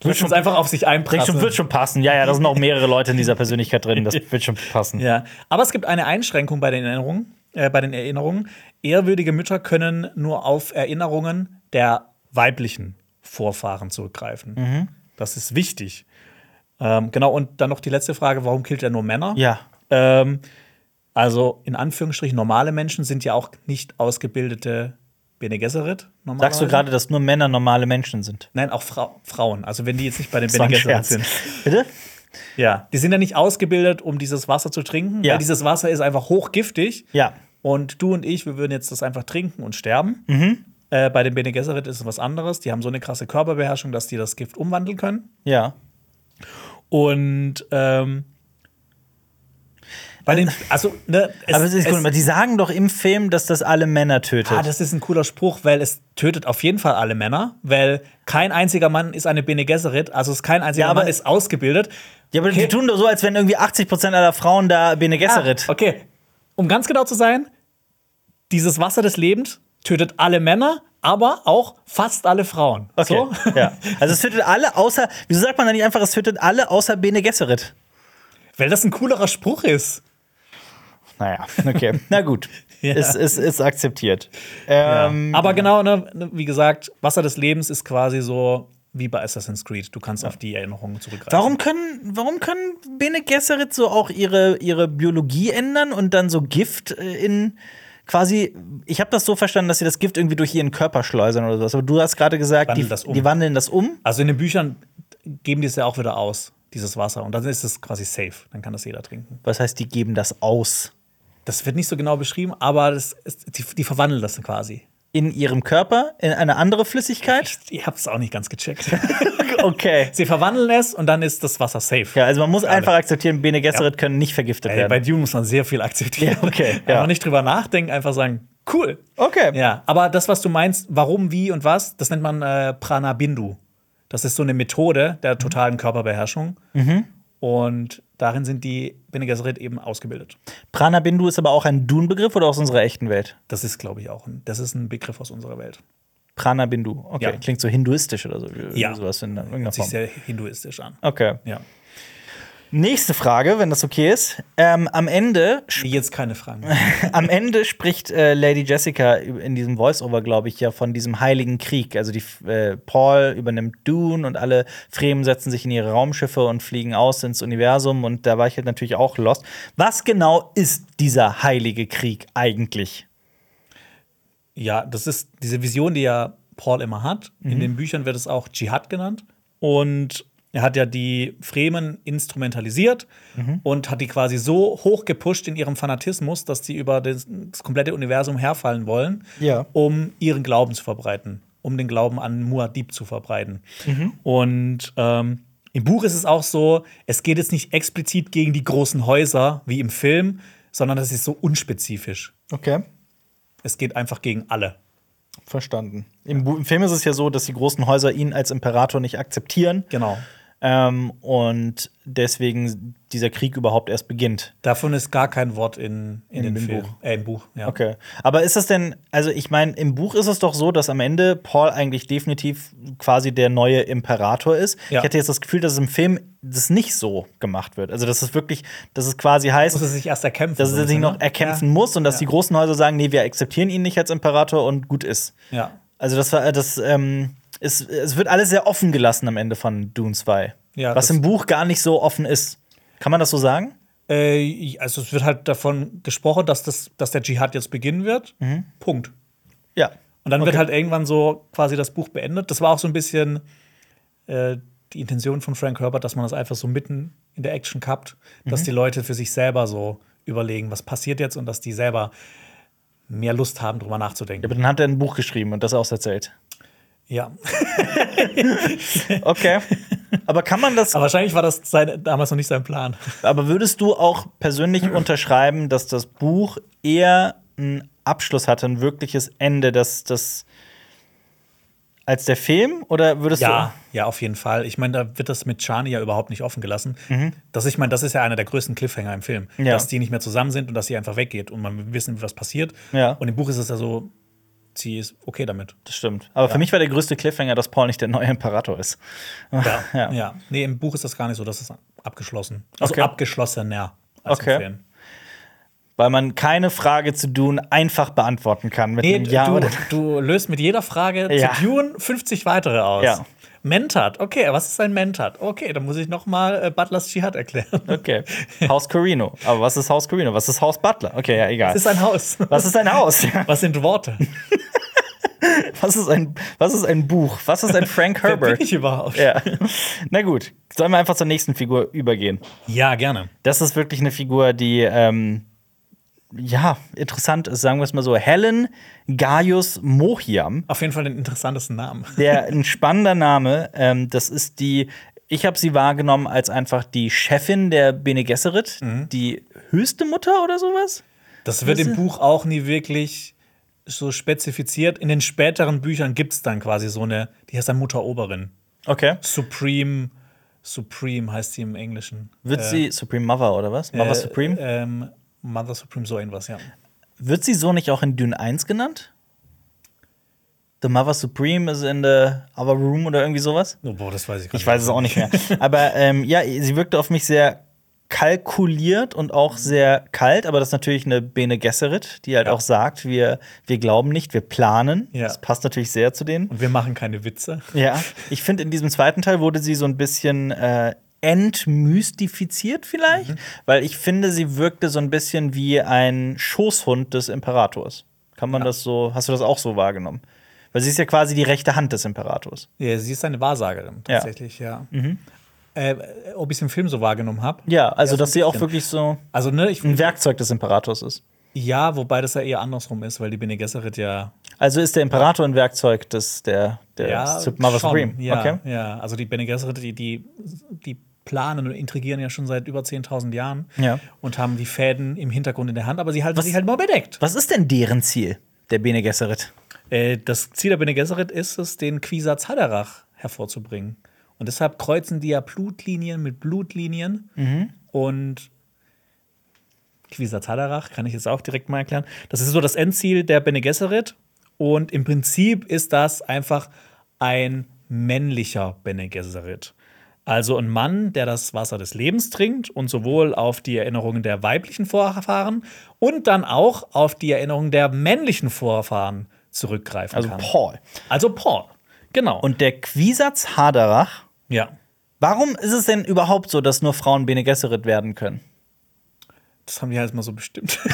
[SPEAKER 1] Wird schon einfach auf sich
[SPEAKER 2] Wird schon,
[SPEAKER 1] einprägen.
[SPEAKER 2] wird schon passen. Ja, ja, da sind auch mehrere Leute in dieser Persönlichkeit drin. [laughs] Das wird schon passen.
[SPEAKER 1] Ja, aber es gibt eine Einschränkung bei den Erinnerungen. Äh, bei den Erinnerungen. Ehrwürdige Mütter können nur auf Erinnerungen der weiblichen Vorfahren zurückgreifen.
[SPEAKER 2] Mhm.
[SPEAKER 1] Das ist wichtig. Ähm, genau, und dann noch die letzte Frage: Warum killt er nur Männer?
[SPEAKER 2] Ja.
[SPEAKER 1] Ähm, also, in Anführungsstrichen, normale Menschen sind ja auch nicht ausgebildete Bene Gesserit.
[SPEAKER 2] Sagst du
[SPEAKER 1] normalerweise.
[SPEAKER 2] gerade, dass nur Männer normale Menschen sind?
[SPEAKER 1] Nein, auch Frau Frauen. Also, wenn die jetzt nicht bei den
[SPEAKER 2] Das war
[SPEAKER 1] Bene
[SPEAKER 2] ein
[SPEAKER 1] Gesserit
[SPEAKER 2] Scherz.
[SPEAKER 1] sind.
[SPEAKER 2] Bitte?
[SPEAKER 1] Ja. Die sind ja nicht ausgebildet, um dieses Wasser zu trinken,
[SPEAKER 2] Ja.
[SPEAKER 1] weil dieses Wasser ist einfach hochgiftig.
[SPEAKER 2] Ja.
[SPEAKER 1] Und du und ich, wir würden jetzt das einfach trinken und sterben.
[SPEAKER 2] Mhm.
[SPEAKER 1] Äh, bei den Bene Gesserit ist es was anderes. Die haben so eine krasse Körperbeherrschung, dass die das Gift umwandeln können.
[SPEAKER 2] Ja.
[SPEAKER 1] Und ähm, bei den, also, ne, es,
[SPEAKER 2] [laughs] aber es ist gut, aber die sagen doch im Film, dass das alle Männer tötet.
[SPEAKER 1] Ah, das ist ein cooler Spruch, weil es tötet auf jeden Fall alle Männer, weil kein einziger Mann ist eine Bene Gesserit, also es kein einziger
[SPEAKER 2] Ja, aber-
[SPEAKER 1] Mann ist ausgebildet.
[SPEAKER 2] ja, aber
[SPEAKER 1] okay.
[SPEAKER 2] die tun doch so, als wenn irgendwie 80% aller Frauen da Bene Gesserit.
[SPEAKER 1] Ah, okay. Um ganz genau zu sein, dieses Wasser des Lebens tötet alle Männer, aber auch fast alle Frauen.
[SPEAKER 2] Okay.
[SPEAKER 1] So?
[SPEAKER 2] Ja. Also es tötet alle außer. Wieso sagt man da nicht einfach, es tötet alle außer Bene Gesserit?
[SPEAKER 1] [laughs] Weil das ein coolerer Spruch ist.
[SPEAKER 2] Naja, okay. [laughs] Na gut.
[SPEAKER 1] Ja.
[SPEAKER 2] Es ist, ist, akzeptiert. Ähm,
[SPEAKER 1] Aber genau, ne, ne, wie gesagt, Wasser des Lebens ist quasi so wie bei Assassin's Creed. Du kannst auf die Erinnerungen zurückgreifen.
[SPEAKER 2] Warum können, warum können Bene Gesserit so auch ihre, ihre Biologie ändern und dann so Gift äh, in quasi. Ich habe das so verstanden, dass sie das Gift irgendwie durch ihren Körper schleusern oder sowas. Aber du hast gerade gesagt,
[SPEAKER 1] Wandeln
[SPEAKER 2] die,
[SPEAKER 1] das um.
[SPEAKER 2] die wandeln das um.
[SPEAKER 1] Also in den Büchern geben die es ja auch wieder aus, dieses Wasser. Und dann ist es quasi safe. Dann kann das jeder trinken.
[SPEAKER 2] Was heißt, die geben das aus?
[SPEAKER 1] Das wird nicht so genau beschrieben, aber das ist, die, die verwandeln das quasi.
[SPEAKER 2] In ihrem Körper, in eine
[SPEAKER 1] [laughs]
[SPEAKER 2] andere Flüssigkeit?
[SPEAKER 1] Ich hab's auch nicht ganz
[SPEAKER 2] [laughs]
[SPEAKER 1] gecheckt.
[SPEAKER 2] Okay.
[SPEAKER 1] Sie verwandeln es und dann ist das Wasser safe.
[SPEAKER 2] Ja, also man muss einfach akzeptieren, Bene Gesserit können nicht vergiftet
[SPEAKER 1] Ey, bei
[SPEAKER 2] werden.
[SPEAKER 1] Dune muss man sehr viel akzeptieren.
[SPEAKER 2] Ja, okay,
[SPEAKER 1] Einfach
[SPEAKER 2] ja.
[SPEAKER 1] nicht drüber nachdenken, einfach sagen, cool.
[SPEAKER 2] Okay.
[SPEAKER 1] Ja, aber das, was du meinst, warum, wie und was, das nennt man äh, Pranabindu. Das ist so eine Methode der totalen Körperbeherrschung.
[SPEAKER 2] Mhm.
[SPEAKER 1] Und darin sind die Bene Gesserit eben ausgebildet.
[SPEAKER 2] Pranabindu ist aber auch ein Dun-Begriff oder aus unserer echten Welt?
[SPEAKER 1] Das ist, glaube ich, auch ein, das ist ein Begriff aus unserer Welt.
[SPEAKER 2] Pranabindu. Okay,
[SPEAKER 1] Ja.
[SPEAKER 2] klingt so hinduistisch oder so. irgendwie
[SPEAKER 1] Ja.
[SPEAKER 2] Sowas in irgendeiner
[SPEAKER 1] Hört sich
[SPEAKER 2] Form.
[SPEAKER 1] sehr hinduistisch an.
[SPEAKER 2] Okay.
[SPEAKER 1] Ja.
[SPEAKER 2] Nächste Frage, wenn das okay ist. Ähm, am, Ende, sp-
[SPEAKER 1] Wie jetzt keine Fragen.
[SPEAKER 2] am Ende spricht äh, Lady Jessica üb- in diesem Voiceover, glaube ich, ja von diesem Heiligen Krieg. Also die F- äh, Paul übernimmt Dune und alle Fremen setzen sich in ihre Raumschiffe und fliegen aus ins Universum. Und da war ich halt natürlich auch lost. Was genau ist dieser Heilige Krieg eigentlich?
[SPEAKER 1] Ja, das ist diese Vision, die ja Paul immer hat. In den Büchern wird es auch Dschihad genannt. Und Er hat ja die Fremen instrumentalisiert und hat die quasi so hoch gepusht in ihrem Fanatismus, dass die über das, das komplette Universum herfallen wollen,
[SPEAKER 2] Ja.
[SPEAKER 1] um ihren Glauben zu verbreiten, um den Glauben an Muad'Dib zu verbreiten. Und ähm, im Buch ist es auch so, es geht jetzt nicht explizit gegen die großen Häuser wie im Film, sondern das ist so unspezifisch.
[SPEAKER 2] Okay.
[SPEAKER 1] Es geht einfach gegen alle.
[SPEAKER 2] Verstanden. Im, Bu- Im Film ist es ja so, dass die großen Häuser ihn als Imperator nicht akzeptieren.
[SPEAKER 1] Genau.
[SPEAKER 2] Ähm, und deswegen dieser Krieg überhaupt erst beginnt.
[SPEAKER 1] Davon ist gar kein Wort in, in,
[SPEAKER 2] In
[SPEAKER 1] den
[SPEAKER 2] dem
[SPEAKER 1] Film.
[SPEAKER 2] Buch.
[SPEAKER 1] Äh, im Buch, ja.
[SPEAKER 2] Okay. Aber ist das denn, also ich meine, im Buch ist es doch so, dass am Ende Paul eigentlich definitiv quasi der neue Imperator ist.
[SPEAKER 1] Ja.
[SPEAKER 2] Ich hatte jetzt das Gefühl, dass es im Film das nicht so gemacht wird. Also, dass es wirklich, dass es quasi heißt,
[SPEAKER 1] Muss es sich erst erkämpfen.
[SPEAKER 2] dass
[SPEAKER 1] so
[SPEAKER 2] er
[SPEAKER 1] ein
[SPEAKER 2] sich
[SPEAKER 1] bisschen,
[SPEAKER 2] noch
[SPEAKER 1] ne?
[SPEAKER 2] erkämpfen muss und dass
[SPEAKER 1] Ja.
[SPEAKER 2] die großen Häuser sagen, nee, wir akzeptieren ihn nicht als Imperator und gut ist.
[SPEAKER 1] Ja.
[SPEAKER 2] Also das war das ähm, es, es wird alles sehr offen gelassen am Ende von Dune 2.
[SPEAKER 1] Ja,
[SPEAKER 2] was
[SPEAKER 1] das-
[SPEAKER 2] im Buch gar nicht so offen ist. Kann man das so sagen?
[SPEAKER 1] Äh, also es wird halt davon gesprochen, dass, das, dass der Dschihad jetzt beginnen wird.
[SPEAKER 2] Mhm.
[SPEAKER 1] Punkt.
[SPEAKER 2] Ja.
[SPEAKER 1] Und dann wird halt irgendwann so quasi das Buch beendet. Das war auch so ein bisschen äh, die Intention von Frank Herbert, dass man das einfach so mitten in der Action kappt,
[SPEAKER 2] Mhm.
[SPEAKER 1] dass die Leute für sich selber so überlegen, was passiert jetzt und dass die selber mehr Lust haben, drüber nachzudenken.
[SPEAKER 2] Aber dann hat er ein Buch geschrieben und das auserzählt.
[SPEAKER 1] Ja. [laughs]
[SPEAKER 2] Okay. aber kann man das
[SPEAKER 1] Aber wahrscheinlich war das sein, damals noch nicht sein Plan.
[SPEAKER 2] aber würdest du auch persönlich unterschreiben, dass das Buch eher einen Abschluss hatte, ein wirkliches Ende, dass das als der Film oder würdest Ah,
[SPEAKER 1] Ja, ja, auf jeden Fall. Ich meine, da wird das mit Chani ja überhaupt nicht offen gelassen. Das, ich meine, das ist ja einer der größten Cliffhanger im Film,
[SPEAKER 2] Mhm. Ja.
[SPEAKER 1] dass die nicht mehr zusammen sind und dass sie einfach weggeht und man will wissen, was passiert.
[SPEAKER 2] Ja.
[SPEAKER 1] Und im Buch ist es ja so, sie ist okay damit.
[SPEAKER 2] du Das stimmt. Aber für mich war der größte Cliffhanger, dass Paul nicht der neue Imperator ist.
[SPEAKER 1] Ja.
[SPEAKER 2] [laughs] Ja.
[SPEAKER 1] ja. Nee, im Buch ist das gar nicht so, das ist abgeschlossen. Also
[SPEAKER 2] Okay.
[SPEAKER 1] abgeschlossener als
[SPEAKER 2] Okay.
[SPEAKER 1] im Film.
[SPEAKER 2] Weil man keine Frage zu Dune einfach beantworten kann mit
[SPEAKER 1] Nee,
[SPEAKER 2] einem Ja
[SPEAKER 1] du,
[SPEAKER 2] oder
[SPEAKER 1] [laughs] du löst mit jeder Frage
[SPEAKER 2] Ja.
[SPEAKER 1] zu Dune 50 weitere aus.
[SPEAKER 2] Ja.
[SPEAKER 1] Mentat, okay, was ist ein Mentat? Okay, dann muss ich noch mal äh, Butlers Dschihad erklären. [laughs]
[SPEAKER 2] Okay. Haus Corino. Aber was ist Haus Corino? Was ist Haus Butler? Okay, ja, egal.
[SPEAKER 1] Was ist ein
[SPEAKER 2] [laughs]
[SPEAKER 1] Haus?
[SPEAKER 2] was ist ein Haus?
[SPEAKER 1] Was sind Worte?
[SPEAKER 2] Was ist ein, was ist ein Buch? Was ist ein Frank
[SPEAKER 1] Wer bin
[SPEAKER 2] Herbert?
[SPEAKER 1] ich überhaupt?
[SPEAKER 2] Ja. [laughs] Na gut, sollen wir einfach zur nächsten Figur übergehen.
[SPEAKER 1] Ja, gerne.
[SPEAKER 2] Das ist wirklich eine Figur, die ähm, ja interessant ist, sagen wir es mal so. Helen Gaius Mohiam.
[SPEAKER 1] Auf jeden Fall den interessantesten Namen.
[SPEAKER 2] Der ein spannender Name. Ähm, das ist die. Ich habe sie wahrgenommen als einfach die Chefin der Bene Gesserit, die höchste Mutter oder sowas.
[SPEAKER 1] Das wird im Buch auch nie wirklich so spezifiziert. In den späteren Büchern gibt es dann quasi so eine, die heißt dann Mutteroberin.
[SPEAKER 2] Okay.
[SPEAKER 1] Supreme, Supreme heißt sie im Englischen.
[SPEAKER 2] Wird sie Supreme Mother oder was? Mother Supreme?
[SPEAKER 1] Äh, ähm, Mother Supreme, so irgendwas, ja.
[SPEAKER 2] Wird sie so nicht auch in Dune 1 genannt? The Mother Supreme is in the other room oder irgendwie sowas?
[SPEAKER 1] Oh, boah, das weiß ich gar
[SPEAKER 2] Ich weiß es auch nicht [laughs] mehr. aber ähm, ja, sie wirkte auf mich sehr kalkuliert und auch sehr kalt, aber das ist natürlich eine Bene Gesserit, die halt
[SPEAKER 1] Ja.
[SPEAKER 2] auch sagt, wir, wir glauben nicht, wir planen.
[SPEAKER 1] Ja.
[SPEAKER 2] Das passt natürlich sehr zu denen.
[SPEAKER 1] Und wir machen keine Witze.
[SPEAKER 2] Ja, ich finde, in diesem zweiten Teil wurde sie so ein bisschen äh, entmystifiziert vielleicht, weil ich finde, sie wirkte so ein bisschen wie ein Schoßhund des Imperators. Kann man das so, hast du das auch so wahrgenommen? Weil sie ist ja quasi die rechte Hand des Imperators.
[SPEAKER 1] Ja, sie ist eine Wahrsagerin,
[SPEAKER 2] Ja.
[SPEAKER 1] tatsächlich, ja. Äh, ob ich es im Film so wahrgenommen habe?
[SPEAKER 2] Ja, Mhm. also
[SPEAKER 1] Ja,
[SPEAKER 2] dass sie auch
[SPEAKER 1] bisschen.
[SPEAKER 2] wirklich so
[SPEAKER 1] Also, ne, ich,
[SPEAKER 2] ein Werkzeug des Imperators ist.
[SPEAKER 1] ja, wobei das ja eher andersrum ist, weil die Bene Gesserit ja
[SPEAKER 2] Also ist der Imperator ein Werkzeug des der, der Sup- Mother
[SPEAKER 1] schon,
[SPEAKER 2] Supreme.
[SPEAKER 1] Ja,
[SPEAKER 2] Okay.
[SPEAKER 1] ja, also die Bene Gesserit, die, die, die planen und intrigieren ja schon seit über 10.000 Jahren
[SPEAKER 2] Ja.
[SPEAKER 1] und haben die Fäden im Hintergrund in der Hand, aber sie halten sich halt mal bedeckt.
[SPEAKER 2] Was ist denn deren Ziel, der Bene Gesserit?
[SPEAKER 1] Äh, das Ziel der Bene Gesserit ist es, den Quisatz Haderach hervorzubringen. Und deshalb kreuzen die ja Blutlinien mit Blutlinien
[SPEAKER 2] Mhm.
[SPEAKER 1] und Quisatz Haderach kann ich jetzt auch direkt mal erklären. Das ist so das Endziel der Bene Gesserit. Und im Prinzip ist das einfach ein männlicher Bene Gesserit. Also ein Mann, der das Wasser des Lebens trinkt und sowohl auf die Erinnerungen der weiblichen Vorfahren und dann auch auf die Erinnerungen der männlichen Vorfahren zurückgreifen
[SPEAKER 2] Also
[SPEAKER 1] kann.
[SPEAKER 2] Paul.
[SPEAKER 1] Also Paul. Genau.
[SPEAKER 2] Und der Quisatz Haderach
[SPEAKER 1] ja,
[SPEAKER 2] Warum ist es
[SPEAKER 1] [laughs]
[SPEAKER 2] denn überhaupt so, dass nur Frauen Bene Gesserit werden können?
[SPEAKER 1] das haben die halt mal so bestimmt. [laughs]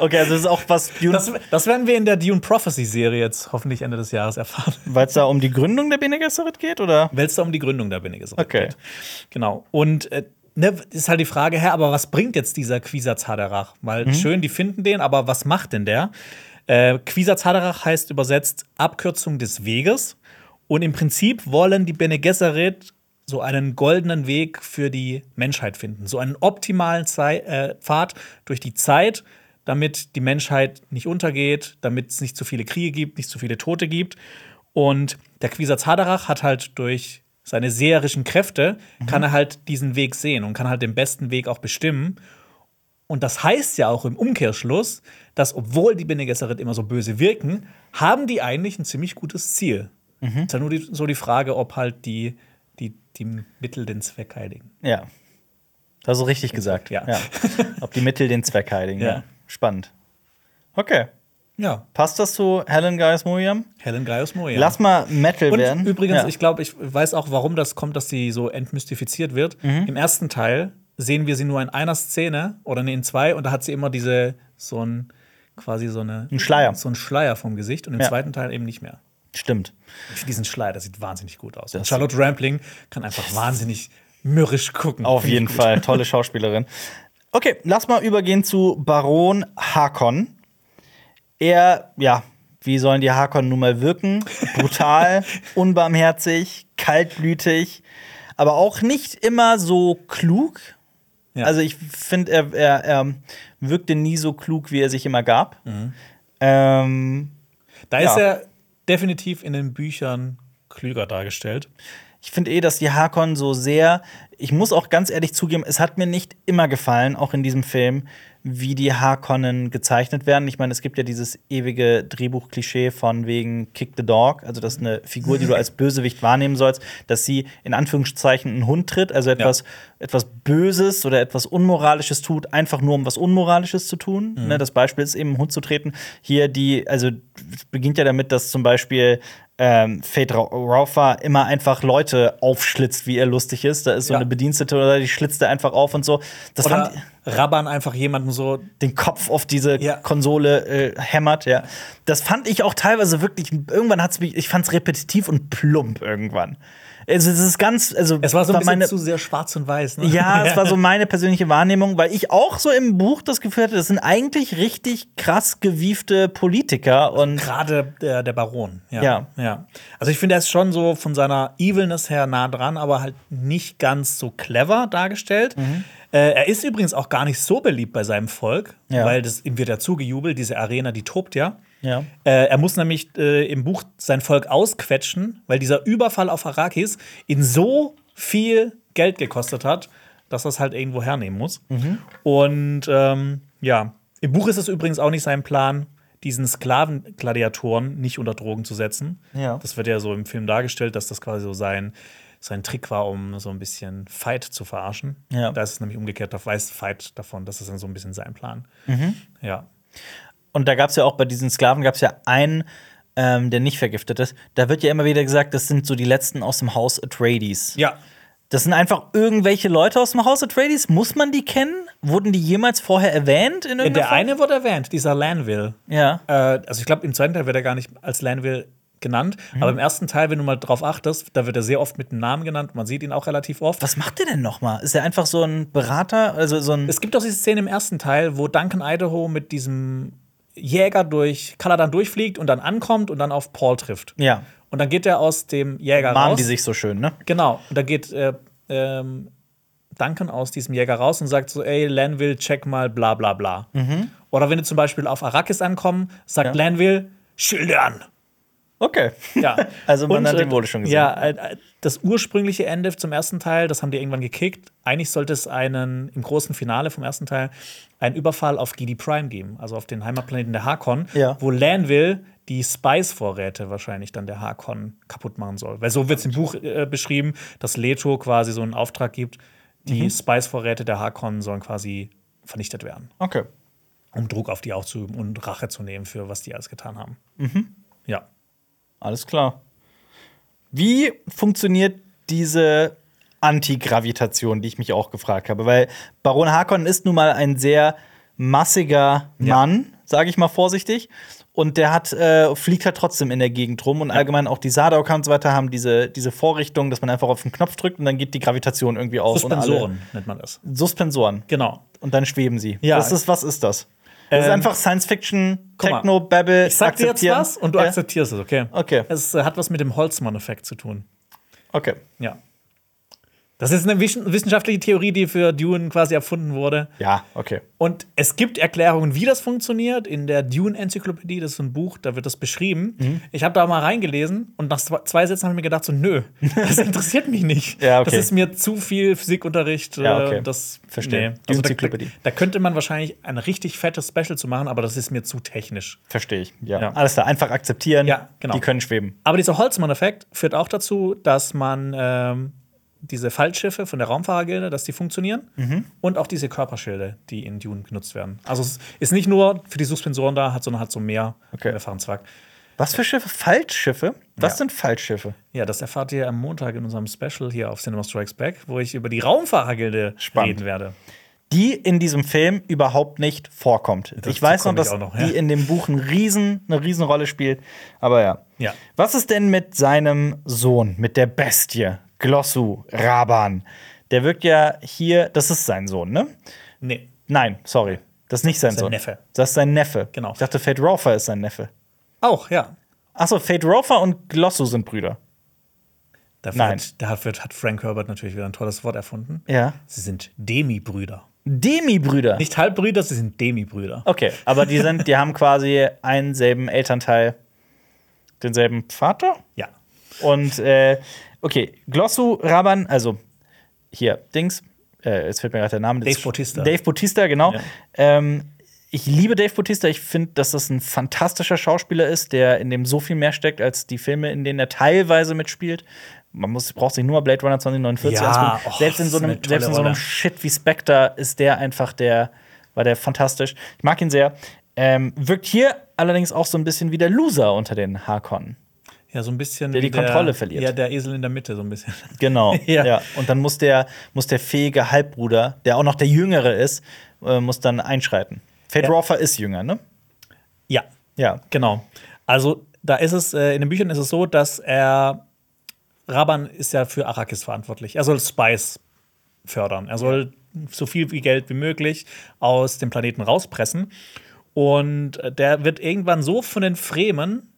[SPEAKER 2] Okay, also das ist auch was Dune,
[SPEAKER 1] Das, das werden wir in der Dune Prophecy Serie jetzt hoffentlich Ende des Jahres erfahren.
[SPEAKER 2] weil es da um die Gründung der Bene Gesserit geht, oder?
[SPEAKER 1] Weil es da um die Gründung der Bene Gesserit
[SPEAKER 2] Okay.
[SPEAKER 1] geht. Genau. Und äh, ne, ist halt die Frage, hä, aber was bringt jetzt dieser Quisatz Haderach? Weil schön, die finden den, aber was macht denn der? Äh, Quisatz Haderach heißt übersetzt Abkürzung des Weges. Und im Prinzip wollen die Bene Gesserit so einen goldenen Weg für die Menschheit finden. So einen optimalen Zei äh, Pfad durch die Zeit, damit die Menschheit nicht untergeht, damit es nicht zu viele Kriege gibt, nicht zu viele Tote gibt. Und der Quisatz Haderach hat halt durch seine seherischen Kräfte, kann er halt diesen Weg sehen und kann halt den besten Weg auch bestimmen. Und das heißt ja auch im Umkehrschluss, dass obwohl die Bene Gesserit immer so böse wirken, haben die eigentlich ein ziemlich gutes Ziel. Es ist ja nur die, so die Frage, ob halt die, die, die Mittel den Zweck heiligen.
[SPEAKER 2] Ja. Hast du richtig gesagt.
[SPEAKER 1] Ja. [laughs]
[SPEAKER 2] Ob die Mittel den Zweck heiligen. Ja.
[SPEAKER 1] Ja.
[SPEAKER 2] Spannend. Okay.
[SPEAKER 1] Ja,
[SPEAKER 2] Passt das zu Helen Geis Miriam?
[SPEAKER 1] Helen Gaius Moria.
[SPEAKER 2] Lass mal Metal
[SPEAKER 1] Und
[SPEAKER 2] werden.
[SPEAKER 1] übrigens,
[SPEAKER 2] ja.
[SPEAKER 1] ich glaube, ich weiß auch, warum das kommt, dass sie so entmystifiziert wird.
[SPEAKER 2] Mhm.
[SPEAKER 1] Im ersten Teil sehen wir sie nur in einer Szene oder nee, in zwei und da hat sie immer diese so ein quasi so eine
[SPEAKER 2] Ein Schleier.
[SPEAKER 1] so ein Schleier vom Gesicht und im
[SPEAKER 2] Ja.
[SPEAKER 1] zweiten Teil eben nicht mehr.
[SPEAKER 2] Stimmt.
[SPEAKER 1] Ich finde diesen Schleier, der sieht wahnsinnig gut aus. Und Charlotte Rampling kann einfach wahnsinnig mürrisch gucken.
[SPEAKER 2] Auf
[SPEAKER 1] Find ich
[SPEAKER 2] jeden
[SPEAKER 1] gut. [laughs]
[SPEAKER 2] Fall. Tolle Schauspielerin. Okay, lass mal übergehen zu Baron Harkon. Er, ja, wie sollen die Harkon nun mal wirken?
[SPEAKER 1] [laughs]
[SPEAKER 2] Brutal, unbarmherzig, kaltblütig, aber auch nicht immer so klug.
[SPEAKER 1] Ja.
[SPEAKER 2] Also ich finde, er, er, er wirkte nie so klug, wie er sich immer gab.
[SPEAKER 1] Mhm.
[SPEAKER 2] Ähm,
[SPEAKER 1] Da ist
[SPEAKER 2] Ja.
[SPEAKER 1] er definitiv in den Büchern klüger dargestellt.
[SPEAKER 2] Ich finde eh, dass die Harkon so sehr, ich muss auch ganz ehrlich zugeben, es hat mir nicht immer gefallen, auch in diesem Film, wie die Harkonnen gezeichnet werden. Ich meine, es gibt ja dieses ewige Drehbuchklischee von wegen Kick the Dog, also dass eine Figur, die du als Bösewicht wahrnehmen sollst, dass sie in Anführungszeichen einen Hund tritt, also etwas, etwas Böses oder etwas Unmoralisches tut, einfach nur um was Unmoralisches zu tun. Ne, das Beispiel ist eben, einen Hund zu treten. Hier die, also es beginnt ja damit, dass zum Beispiel ähm, Fate Ra- Raufa immer einfach Leute aufschlitzt, wie er lustig ist. Da ist so
[SPEAKER 1] Ja.
[SPEAKER 2] eine Bedienstete oder die schlitzt er einfach auf und so. Das
[SPEAKER 1] Oder
[SPEAKER 2] fand
[SPEAKER 1] rabbern einfach jemanden so
[SPEAKER 2] den Kopf auf diese
[SPEAKER 1] Ja.
[SPEAKER 2] Konsole äh, hämmert, ja. Das fand ich auch teilweise wirklich, irgendwann hat's mich, ich fand's repetitiv und plump irgendwann. Also es ist ganz, also
[SPEAKER 1] Es war so ein bisschen
[SPEAKER 2] meine,
[SPEAKER 1] zu sehr schwarz und weiß. Ne? [laughs]
[SPEAKER 2] ja, es war so meine persönliche Wahrnehmung, weil ich auch so im Buch das Gefühl hatte, das sind eigentlich richtig krass gewiefte Politiker und
[SPEAKER 1] Gerade der, der Baron. Ja.
[SPEAKER 2] Ja.
[SPEAKER 1] ja. Also ich finde, er ist schon so von seiner Evilness her nah dran, aber halt nicht ganz so clever dargestellt.
[SPEAKER 2] Mhm.
[SPEAKER 1] Äh, er ist übrigens auch gar nicht so beliebt bei seinem Volk,
[SPEAKER 2] Ja.
[SPEAKER 1] weil das ihm wird ja zugejubelt, diese Arena, die tobt ja.
[SPEAKER 2] Ja.
[SPEAKER 1] Äh, er muss nämlich äh, im Buch sein Volk ausquetschen, weil dieser Überfall auf Arrakis ihn so viel Geld gekostet hat, dass er es halt irgendwo hernehmen muss.
[SPEAKER 2] Mhm.
[SPEAKER 1] Und ähm, ja, im Buch ist es übrigens auch nicht sein Plan, diesen Sklavengladiatoren nicht unter Drogen zu setzen.
[SPEAKER 2] Ja.
[SPEAKER 1] Das wird ja so im Film dargestellt, dass das quasi so sein, sein Trick war, um so ein bisschen Fight zu verarschen.
[SPEAKER 2] Ja.
[SPEAKER 1] Da ist es nämlich umgekehrt, da weiß Fight davon, das ist dann so ein bisschen sein Plan.
[SPEAKER 2] Mhm.
[SPEAKER 1] Ja.
[SPEAKER 2] Und da gab es ja auch bei diesen Sklaven gab es ja einen, ähm, der nicht vergiftet ist. Da wird ja immer wieder gesagt, das sind so die letzten aus dem Haus Atreides.
[SPEAKER 1] Ja,
[SPEAKER 2] Das sind einfach irgendwelche Leute aus dem Haus Atreides. Muss man die kennen? Wurden die jemals vorher erwähnt in irgendeiner
[SPEAKER 1] Der
[SPEAKER 2] Form?
[SPEAKER 1] eine wurde erwähnt, dieser Lanville.
[SPEAKER 2] Ja.
[SPEAKER 1] Äh, also ich glaube, im zweiten Teil wird er gar nicht als Lanville genannt.
[SPEAKER 2] Mhm.
[SPEAKER 1] Aber im ersten Teil, wenn du mal drauf achtest, da wird er sehr oft mit dem Namen genannt. Man sieht ihn auch relativ oft.
[SPEAKER 2] Was macht der denn noch mal? Ist er einfach so ein Berater? Also so ein
[SPEAKER 1] Es gibt auch diese Szene im ersten Teil, wo Duncan Idaho mit diesem Jäger durch Kaladan durchfliegt und dann ankommt und dann auf Paul trifft.
[SPEAKER 2] ja.
[SPEAKER 1] Und dann geht er aus dem Jäger
[SPEAKER 2] Machen
[SPEAKER 1] raus.
[SPEAKER 2] die sich so schön, ne?
[SPEAKER 1] Genau, und da geht äh, ähm, Duncan aus diesem Jäger raus und sagt so, ey, Lanville, check mal, bla bla bla. Oder wenn du zum Beispiel auf Arrakis ankommen, sagt
[SPEAKER 2] Ja.
[SPEAKER 1] Lanville, Schilde an.
[SPEAKER 2] Okay. [laughs]
[SPEAKER 1] Ja.
[SPEAKER 2] Also man
[SPEAKER 1] Und,
[SPEAKER 2] hat den
[SPEAKER 1] äh,
[SPEAKER 2] wohl schon gesehen.
[SPEAKER 1] Ja, äh, äh, das ursprüngliche Ende zum ersten Teil, das haben die irgendwann gekickt. Eigentlich sollte es einen, im großen Finale vom ersten Teil, einen Überfall auf Gidi Prime geben, also auf den Heimatplaneten der Harkon,
[SPEAKER 2] Ja.
[SPEAKER 1] wo Lanville die Spice-Vorräte wahrscheinlich dann der Harkon kaputt machen soll. Weil so wird es im Buch äh, beschrieben, dass Leto quasi so einen Auftrag gibt, die
[SPEAKER 2] Mhm.
[SPEAKER 1] Spice-Vorräte der Harkon sollen quasi vernichtet werden,
[SPEAKER 2] Okay.
[SPEAKER 1] um Druck auf die auszuüben und Rache zu nehmen für was die alles getan haben.
[SPEAKER 2] Mhm.
[SPEAKER 1] Ja.
[SPEAKER 2] Alles klar. Wie funktioniert diese Antigravitation, die ich mich auch gefragt habe? Weil Baron Harkonnen ist nun mal ein sehr massiger Mann, sage ich mal vorsichtig. Und der hat, äh, fliegt halt trotzdem in der Gegend rum. Und allgemein auch die Sadauk und so weiter haben diese, diese Vorrichtung, dass man einfach auf den Knopf drückt und dann geht die Gravitation irgendwie aus. Und
[SPEAKER 1] Suspensoren nennt man das.
[SPEAKER 2] alle, Suspensoren.
[SPEAKER 1] Genau.
[SPEAKER 2] Und dann schweben sie.
[SPEAKER 1] Ja.
[SPEAKER 2] Das ist, was ist das? Das ist
[SPEAKER 1] Ähm,
[SPEAKER 2] einfach Science Fiction,
[SPEAKER 1] guck mal,
[SPEAKER 2] Techno, Babble.
[SPEAKER 1] Ich sag dir jetzt
[SPEAKER 2] akzeptieren.
[SPEAKER 1] was und du
[SPEAKER 2] Ja,
[SPEAKER 1] akzeptierst es, okay?
[SPEAKER 2] Okay.
[SPEAKER 1] Es äh, hat was mit dem Holzmann-Effekt zu tun.
[SPEAKER 2] Okay.
[SPEAKER 1] Ja. Das ist eine wisch- wissenschaftliche Theorie, die für Dune quasi erfunden wurde.
[SPEAKER 2] Ja, okay.
[SPEAKER 1] Und es gibt Erklärungen, wie das funktioniert. In der Dune-Enzyklopädie, das ist so ein Buch, da wird das beschrieben.
[SPEAKER 2] Mhm.
[SPEAKER 1] Ich habe da mal reingelesen und nach zwei- zwei Sätzen habe ich mir gedacht, so, nö,
[SPEAKER 2] [laughs]
[SPEAKER 1] das interessiert mich nicht.
[SPEAKER 2] Ja, okay.
[SPEAKER 1] Das ist mir zu viel Physikunterricht.
[SPEAKER 2] Ja, okay.
[SPEAKER 1] äh, Das
[SPEAKER 2] Verstehe.
[SPEAKER 1] Also da,
[SPEAKER 2] Dune-Enzyklopädie.
[SPEAKER 1] da könnte man wahrscheinlich ein richtig fettes Special zu machen, aber das ist mir zu technisch.
[SPEAKER 2] Verstehe ich. Ja.
[SPEAKER 1] Ja.
[SPEAKER 2] Alles klar, einfach akzeptieren.
[SPEAKER 1] Ja, genau.
[SPEAKER 2] Die können schweben.
[SPEAKER 1] Aber dieser Holzmann-Effekt führt auch dazu, dass man ähm, diese Fallschiffe von der Raumfahrergilde, dass die funktionieren
[SPEAKER 2] Mhm.
[SPEAKER 1] und auch diese Körperschilde, die in Dune genutzt werden. Also es ist nicht nur für die Suspensoren da, hat, sondern hat so mehr
[SPEAKER 2] Okay.
[SPEAKER 1] erfahren Zweig.
[SPEAKER 2] Was für Schiffe? Falschschiffe? Was
[SPEAKER 1] Ja.
[SPEAKER 2] sind Falschschiffe?
[SPEAKER 1] Ja, das erfahrt ihr am Montag in unserem Special hier auf Cinema Strikes Back, wo ich über die Raumfahrergilde
[SPEAKER 2] Spannend.
[SPEAKER 1] reden werde.
[SPEAKER 2] Die in diesem Film überhaupt nicht vorkommt. ich weiß noch,
[SPEAKER 1] komme ich
[SPEAKER 2] dass
[SPEAKER 1] auch noch, ja.
[SPEAKER 2] die in dem Buch ein Riesen, eine Riesenrolle spielt. Aber ja.
[SPEAKER 1] Ja.
[SPEAKER 2] Was ist denn mit seinem Sohn, mit der Bestie, Glossu Raban? Der wirkt ja hier, das ist sein Sohn, ne?
[SPEAKER 1] Nee,
[SPEAKER 2] Nein, sorry. Das ist nicht sein,
[SPEAKER 1] Sein
[SPEAKER 2] Sohn.
[SPEAKER 1] Neffe.
[SPEAKER 2] Das ist sein Neffe.
[SPEAKER 1] Genau.
[SPEAKER 2] Ich dachte, Fate Rofer ist sein Neffe.
[SPEAKER 1] auch, ja.
[SPEAKER 2] Achso, Fate Rofer und Glossu sind Brüder.
[SPEAKER 1] Dafür,
[SPEAKER 2] Nein.
[SPEAKER 1] Hat, dafür hat Frank Herbert natürlich wieder ein tolles Wort erfunden.
[SPEAKER 2] Ja.
[SPEAKER 1] Sie sind Demi-Brüder.
[SPEAKER 2] Demi-Brüder.
[SPEAKER 1] Nicht Halbbrüder, sie sind Demi-Brüder.
[SPEAKER 2] Okay, aber die sind, die haben quasi einen selben Elternteil, denselben Vater.
[SPEAKER 1] Ja.
[SPEAKER 2] Und äh, okay, Glossu Raban, also hier, Dings, äh, jetzt fällt mir gerade der Name.
[SPEAKER 1] Dave Bautista.
[SPEAKER 2] Dave Bautista, genau.
[SPEAKER 1] Ja.
[SPEAKER 2] Ähm, ich liebe Dave Bautista. Ich finde, dass das ein fantastischer Schauspieler ist, der in dem so viel mehr steckt als die Filme, in denen er teilweise mitspielt. Man muss, braucht sich nur Blade Runner 2049
[SPEAKER 1] Ja,
[SPEAKER 2] anzugucken.
[SPEAKER 1] och,
[SPEAKER 2] selbst in so
[SPEAKER 1] ist eine
[SPEAKER 2] einem,
[SPEAKER 1] tolle
[SPEAKER 2] selbst in so einem
[SPEAKER 1] Rolle.
[SPEAKER 2] Shit wie Spectre ist der einfach der, war der fantastisch. Ich mag ihn sehr. Ähm, wirkt hier allerdings auch so ein bisschen wie der Loser unter den Harkonnen.
[SPEAKER 1] Ja, so ein bisschen.
[SPEAKER 2] Der die
[SPEAKER 1] wie
[SPEAKER 2] Kontrolle verliert.
[SPEAKER 1] Ja, der Esel in der Mitte, so ein bisschen. [laughs]
[SPEAKER 2] Genau, ja.
[SPEAKER 1] Ja.
[SPEAKER 2] Und dann muss der, muss der fähige Halbbruder, der auch noch der Jüngere ist, äh, muss dann einschreiten. Fate
[SPEAKER 1] Ja.
[SPEAKER 2] Rofer ist jünger, ne?
[SPEAKER 1] Ja,
[SPEAKER 2] Ja.
[SPEAKER 1] genau. Also, da ist es, äh, in den Büchern ist es so, dass er. Raban ist ja für Arrakis verantwortlich. Er soll Spice fördern. Er soll so viel wie Geld wie möglich aus dem Planeten rauspressen. Und äh, der wird irgendwann so von den Fremen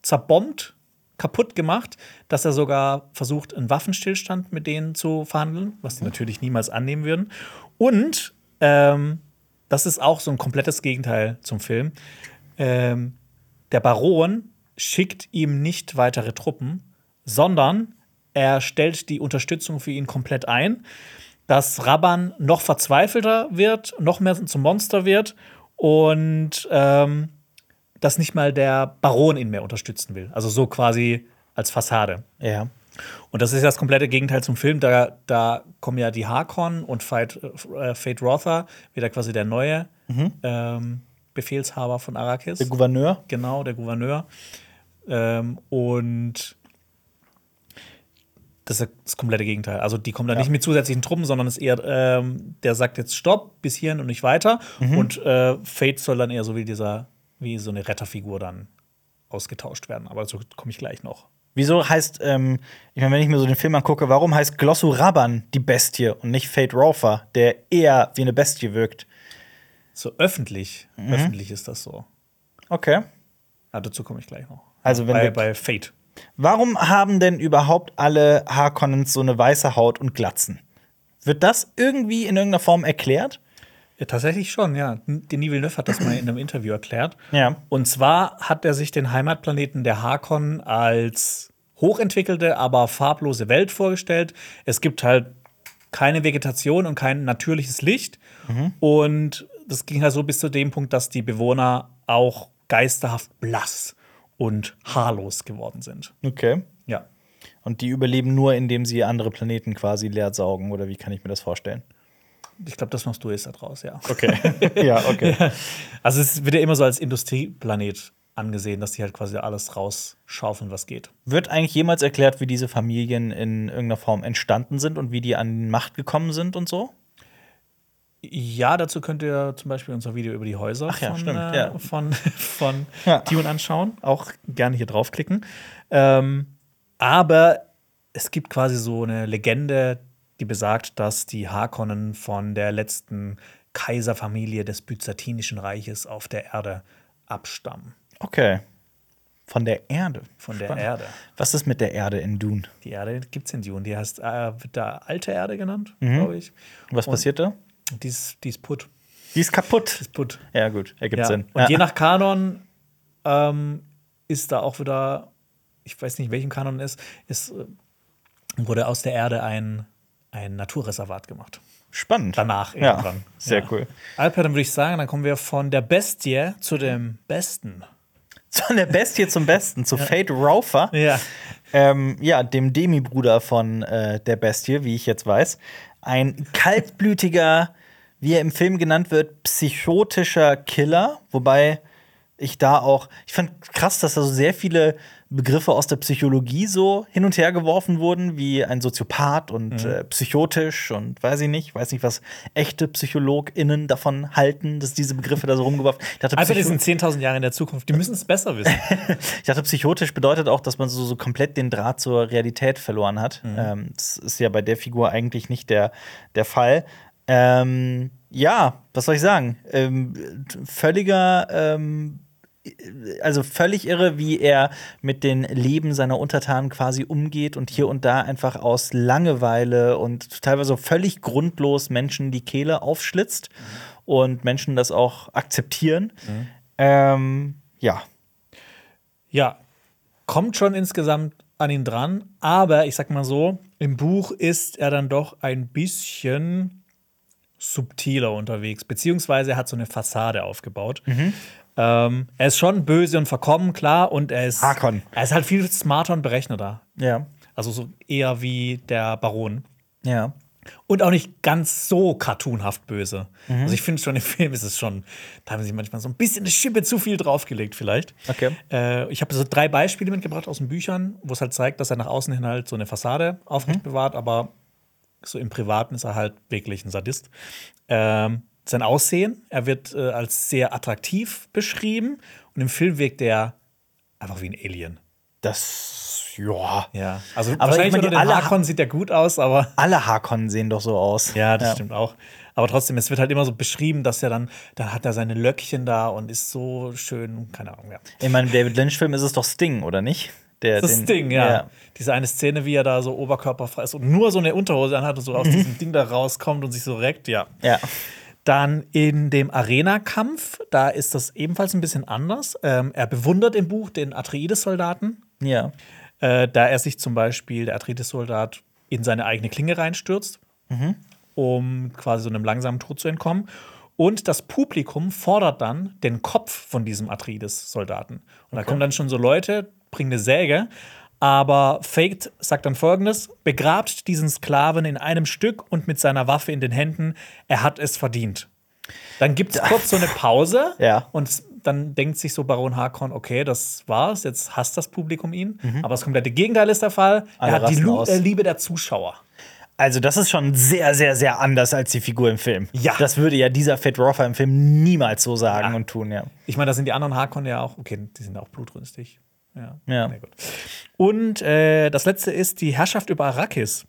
[SPEAKER 1] zerbombt, kaputt gemacht, dass er sogar versucht, einen Waffenstillstand mit denen zu verhandeln, was die natürlich niemals annehmen würden. Und ähm, das ist auch so ein komplettes Gegenteil zum Film. Ähm, der Baron schickt ihm nicht weitere Truppen, sondern er stellt die Unterstützung für ihn komplett ein, dass Rabban noch verzweifelter wird, noch mehr zum Monster wird und ähm, dass nicht mal der Baron ihn mehr unterstützen will. Also so quasi als Fassade.
[SPEAKER 2] Ja.
[SPEAKER 1] Und das ist ja das komplette Gegenteil zum Film. Da, da kommen ja die Harkon und Fate, äh, Fate Rother, wieder quasi der neue ähm, Befehlshaber von Arrakis
[SPEAKER 2] Der Gouverneur.
[SPEAKER 1] genau, der Gouverneur. Ähm, und das ist das komplette Gegenteil. Also die kommen da nicht mit zusätzlichen Truppen, sondern ist eher, ähm, der sagt jetzt Stopp, bis hierhin und nicht weiter.
[SPEAKER 2] Mhm.
[SPEAKER 1] Und äh, Fate soll dann eher so wie dieser, wie so eine Retterfigur dann ausgetauscht werden. Aber dazu komme ich gleich noch.
[SPEAKER 2] Wieso heißt, ähm, ich meine, wenn ich mir so den Film angucke, warum heißt Glossu Raban die Bestie und nicht Fate Rofer, der eher wie eine Bestie wirkt?
[SPEAKER 1] So öffentlich,
[SPEAKER 2] Mhm.
[SPEAKER 1] öffentlich ist das so.
[SPEAKER 2] Okay.
[SPEAKER 1] Aber dazu komme ich gleich noch.
[SPEAKER 2] Also, wenn
[SPEAKER 1] bei,
[SPEAKER 2] wir-
[SPEAKER 1] bei Fate.
[SPEAKER 2] Warum haben denn überhaupt alle Harkonnens so eine weiße Haut und Glatzen? Wird das irgendwie in irgendeiner Form erklärt?
[SPEAKER 1] Ja, tatsächlich schon, ja. Denis Villeneuve hat das mal in einem Interview erklärt.
[SPEAKER 2] Ja.
[SPEAKER 1] Und zwar hat er sich den Heimatplaneten der Harkon als hochentwickelte, aber farblose Welt vorgestellt. Es gibt halt keine Vegetation und kein natürliches Licht. Und das ging halt so bis zu dem Punkt, dass die Bewohner auch geisterhaft blass und haarlos geworden sind.
[SPEAKER 2] Okay.
[SPEAKER 1] Ja.
[SPEAKER 2] Und die überleben nur, indem sie andere Planeten quasi leer saugen, oder wie kann ich mir das vorstellen?
[SPEAKER 1] Ich glaube, das machst du jetzt da draus, [laughs] ja.
[SPEAKER 2] Okay. ja, okay.
[SPEAKER 1] Also es wird ja immer so als Industrieplanet angesehen, dass die halt quasi alles rausschaufeln, was geht.
[SPEAKER 2] Wird eigentlich jemals erklärt, wie diese Familien in irgendeiner Form entstanden sind und wie die an Macht gekommen sind und so?
[SPEAKER 1] Ja, dazu könnt ihr zum Beispiel unser Video über die Häuser
[SPEAKER 2] ja,
[SPEAKER 1] von,
[SPEAKER 2] stimmt,
[SPEAKER 1] äh,
[SPEAKER 2] ja.
[SPEAKER 1] von, [laughs] von
[SPEAKER 2] Ja.
[SPEAKER 1] Dune anschauen. Auch gerne hier draufklicken. Ähm, aber es gibt quasi so eine Legende, die besagt, dass die Harkonnen von der letzten Kaiserfamilie des Byzantinischen Reiches auf der Erde abstammen.
[SPEAKER 2] Okay. Von der Erde.
[SPEAKER 1] Von der Erde.
[SPEAKER 2] Was ist mit der Erde in Dune?
[SPEAKER 1] Die Erde gibt es in Dune. Die heißt, äh, wird da alte Erde genannt,
[SPEAKER 2] Mhm.
[SPEAKER 1] glaube ich.
[SPEAKER 2] Was
[SPEAKER 1] Und
[SPEAKER 2] passiert da?
[SPEAKER 1] Die ist, die ist putt.
[SPEAKER 2] Die ist
[SPEAKER 1] Die
[SPEAKER 2] kaputt.
[SPEAKER 1] ist putt.
[SPEAKER 2] Ja, gut, ergibt
[SPEAKER 1] Ja.
[SPEAKER 2] Sinn.
[SPEAKER 1] Und je
[SPEAKER 2] ja.
[SPEAKER 1] nach Kanon ähm, ist da auch wieder, ich weiß nicht, welchem Kanon es ist, äh, wurde aus der Erde ein, ein Naturreservat gemacht.
[SPEAKER 2] Spannend.
[SPEAKER 1] Danach
[SPEAKER 2] ja.
[SPEAKER 1] irgendwann.
[SPEAKER 2] Sehr
[SPEAKER 1] Ja.
[SPEAKER 2] cool. [laughs]
[SPEAKER 1] Alper, dann würde ich sagen, dann kommen wir von der Bestie zu dem Besten.
[SPEAKER 2] Von der Bestie zum Besten, zu Fate Raufer.
[SPEAKER 1] Ja.
[SPEAKER 2] Ähm, ja, dem Demi-Bruder von äh, der Bestie, wie ich jetzt weiß. Ein kaltblütiger, wie er im Film genannt wird, psychotischer Killer. Wobei ich da auch, ich fand krass, dass da so sehr viele Begriffe aus der Psychologie so hin und her geworfen wurden, wie ein Soziopath und äh, psychotisch und weiß ich nicht, weiß nicht, was echte PsychologInnen davon halten, dass diese Begriffe da so rumgeworfen. Ich dachte,
[SPEAKER 1] Alper, die
[SPEAKER 2] Psycho-
[SPEAKER 1] Also sind 10.000 Jahre in der Zukunft. Die müssen es besser wissen.
[SPEAKER 2] ich dachte, psychotisch bedeutet auch, dass man so, so komplett den Draht zur Realität verloren hat. Ähm, das ist ja bei der Figur eigentlich nicht der, der Fall. Ähm, ja, was soll ich sagen? Ähm, völliger, ähm, also völlig irre, wie er mit den Leben seiner Untertanen quasi umgeht und hier und da einfach aus Langeweile und teilweise völlig grundlos Menschen die Kehle aufschlitzt und Menschen das auch akzeptieren. Ähm, ja,
[SPEAKER 1] Ja, kommt schon insgesamt an ihn dran, aber ich sag mal so, im Buch ist er dann doch ein bisschen subtiler unterwegs, beziehungsweise er hat so eine Fassade aufgebaut. Ähm, er ist schon böse und verkommen, klar, und er ist,
[SPEAKER 2] Harkon.
[SPEAKER 1] er ist halt viel smarter und berechneter.
[SPEAKER 2] ja.
[SPEAKER 1] Also so eher wie der Baron.
[SPEAKER 2] Ja.
[SPEAKER 1] Und auch nicht ganz so cartoonhaft böse. Also ich finde schon, im Film ist es schon, da haben sie manchmal so ein bisschen eine Schippe zu viel draufgelegt, vielleicht.
[SPEAKER 2] Okay.
[SPEAKER 1] Äh, ich habe so drei Beispiele mitgebracht aus den Büchern, wo es halt zeigt, dass er nach außen hin halt so eine Fassade
[SPEAKER 2] Mhm.
[SPEAKER 1] aufrecht bewahrt, aber so im Privaten ist er halt wirklich ein Sadist. Ähm, sein Aussehen, er wird äh, als sehr attraktiv beschrieben und im Film wirkt er einfach wie ein Alien.
[SPEAKER 2] Das, ja.
[SPEAKER 1] Ja. Also
[SPEAKER 2] Aber ich
[SPEAKER 1] wahrscheinlich
[SPEAKER 2] meine,
[SPEAKER 1] unter
[SPEAKER 2] die
[SPEAKER 1] den
[SPEAKER 2] alle-
[SPEAKER 1] Harkonnen sieht er gut aus, aber
[SPEAKER 2] Alle Harkonnen sehen doch so aus.
[SPEAKER 1] Ja, das stimmt auch. Aber trotzdem, es wird halt immer so beschrieben, dass er dann, dann hat er seine Löckchen da und ist so schön, keine Ahnung, ja.
[SPEAKER 2] Ich meine, im David Lynch-Film ist es doch Sting, oder nicht? Der,
[SPEAKER 1] Das
[SPEAKER 2] den-
[SPEAKER 1] Ding, ja. Diese eine Szene, wie er da so oberkörperfrei ist und nur so eine Unterhose anhat und so aus diesem Ding da rauskommt und sich so reckt, ja.
[SPEAKER 2] Ja.
[SPEAKER 1] Dann in dem Arena-Kampf, da ist das ebenfalls ein bisschen anders. Ähm, er bewundert im Buch den Atreides-Soldaten,
[SPEAKER 2] Ja.
[SPEAKER 1] äh, da er sich zum Beispiel, der Atreides-Soldat, in seine eigene Klinge reinstürzt, um quasi so einem langsamen Tod zu entkommen. Und das Publikum fordert dann den Kopf von diesem Atreides-Soldaten. Und da kommen dann schon so Leute, bringen eine Säge. Aber Faked sagt dann folgendes: Begrabt diesen Sklaven in einem Stück und mit seiner Waffe in den Händen. Er hat es verdient. Dann gibt es kurz so eine Pause.
[SPEAKER 2] [laughs] Ja.
[SPEAKER 1] Und s- dann denkt sich so Baron Harkonnen, okay, das war's, jetzt hasst das Publikum ihn. Aber das komplette Gegenteil ist der Fall.
[SPEAKER 2] Mhm. Alle
[SPEAKER 1] er hat die
[SPEAKER 2] rasten
[SPEAKER 1] Lu
[SPEAKER 2] aus.
[SPEAKER 1] äh, Liebe der Zuschauer.
[SPEAKER 2] Also, das ist schon sehr, sehr, sehr anders als die Figur im Film.
[SPEAKER 1] Ja.
[SPEAKER 2] Das würde ja dieser Fat Roffer im Film niemals so sagen
[SPEAKER 1] Ja.
[SPEAKER 2] und tun, ja.
[SPEAKER 1] Ich meine, da sind die anderen Harkonnen ja auch, okay, die sind auch blutrünstig. Ja.
[SPEAKER 2] Ja.
[SPEAKER 1] Na gut. Und äh, das letzte ist die Herrschaft über Arrakis.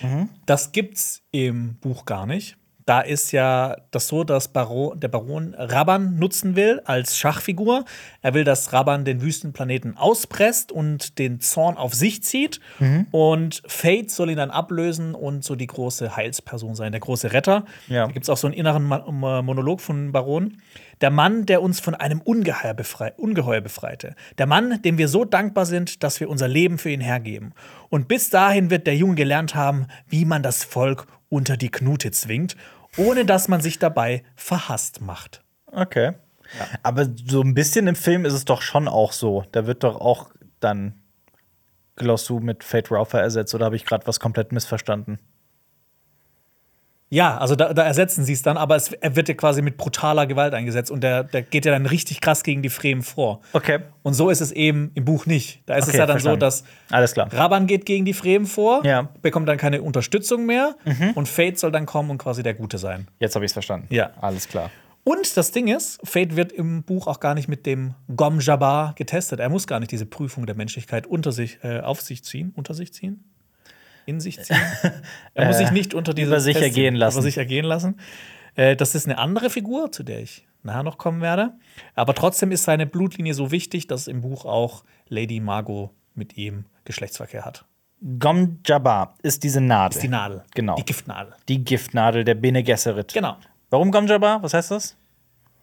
[SPEAKER 2] Mhm.
[SPEAKER 1] Das gibt's im Buch gar nicht. Da ist ja das so, dass Baron, der Baron Rabban nutzen will als Schachfigur. Er will, dass Rabban den Wüstenplaneten auspresst und den Zorn auf sich zieht.
[SPEAKER 2] Mhm.
[SPEAKER 1] Und Fate soll ihn dann ablösen und so die große Heilsperson sein, der große Retter.
[SPEAKER 2] Ja.
[SPEAKER 1] Da gibt's auch so einen inneren Ma- Ma- Monolog von Baron. Der Mann, der uns von einem Ungeheuer, befrei Ungeheuer befreite. Der Mann, dem wir so dankbar sind, dass wir unser Leben für ihn hergeben. Und bis dahin wird der Junge gelernt haben, wie man das Volk unter die Knute zwingt, ohne dass man sich dabei verhasst macht.
[SPEAKER 2] Okay. Aber so ein bisschen im Film ist es doch schon auch so. Da wird doch auch dann Glossu mit Fate Raufer ersetzt, oder habe ich gerade was komplett missverstanden?
[SPEAKER 1] Ja, also da, da ersetzen sie es dann, aber es er wird ja quasi mit brutaler Gewalt eingesetzt und der, der geht ja dann richtig krass gegen die Fremen vor.
[SPEAKER 2] Okay.
[SPEAKER 1] Und so ist es eben im Buch nicht. Da ist es
[SPEAKER 2] Okay,
[SPEAKER 1] ja dann so,
[SPEAKER 2] verstanden.
[SPEAKER 1] dass
[SPEAKER 2] Alles klar.
[SPEAKER 1] Raban geht gegen die Fremen vor,
[SPEAKER 2] Ja. Mhm.
[SPEAKER 1] bekommt dann keine Unterstützung mehr und Fate soll dann kommen und quasi der Gute sein.
[SPEAKER 2] Jetzt habe ich es verstanden.
[SPEAKER 1] Ja.
[SPEAKER 2] Alles klar.
[SPEAKER 1] Und das Ding ist, Fate wird im Buch auch gar nicht mit dem Gom Jabbar getestet. Er muss gar nicht diese Prüfung der Menschlichkeit unter sich, äh, auf sich ziehen, unter sich ziehen, in sich
[SPEAKER 2] [laughs]
[SPEAKER 1] ziehen. Er muss sich nicht unter diese
[SPEAKER 2] Äh, über sich ergehen lassen.
[SPEAKER 1] Über sich ergehen lassen. Äh, das ist eine andere Figur, zu der ich nachher noch kommen werde. Aber trotzdem ist seine Blutlinie so wichtig, dass im Buch auch Lady Margot mit ihm Geschlechtsverkehr hat.
[SPEAKER 2] Gom Jabbar ist diese Nadel.
[SPEAKER 1] Das ist die Nadel.
[SPEAKER 2] Genau.
[SPEAKER 1] Die Giftnadel.
[SPEAKER 2] Die Giftnadel der Bene Gesserit.
[SPEAKER 1] Genau.
[SPEAKER 2] Warum Gom Jabbar? Was heißt das?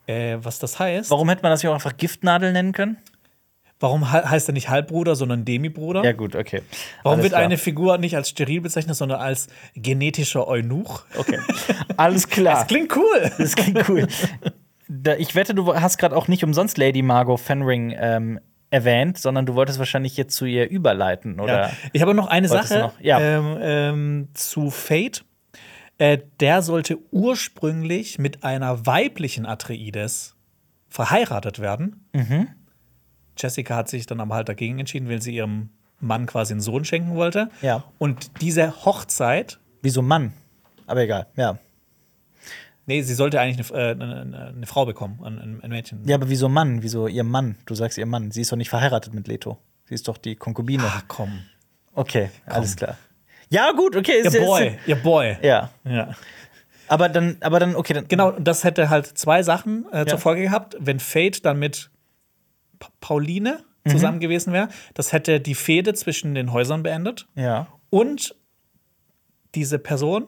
[SPEAKER 1] Äh, was das heißt,
[SPEAKER 2] Warum hätte man das nicht auch einfach Giftnadel nennen können?
[SPEAKER 1] warum he- heißt er nicht Halbbruder, sondern Demibruder?
[SPEAKER 2] Ja, gut, okay.
[SPEAKER 1] Warum
[SPEAKER 2] Alles
[SPEAKER 1] wird
[SPEAKER 2] klar.
[SPEAKER 1] eine Figur nicht als steril bezeichnet, sondern als genetischer Eunuch?
[SPEAKER 2] [laughs] Okay. Alles klar.
[SPEAKER 1] Das klingt cool.
[SPEAKER 2] Das klingt cool. Da, ich wette, du hast gerade auch nicht umsonst Lady Margot Fenring ähm, erwähnt, sondern du wolltest wahrscheinlich jetzt zu ihr überleiten, oder?
[SPEAKER 1] Ja. Ich habe noch eine
[SPEAKER 2] Wolltest
[SPEAKER 1] Sache
[SPEAKER 2] du noch? Ja.
[SPEAKER 1] ähm, ähm, zu Fate. Äh, der sollte ursprünglich mit einer weiblichen Atreides verheiratet werden.
[SPEAKER 2] Mhm.
[SPEAKER 1] Jessica hat sich dann aber halt dagegen entschieden, weil sie ihrem Mann quasi einen Sohn schenken wollte.
[SPEAKER 2] Ja.
[SPEAKER 1] Und diese Hochzeit
[SPEAKER 2] Wieso Mann? Aber egal, ja.
[SPEAKER 1] Nee, sie sollte eigentlich eine, äh, eine, eine- eine Frau bekommen, ein- ein, ein Mädchen.
[SPEAKER 2] Ja, aber wieso Mann? Wieso ihr Mann? Du sagst ihr Mann. Sie ist doch nicht verheiratet mit Leto. Sie ist doch die Konkubine.
[SPEAKER 1] Ach komm.
[SPEAKER 2] Okay, alles klar. Ja, gut, okay.
[SPEAKER 1] Ihr
[SPEAKER 2] Ist, ist-
[SPEAKER 1] Boy, ihr Boy.
[SPEAKER 2] Ja.
[SPEAKER 1] Ja.
[SPEAKER 2] Aber dann, aber dann, okay, dann.
[SPEAKER 1] Genau, und das hätte halt zwei Sachen äh,
[SPEAKER 2] Ja.
[SPEAKER 1] zur Folge gehabt. Wenn Fate dann mit Pa- Pauline zusammen gewesen wäre, das hätte die Fehde zwischen den Häusern beendet.
[SPEAKER 2] Ja.
[SPEAKER 1] Und diese Person,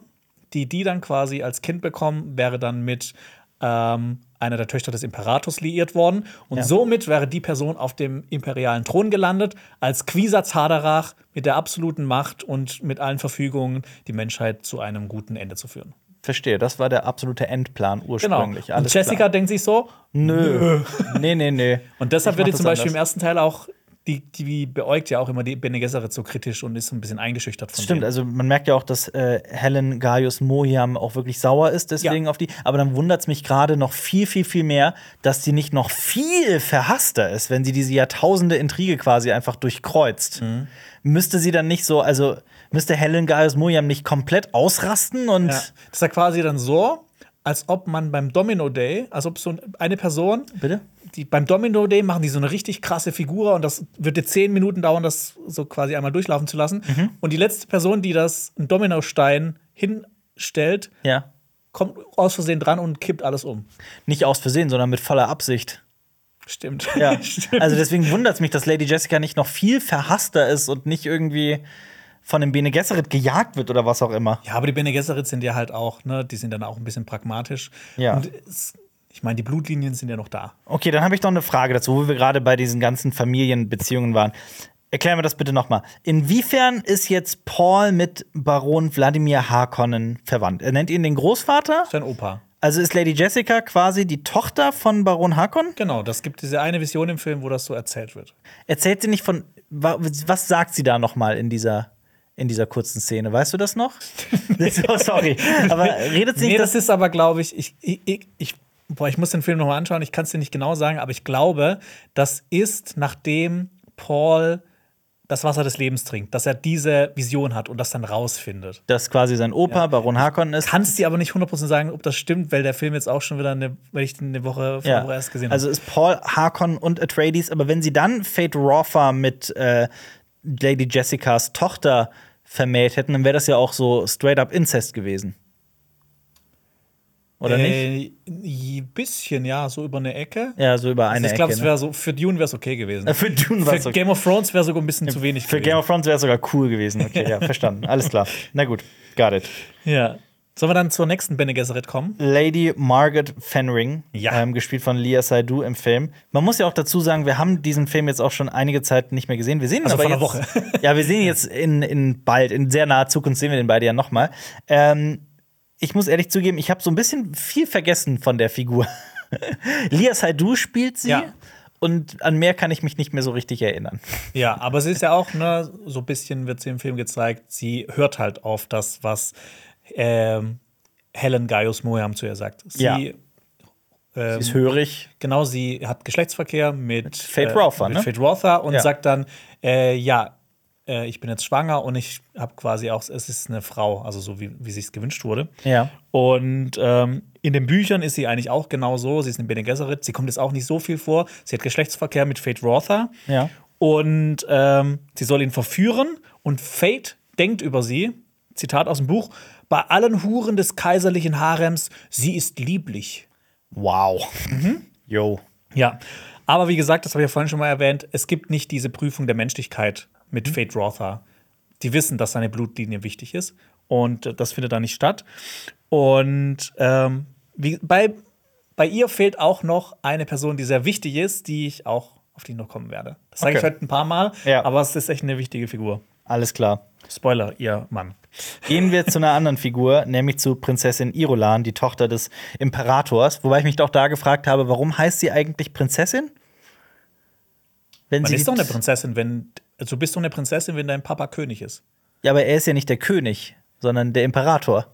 [SPEAKER 1] die die dann quasi als Kind bekommen, wäre dann mit ähm, einer der Töchter des Imperators liiert worden. Und somit wäre die Person auf dem imperialen Thron gelandet, als Quisatz Haderach mit der absoluten Macht und mit allen Verfügungen die Menschheit zu einem guten Ende zu führen.
[SPEAKER 2] Verstehe, das war der absolute Endplan
[SPEAKER 1] Genau.
[SPEAKER 2] ursprünglich.
[SPEAKER 1] Und Jessica denkt sich so.
[SPEAKER 2] Nö. [laughs] nee, nee, nee.
[SPEAKER 1] Und deshalb
[SPEAKER 2] Ich
[SPEAKER 1] wird die
[SPEAKER 2] mach
[SPEAKER 1] zum
[SPEAKER 2] das
[SPEAKER 1] Beispiel im
[SPEAKER 2] anders.
[SPEAKER 1] ersten Teil auch, die, die beäugt ja auch immer die Bene Gesserit so kritisch und ist so ein bisschen eingeschüchtert von
[SPEAKER 2] Stimmt,
[SPEAKER 1] denen.
[SPEAKER 2] also man merkt ja auch, dass äh, Helen Gaius Mohiam auch wirklich sauer ist, deswegen
[SPEAKER 1] Ja.
[SPEAKER 2] auf die. Aber dann wundert es mich gerade noch viel, viel, viel mehr, dass sie nicht noch viel verhasster ist, wenn sie diese Jahrtausende Intrige quasi einfach durchkreuzt.
[SPEAKER 1] Mhm.
[SPEAKER 2] Müsste sie dann nicht so, also müsste Helen Gaius Mohiam nicht komplett ausrasten und.
[SPEAKER 1] Ja. Das ist ja quasi dann so, als ob man beim Domino Day, als ob so eine Person,
[SPEAKER 2] Bitte?
[SPEAKER 1] die beim Domino Day machen die so eine richtig krasse Figur und das würde zehn Minuten dauern, das so quasi einmal durchlaufen zu lassen.
[SPEAKER 2] Mhm.
[SPEAKER 1] Und die letzte Person, die das einen Dominostein hinstellt,
[SPEAKER 2] Ja.
[SPEAKER 1] kommt aus Versehen dran und kippt alles um.
[SPEAKER 2] Nicht aus Versehen, sondern mit voller Absicht.
[SPEAKER 1] Stimmt.
[SPEAKER 2] Ja.
[SPEAKER 1] [laughs] Stimmt.
[SPEAKER 2] Also deswegen wundert es mich, dass Lady Jessica nicht noch viel verhasster ist und nicht irgendwie von dem Bene Gesserit gejagt wird oder was auch immer.
[SPEAKER 1] Ja, aber die Bene Gesserit sind ja halt auch, ne, die sind dann auch ein bisschen pragmatisch.
[SPEAKER 2] Ja.
[SPEAKER 1] Und es, ich meine, die Blutlinien sind ja noch da.
[SPEAKER 2] Okay, dann habe ich noch eine Frage dazu, wo wir gerade bei diesen ganzen Familienbeziehungen waren. Erklär mir das bitte nochmal. Inwiefern ist jetzt Paul mit Baron Wladimir Harkonnen verwandt? Er nennt ihn den Großvater?
[SPEAKER 1] Sein Opa.
[SPEAKER 2] Also ist Lady Jessica quasi die Tochter von Baron Harkonnen?
[SPEAKER 1] Genau, das gibt diese eine Vision im Film, wo das so erzählt wird.
[SPEAKER 2] Erzählt sie nicht von. wa- Was sagt sie da nochmal in dieser, in dieser kurzen Szene? Weißt du
[SPEAKER 1] [laughs]
[SPEAKER 2] das noch? oh, sorry. Aber redet sie nicht.
[SPEAKER 1] Nee,
[SPEAKER 2] dass-
[SPEAKER 1] das ist aber, glaube ich, ich, ich, ich, ich, boah, ich muss den Film nochmal anschauen, ich kann es dir nicht genau sagen, aber ich glaube, das ist, nachdem Paul das Wasser des Lebens trinkt, dass er diese Vision hat und das dann rausfindet.
[SPEAKER 2] dass quasi sein Opa Baron Harkonnen ist?
[SPEAKER 1] Kannst dir aber nicht 100% sagen, ob das stimmt, weil der Film jetzt auch schon wieder eine, weil ich den eine Woche vor einer Woche erst gesehen habe.
[SPEAKER 2] Also ist Paul Harkon und Atreides, aber wenn sie dann Fate Rofa mit äh, Lady Jessicas Tochter vermählt hätten, dann wäre das ja auch so straight up Inzest gewesen. Oder nicht?
[SPEAKER 1] nicht? Äh, Ein bisschen, ja, so über eine Ecke.
[SPEAKER 2] Ja, so über eine
[SPEAKER 1] also ich glaube,
[SPEAKER 2] Ecke.
[SPEAKER 1] es wäre so, für Dune wäre es okay gewesen.
[SPEAKER 2] ne? Für Dune war
[SPEAKER 1] Für
[SPEAKER 2] es okay.
[SPEAKER 1] Game of Thrones wäre sogar ein bisschen zu wenig
[SPEAKER 2] Für
[SPEAKER 1] gewesen.
[SPEAKER 2] Game of Thrones wäre es sogar cool gewesen. Okay, ja, verstanden. Alles klar. Na gut, got it.
[SPEAKER 1] ja. Sollen wir dann zur nächsten Bene Gesserit kommen?
[SPEAKER 2] Lady Margaret Fenring,
[SPEAKER 1] Ja.
[SPEAKER 2] ähm, gespielt von Lia Saidu im Film. Man muss ja auch dazu sagen, wir haben diesen Film jetzt auch schon einige Zeit nicht mehr gesehen. Wir sehen ihn
[SPEAKER 1] Also
[SPEAKER 2] aber
[SPEAKER 1] vor einer
[SPEAKER 2] jetzt, ja, wir sehen ihn jetzt in, in bald, in sehr naher Zukunft sehen wir den beide ja nochmal. Ähm, ich muss ehrlich zugeben, ich habe so ein bisschen viel vergessen von der Figur. [laughs] Lia Saidu spielt sie.
[SPEAKER 1] Ja.
[SPEAKER 2] Und an mehr kann ich mich nicht mehr so richtig erinnern.
[SPEAKER 1] Ja, aber sie ist ja auch, ne, so ein bisschen wird sie im Film gezeigt, sie hört halt auf das, was ähm, Helen Gaius Moyam zu ihr sagt. Sie,
[SPEAKER 2] Ja.
[SPEAKER 1] ähm,
[SPEAKER 2] Ist hörig.
[SPEAKER 1] genau, sie hat Geschlechtsverkehr mit äh,
[SPEAKER 2] Fate Rotha,
[SPEAKER 1] mit
[SPEAKER 2] ne?
[SPEAKER 1] Fate Rotha und
[SPEAKER 2] Ja.
[SPEAKER 1] sagt dann, äh, ja, äh, ich bin jetzt schwanger und ich habe quasi auch, es ist eine Frau, also so wie, wie sich gewünscht wurde.
[SPEAKER 2] Ja.
[SPEAKER 1] Und ähm, in den Büchern ist sie eigentlich auch genau so. Sie ist eine Bene Gesserit. Sie kommt jetzt auch nicht so viel vor. Sie hat Geschlechtsverkehr mit Fate Rotha.
[SPEAKER 2] Ja.
[SPEAKER 1] Und ähm, sie soll ihn verführen. Und Fate denkt über sie, Zitat aus dem Buch, bei allen Huren des kaiserlichen Harems, sie ist lieblich.
[SPEAKER 2] Wow. Mhm. Yo.
[SPEAKER 1] Ja. Aber wie gesagt, das habe ich ja vorhin schon mal erwähnt, es gibt nicht diese Prüfung der Menschlichkeit mit
[SPEAKER 2] Mhm.
[SPEAKER 1] Fate Rotha. Die wissen, dass seine Blutlinie wichtig ist. Und äh, das findet da nicht statt. Und ähm, wie, bei, bei ihr fehlt auch noch eine Person, die sehr wichtig ist, die ich auch auf die ich noch kommen werde. Das sage ich
[SPEAKER 2] Okay.
[SPEAKER 1] heute ein paar Mal,
[SPEAKER 2] Ja.
[SPEAKER 1] aber es ist echt eine wichtige Figur.
[SPEAKER 2] Alles klar.
[SPEAKER 1] Spoiler, ihr Mann.
[SPEAKER 2] Gehen wir zu einer anderen Figur, nämlich zu Prinzessin Irulan, die Tochter des Imperators. Wobei ich mich doch da gefragt habe, warum heißt sie eigentlich Prinzessin? Wenn
[SPEAKER 1] Man
[SPEAKER 2] sie
[SPEAKER 1] ist
[SPEAKER 2] die-
[SPEAKER 1] doch eine Prinzessin, wenn. Also du bist doch eine Prinzessin, wenn dein Papa König ist.
[SPEAKER 2] Ja, aber er ist ja nicht der König, sondern der Imperator.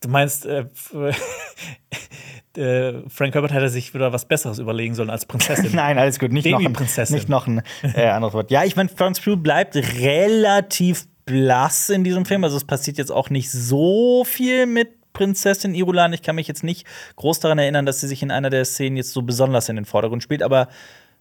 [SPEAKER 1] Du meinst, äh, [laughs] äh, Frank Herbert hätte sich wieder was Besseres überlegen sollen als Prinzessin.
[SPEAKER 2] [laughs] Nein, alles gut, nicht noch ein,
[SPEAKER 1] Babyprinzessin.
[SPEAKER 2] nicht noch ein äh, anderes Wort. Ja, ich meine, Florence Pugh bleibt relativ blass in diesem Film. Also es passiert jetzt auch nicht so viel mit Prinzessin Irulan. Ich kann mich jetzt nicht groß daran erinnern, dass sie sich in einer der Szenen jetzt so besonders in den Vordergrund spielt. Aber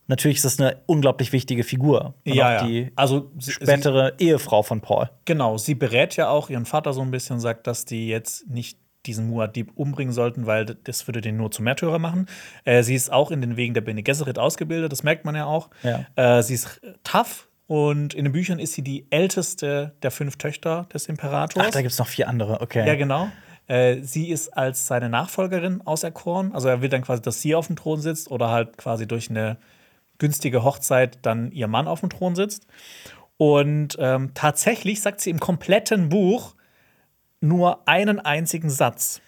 [SPEAKER 2] natürlich ist das eine unglaublich wichtige Figur. Und
[SPEAKER 1] ja,
[SPEAKER 2] auch
[SPEAKER 1] ja.
[SPEAKER 2] die
[SPEAKER 1] also sie, sie,
[SPEAKER 2] spätere Ehefrau von Paul.
[SPEAKER 1] genau, sie berät ja auch ihren Vater so ein bisschen, sagt, dass die jetzt nicht diesen Muad'Dib umbringen sollten, weil das würde den nur zum Märtyrer machen. Äh, sie ist auch in den Wegen der Bene Gesserit ausgebildet, das merkt man ja auch.
[SPEAKER 2] Ja.
[SPEAKER 1] Äh, sie ist tough und in den Büchern ist sie die älteste der fünf Töchter des Imperators.
[SPEAKER 2] Ach, da gibt es noch vier andere. Okay.
[SPEAKER 1] Ja, genau. Äh, Sie ist als seine Nachfolgerin auserkoren. Also er will dann quasi, dass sie auf dem Thron sitzt oder halt quasi durch eine günstige Hochzeit dann ihr Mann auf dem Thron sitzt. Und ähm, tatsächlich sagt sie im kompletten Buch nur einen einzigen Satz.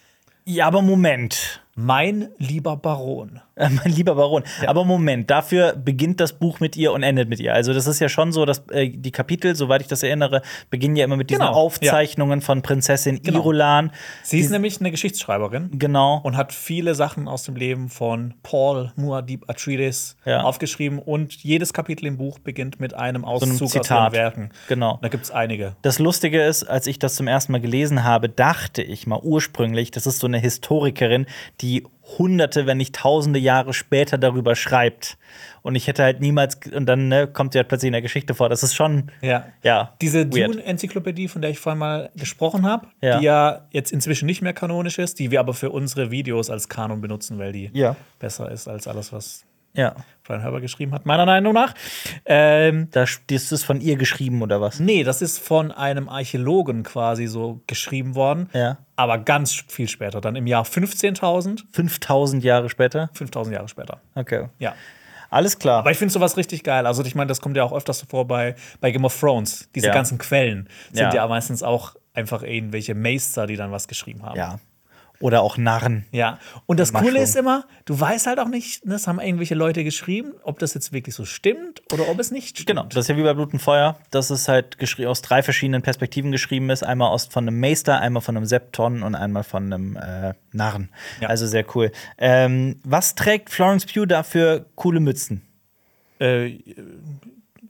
[SPEAKER 2] ja, aber Moment.
[SPEAKER 1] Mein lieber Baron.
[SPEAKER 2] Äh, Mein lieber Baron. Aber Moment, dafür beginnt das Buch mit ihr und endet mit ihr. Also, das ist ja schon so, dass äh, die Kapitel, soweit ich das erinnere, beginnen ja immer mit diesen
[SPEAKER 1] Genau, ja.
[SPEAKER 2] Aufzeichnungen von Prinzessin Irulan.
[SPEAKER 1] Sie ist nämlich eine Geschichtsschreiberin
[SPEAKER 2] Genau.
[SPEAKER 1] und hat viele Sachen aus dem Leben von Paul Muad'Dib Atreides
[SPEAKER 2] Ja.
[SPEAKER 1] aufgeschrieben. Und jedes Kapitel im Buch beginnt mit einem
[SPEAKER 2] einem
[SPEAKER 1] Auszug aus
[SPEAKER 2] Zitat.
[SPEAKER 1] ihren Werken.
[SPEAKER 2] Genau.
[SPEAKER 1] Und Da gibt es einige.
[SPEAKER 2] Das Lustige ist, als ich das zum ersten Mal gelesen habe, dachte ich mal ursprünglich, das ist so eine Historikerin, die hunderte, wenn nicht tausende Jahre später darüber schreibt. Und ich hätte halt niemals, und dann ne, kommt sie halt plötzlich in der Geschichte vor. Das ist schon,
[SPEAKER 1] Ja.
[SPEAKER 2] ja.
[SPEAKER 1] Diese
[SPEAKER 2] weird.
[SPEAKER 1] Dune-Enzyklopädie, von der ich vorhin mal gesprochen habe,
[SPEAKER 2] Ja.
[SPEAKER 1] die ja jetzt inzwischen nicht mehr kanonisch ist, die wir aber für unsere Videos als Kanon benutzen, weil die
[SPEAKER 2] Ja.
[SPEAKER 1] besser ist als alles, was
[SPEAKER 2] Ja.
[SPEAKER 1] Brian Herbert geschrieben hat, meiner Meinung nach. Ähm,
[SPEAKER 2] Da, das ist von ihr geschrieben oder was?
[SPEAKER 1] nee, das ist von einem Archäologen quasi so geschrieben worden,
[SPEAKER 2] Ja.
[SPEAKER 1] aber ganz viel später, dann im Jahr 15.000,
[SPEAKER 2] 5000 Jahre später.
[SPEAKER 1] 5.000 Jahre später.
[SPEAKER 2] Okay.
[SPEAKER 1] Ja.
[SPEAKER 2] Alles klar.
[SPEAKER 1] Aber ich finde sowas richtig geil. Also, ich meine, das kommt ja auch öfters so vor bei, bei Game of Thrones. Diese
[SPEAKER 2] Ja.
[SPEAKER 1] ganzen Quellen sind
[SPEAKER 2] Ja.
[SPEAKER 1] ja. meistens auch einfach irgendwelche Meister, die dann was geschrieben haben.
[SPEAKER 2] ja. Oder auch Narren.
[SPEAKER 1] Ja, und das
[SPEAKER 2] Mushroom.
[SPEAKER 1] Coole ist immer, du weißt halt auch nicht, ne, das haben irgendwelche Leute geschrieben, ob das jetzt wirklich so stimmt oder ob es nicht stimmt.
[SPEAKER 2] Genau, das ist ja wie bei Blut und Feuer, dass es halt geschrie- aus drei verschiedenen Perspektiven geschrieben ist. Einmal aus, von einem Meister, einmal von einem Septon und einmal von einem äh, Narren.
[SPEAKER 1] Ja.
[SPEAKER 2] Also sehr cool. Ähm, was trägt Florence Pugh da für coole Mützen?
[SPEAKER 1] Äh,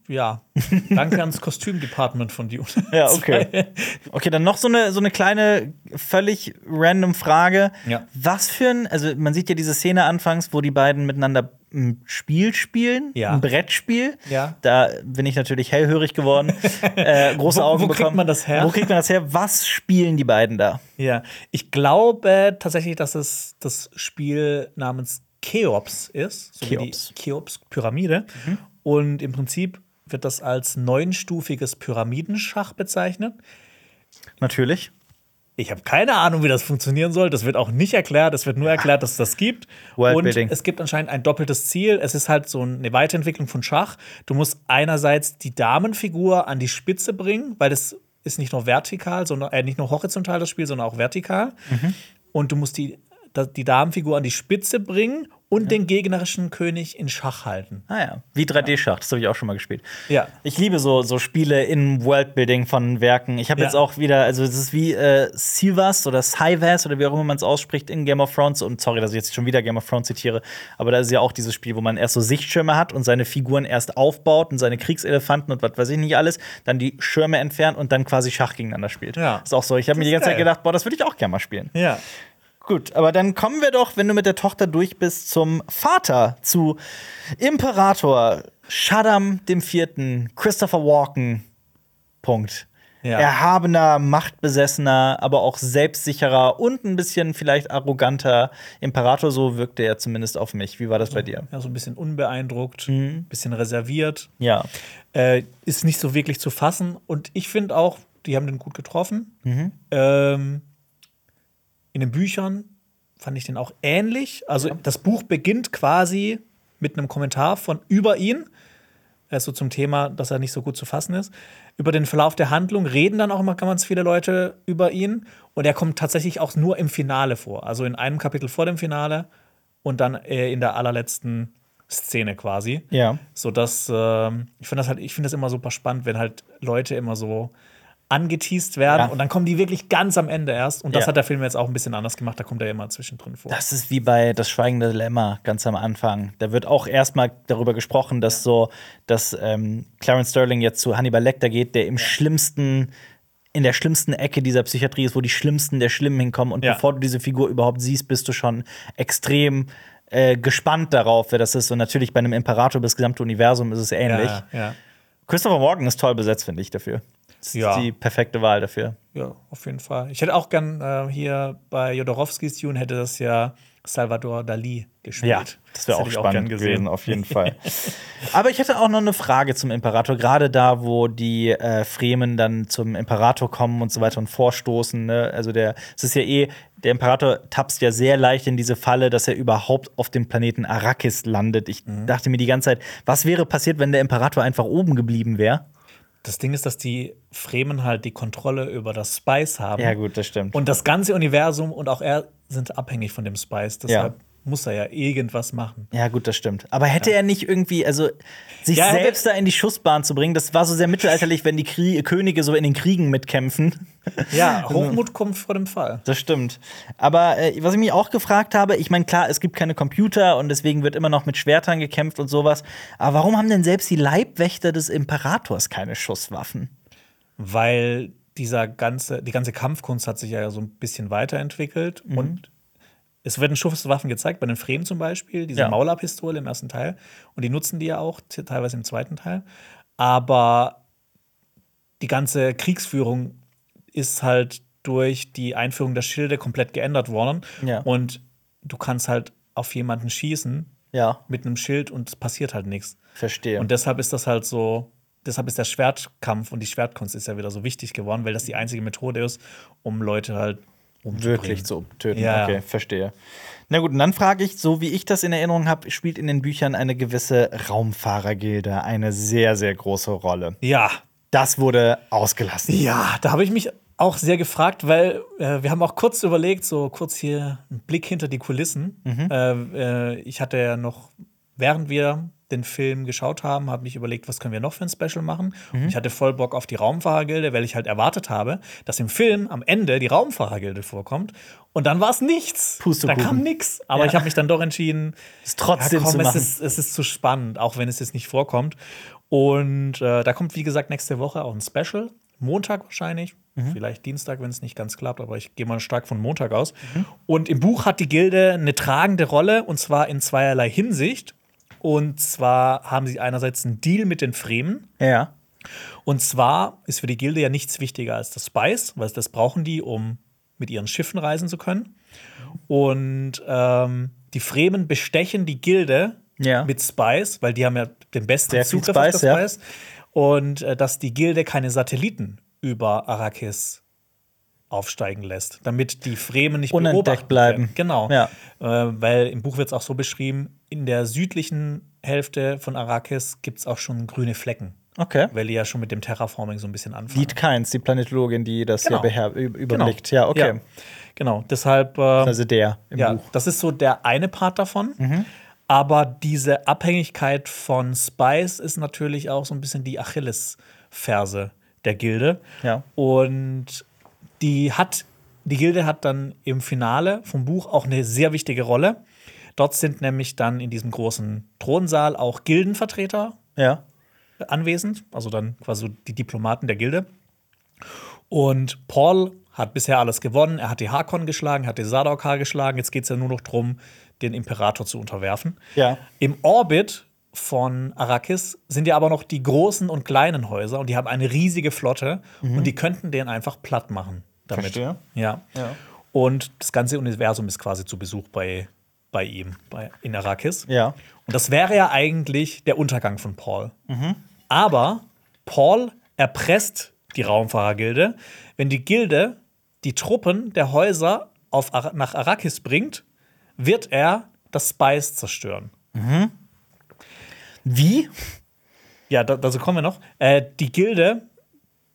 [SPEAKER 1] ja, danke ans Kostümdepartment von Dune.
[SPEAKER 2] [laughs]
[SPEAKER 1] [laughs]
[SPEAKER 2] Ja, okay. Okay, dann noch so eine, so eine kleine, völlig random Frage.
[SPEAKER 1] Ja.
[SPEAKER 2] Was für ein, also man sieht ja diese Szene anfangs, wo die beiden miteinander ein Spiel spielen,
[SPEAKER 1] Ja.
[SPEAKER 2] ein Brettspiel.
[SPEAKER 1] Ja.
[SPEAKER 2] Da bin ich natürlich
[SPEAKER 1] [laughs]
[SPEAKER 2] hellhörig geworden, äh, große
[SPEAKER 1] Wo-
[SPEAKER 2] Augen
[SPEAKER 1] wo kriegt
[SPEAKER 2] bekommen.
[SPEAKER 1] man das her?
[SPEAKER 2] Wo kriegt man das her? Was spielen die beiden da?
[SPEAKER 1] Ja, ich glaube tatsächlich, dass es das Spiel namens Cheops ist, so
[SPEAKER 2] Cheops.
[SPEAKER 1] wie die Cheops-Pyramide. Und im Prinzip wird das als neunstufiges Pyramidenschach bezeichnet.
[SPEAKER 2] Natürlich.
[SPEAKER 1] Ich habe keine Ahnung, wie das funktionieren soll. Das wird auch nicht erklärt. Es wird nur erklärt, dass es das gibt.
[SPEAKER 2] Worldbuilding.
[SPEAKER 1] Und es gibt anscheinend ein doppeltes Ziel. Es ist halt so eine Weiterentwicklung von Schach. Du musst einerseits die Damenfigur an die Spitze bringen, weil das ist nicht nur vertikal, sondern äh, nicht nur Mhm. horizontal das Spiel, sondern auch vertikal. Und du musst die, da- die Damenfigur an die Spitze bringen und den gegnerischen König in Schach halten.
[SPEAKER 2] Ah ja, wie 3D-Schach, das habe ich auch schon mal gespielt.
[SPEAKER 1] Ja.
[SPEAKER 2] Ich liebe so, so Spiele im Worldbuilding von Werken. Ich habe
[SPEAKER 1] Ja.
[SPEAKER 2] jetzt auch wieder, also es ist wie äh, Sivas oder Sivas oder wie auch immer man es ausspricht in Game of Thrones. Und sorry, dass ich jetzt schon wieder Game of Thrones zitiere, aber da ist ja auch dieses Spiel, wo man erst so Sichtschirme hat und seine Figuren erst aufbaut und seine Kriegselefanten und was weiß ich nicht alles, dann die Schirme entfernt und dann quasi Schach gegeneinander spielt.
[SPEAKER 1] Ja.
[SPEAKER 2] Ist auch so. Ich habe mir
[SPEAKER 1] Das ist
[SPEAKER 2] die ganze Zeit
[SPEAKER 1] geil.
[SPEAKER 2] gedacht, boah, das würde ich auch gerne mal spielen.
[SPEAKER 1] Ja.
[SPEAKER 2] Gut, aber dann kommen wir doch, wenn du mit der Tochter durch bist, zum Vater, zu Imperator Shaddam dem Vierten, Christopher Walken. Punkt.
[SPEAKER 1] Ja.
[SPEAKER 2] Erhabener, machtbesessener, aber auch selbstsicherer und ein bisschen vielleicht arroganter Imperator, so wirkte er zumindest auf mich. Wie war das bei dir?
[SPEAKER 1] ja, so ein bisschen unbeeindruckt, bisschen reserviert.
[SPEAKER 2] Ja.
[SPEAKER 1] Äh, ist nicht so wirklich zu fassen. Und ich finde auch, die haben den gut getroffen. Ähm, in den Büchern fand ich den auch ähnlich. Also das Buch beginnt quasi mit einem Kommentar von über ihn. Äh, so zum Thema, dass er nicht so gut zu fassen ist. Über den Verlauf der Handlung reden dann auch immer ganz viele Leute über ihn. Und er kommt tatsächlich auch nur im Finale vor. Also in einem Kapitel vor dem Finale und dann äh, in der allerletzten Szene quasi.
[SPEAKER 2] Ja.
[SPEAKER 1] So dass ähm, ich finde das halt, ich finde das immer super spannend, wenn halt Leute immer so angeteased werden
[SPEAKER 2] Ja.
[SPEAKER 1] und dann kommen die wirklich ganz am Ende erst. Und das
[SPEAKER 2] Ja.
[SPEAKER 1] hat der Film jetzt auch ein bisschen anders gemacht, da kommt er immer zwischendrin vor.
[SPEAKER 2] Das ist wie bei Das Schweigende Dilemma ganz am Anfang. Da wird auch erstmal darüber gesprochen, dass so, dass ähm, Clarence Sterling jetzt zu Hannibal Lecter geht, der im schlimmsten, in der schlimmsten Ecke dieser Psychiatrie ist, wo die Schlimmsten der Schlimmen hinkommen. Und
[SPEAKER 1] Ja.
[SPEAKER 2] bevor du diese Figur überhaupt siehst, bist du schon extrem äh, gespannt darauf, wer das ist. Und natürlich bei einem Imperator über das gesamte Universum ist es ähnlich.
[SPEAKER 1] ja, ja,
[SPEAKER 2] Christopher Morgan ist toll besetzt, finde ich, dafür. Das
[SPEAKER 1] Ja.
[SPEAKER 2] ist die perfekte Wahl dafür.
[SPEAKER 1] ja, auf jeden Fall. Ich hätte auch gern äh, hier bei Jodorowskis Dune hätte das ja Salvador Dali gespielt.
[SPEAKER 2] Ja, das wäre auch
[SPEAKER 1] hätte ich
[SPEAKER 2] spannend
[SPEAKER 1] gern gesehen.
[SPEAKER 2] gewesen, auf [laughs] jeden Fall. Aber ich hätte auch noch eine Frage zum Imperator, gerade da, wo die äh, Fremen dann zum Imperator kommen und so weiter und vorstoßen. Ne? Also der, es ist ja eh, der Imperator tapst ja sehr leicht in diese Falle, dass er überhaupt auf dem Planeten Arrakis landet. Ich dachte mir die ganze Zeit, was wäre passiert, wenn der Imperator einfach oben geblieben wäre?
[SPEAKER 1] Das Ding ist, dass die Fremen halt die Kontrolle über das Spice haben.
[SPEAKER 2] gut, das stimmt. Und
[SPEAKER 1] Und das ganze Universum und auch er sind abhängig von dem Spice. Deshalb muss er ja irgendwas machen.
[SPEAKER 2] ja, gut, das stimmt. Aber hätte er nicht irgendwie, also sich
[SPEAKER 1] Ja, er hätte-
[SPEAKER 2] selbst da in die Schussbahn zu bringen, das war so sehr mittelalterlich, wenn die Krie Könige so in den Kriegen mitkämpfen.
[SPEAKER 1] [laughs] Ja, Hochmut kommt vor dem Fall.
[SPEAKER 2] Das stimmt. Aber äh, was ich mich auch gefragt habe, ich meine, klar, es gibt keine Computer und deswegen wird immer noch mit Schwertern gekämpft und sowas. Aber warum haben denn selbst die Leibwächter des Imperators keine Schusswaffen?
[SPEAKER 1] weil dieser ganze, die ganze Kampfkunst hat sich ja so ein bisschen weiterentwickelt und es werden Schusswaffen gezeigt, bei den Fremen zum Beispiel, diese
[SPEAKER 2] Ja.
[SPEAKER 1] Maulerpistole im ersten Teil und die nutzen die ja auch, t- teilweise im zweiten Teil, aber die ganze Kriegsführung ist halt durch die Einführung der Schilde komplett geändert worden
[SPEAKER 2] Ja.
[SPEAKER 1] und du kannst halt auf jemanden schießen
[SPEAKER 2] Ja,
[SPEAKER 1] mit einem Schild und es passiert halt nichts.
[SPEAKER 2] verstehe.
[SPEAKER 1] Und deshalb ist das halt so, deshalb ist der Schwertkampf und die Schwertkunst ist ja wieder so wichtig geworden, weil das die einzige Methode ist, um Leute halt umzubringen.
[SPEAKER 2] Wirklich zu töten.
[SPEAKER 1] Ja.
[SPEAKER 2] Okay, verstehe. Na gut, und dann frage ich, so wie ich das in Erinnerung habe, spielt in den Büchern eine gewisse Raumfahrergilde eine sehr, sehr große Rolle.
[SPEAKER 1] Ja,
[SPEAKER 2] Das wurde ausgelassen.
[SPEAKER 1] ja, da habe ich mich auch sehr gefragt, weil äh, wir haben auch kurz überlegt, so kurz hier einen Blick hinter die Kulissen.
[SPEAKER 2] Mhm.
[SPEAKER 1] Äh, äh, ich hatte ja noch, während wir den Film geschaut haben, habe ich überlegt, was können wir noch für ein Special machen.
[SPEAKER 2] Mhm.
[SPEAKER 1] Und ich hatte voll Bock auf die Raumfahrergilde, weil ich halt erwartet habe, dass im Film am Ende die Raumfahrergilde vorkommt. Und dann war es nichts. Da
[SPEAKER 2] Pustekuchen.
[SPEAKER 1] kam nichts. Aber
[SPEAKER 2] Ja.
[SPEAKER 1] ich habe mich dann doch entschieden,
[SPEAKER 2] Es trotzdem
[SPEAKER 1] ja, komm,
[SPEAKER 2] zu machen.
[SPEAKER 1] Es ist, es ist zu spannend, auch wenn es jetzt nicht vorkommt. Und äh, da kommt, wie gesagt, nächste Woche auch ein Special. Montag wahrscheinlich,
[SPEAKER 2] Mhm.
[SPEAKER 1] vielleicht Dienstag, wenn es nicht ganz klappt, aber ich gehe mal stark von Montag aus.
[SPEAKER 2] Mhm.
[SPEAKER 1] Und im Buch hat die Gilde eine tragende Rolle und zwar in zweierlei Hinsicht. Und zwar haben sie einerseits einen Deal mit den Fremen,
[SPEAKER 2] Ja.
[SPEAKER 1] und zwar ist für die Gilde ja nichts wichtiger als das Spice, weil das brauchen die, um mit ihren Schiffen reisen zu können. Und ähm, die Fremen bestechen die Gilde
[SPEAKER 2] Ja.
[SPEAKER 1] mit Spice, weil die haben ja den besten
[SPEAKER 2] Sehr viel
[SPEAKER 1] Zugriff auf
[SPEAKER 2] Spice,
[SPEAKER 1] das
[SPEAKER 2] ja.
[SPEAKER 1] Spice. Und äh, dass die Gilde keine Satelliten über Arrakis aufsteigen lässt, damit die Fremen nicht
[SPEAKER 2] Unentdeckt
[SPEAKER 1] beobachtet
[SPEAKER 2] bleiben.
[SPEAKER 1] werden. Genau.
[SPEAKER 2] Ja.
[SPEAKER 1] Äh, weil im Buch wird es auch so beschrieben, in der südlichen Hälfte von Arrakis gibt es auch schon grüne Flecken.
[SPEAKER 2] Okay.
[SPEAKER 1] weil die ja schon mit dem Terraforming so ein bisschen anfangen.
[SPEAKER 2] Lied Keins, die Planetologin, die das
[SPEAKER 1] Genau.
[SPEAKER 2] hier beher- üb- überblickt. Ja, okay.
[SPEAKER 1] Genau, deshalb. ähm,
[SPEAKER 2] Also der im
[SPEAKER 1] ja,
[SPEAKER 2] Buch. Mhm.
[SPEAKER 1] das ist so der eine Part davon. Aber diese Abhängigkeit von Spice ist natürlich auch so ein bisschen die Achillesferse der Gilde.
[SPEAKER 2] Ja.
[SPEAKER 1] Und die hat, die Gilde hat dann im Finale vom Buch auch eine sehr wichtige Rolle. Dort sind nämlich dann in diesem großen Thronsaal auch Gildenvertreter
[SPEAKER 2] Ja.
[SPEAKER 1] anwesend, also dann quasi die Diplomaten der Gilde. Und Paul hat bisher alles gewonnen. Er hat die Harkon geschlagen, hat die Sardaukar geschlagen. Jetzt geht es ja nur noch darum, den Imperator zu unterwerfen.
[SPEAKER 2] Ja.
[SPEAKER 1] Im Orbit von Arrakis sind ja aber noch die großen und kleinen Häuser und die haben eine riesige Flotte und die könnten den einfach platt machen damit.
[SPEAKER 2] Verstehe.
[SPEAKER 1] Ja.
[SPEAKER 2] Ja.
[SPEAKER 1] Und das ganze Universum ist quasi zu Besuch bei, bei ihm, bei, in Arrakis.
[SPEAKER 2] Ja.
[SPEAKER 1] Und das wäre ja eigentlich der Untergang von Paul. Aber Paul erpresst die Raumfahrergilde, wenn die Gilde die Truppen der Häuser auf Ar nach Arrakis bringt, wird er das Spice zerstören.
[SPEAKER 2] Wie?
[SPEAKER 1] Ja, da, dazu kommen wir noch. Äh, die Gilde,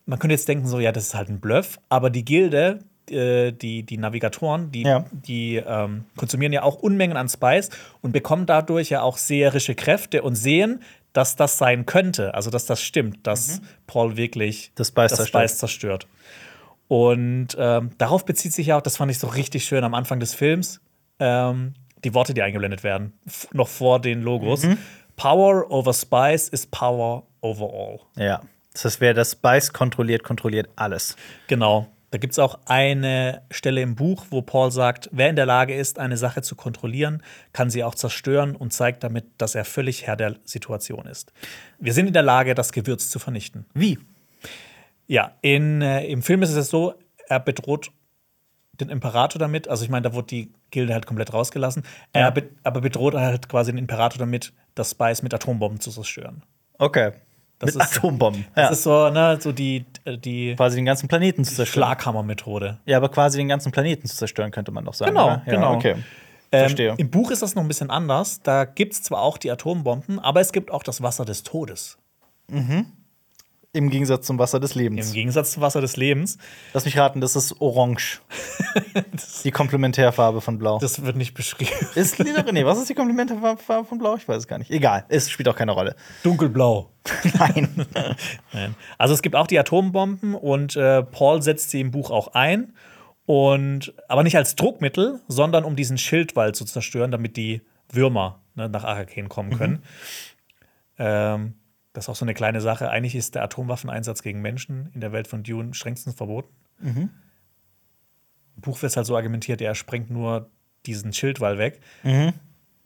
[SPEAKER 1] man könnte jetzt denken, so, ja, das ist halt ein Bluff, aber die Gilde, äh, die, die Navigatoren, die,
[SPEAKER 2] Ja.
[SPEAKER 1] die ähm, konsumieren ja auch Unmengen an Spice und bekommen dadurch ja auch seherische Kräfte und sehen, dass das sein könnte, also dass das stimmt, dass Paul wirklich
[SPEAKER 2] Mhm. Das Spice zerstört.
[SPEAKER 1] Spice zerstört. Und ähm, darauf bezieht sich ja auch, das fand ich so richtig schön am Anfang des Films, ähm, die Worte, die eingeblendet werden, f- noch vor den Logos.
[SPEAKER 2] Mhm.
[SPEAKER 1] Power over Spice is power over all.
[SPEAKER 2] Ja. Das wäre das Spice kontrolliert, kontrolliert alles.
[SPEAKER 1] Genau. Da gibt es auch eine Stelle im Buch, wo Paul sagt, wer in der Lage ist, eine Sache zu kontrollieren, kann sie auch zerstören und zeigt damit, dass er völlig Herr der Situation ist. Wir sind in der Lage, das Gewürz zu vernichten.
[SPEAKER 2] Wie?
[SPEAKER 1] Ja, in, äh, im Film ist es so, er bedroht den Imperator damit. Also ich meine, da wurde die Gilde halt komplett rausgelassen. Er be aber bedroht halt quasi den Imperator damit, das Spice mit Atombomben zu zerstören.
[SPEAKER 2] Okay.
[SPEAKER 1] Das
[SPEAKER 2] Mit
[SPEAKER 1] ist-
[SPEAKER 2] Atombomben.
[SPEAKER 1] Das
[SPEAKER 2] ja.
[SPEAKER 1] ist so, ne, so die, die
[SPEAKER 2] quasi den ganzen Planeten zu zerstören.
[SPEAKER 1] Schlaghammer-Methode.
[SPEAKER 2] Ja, aber quasi den ganzen Planeten zu zerstören, könnte man doch sagen.
[SPEAKER 1] Genau,
[SPEAKER 2] oder? Ja,
[SPEAKER 1] genau.
[SPEAKER 2] Okay.
[SPEAKER 1] Ähm,
[SPEAKER 2] Verstehe.
[SPEAKER 1] Im Buch ist das noch ein bisschen anders. Da gibt es zwar auch die Atombomben, aber es gibt auch das Wasser des Todes.
[SPEAKER 2] Im Gegensatz zum Wasser des
[SPEAKER 1] Im
[SPEAKER 2] Lebens.
[SPEAKER 1] Gegensatz zum Wasser des Lebens.
[SPEAKER 2] Lass mich raten, das
[SPEAKER 1] [laughs]
[SPEAKER 2] ist Orange. die Komplementärfarbe von Blau.
[SPEAKER 1] Das wird nicht beschrieben. [laughs]
[SPEAKER 2] Ist Slytherin? Nee, was ist die Komplementärfarbe von Blau? Ich weiß es gar nicht. Egal, es spielt auch
[SPEAKER 1] [laughs]
[SPEAKER 2] keine Rolle.
[SPEAKER 1] Dunkelblau.
[SPEAKER 2] Nein.
[SPEAKER 1] Nein. Also es gibt auch die Atombomben und äh, Paul setzt sie im Buch auch ein. Und, aber nicht als Druckmittel, sondern um diesen Schildwall zu zerstören, damit die Würmer ne, nach Arrakeen kommen können.
[SPEAKER 2] Mhm.
[SPEAKER 1] Ähm, das ist auch so eine kleine Sache. Eigentlich ist der Atomwaffeneinsatz gegen Menschen in der Welt von Dune strengstens verboten.
[SPEAKER 2] Mhm.
[SPEAKER 1] Im Buch wird es halt so argumentiert, ja, er sprengt nur diesen Schildwall weg.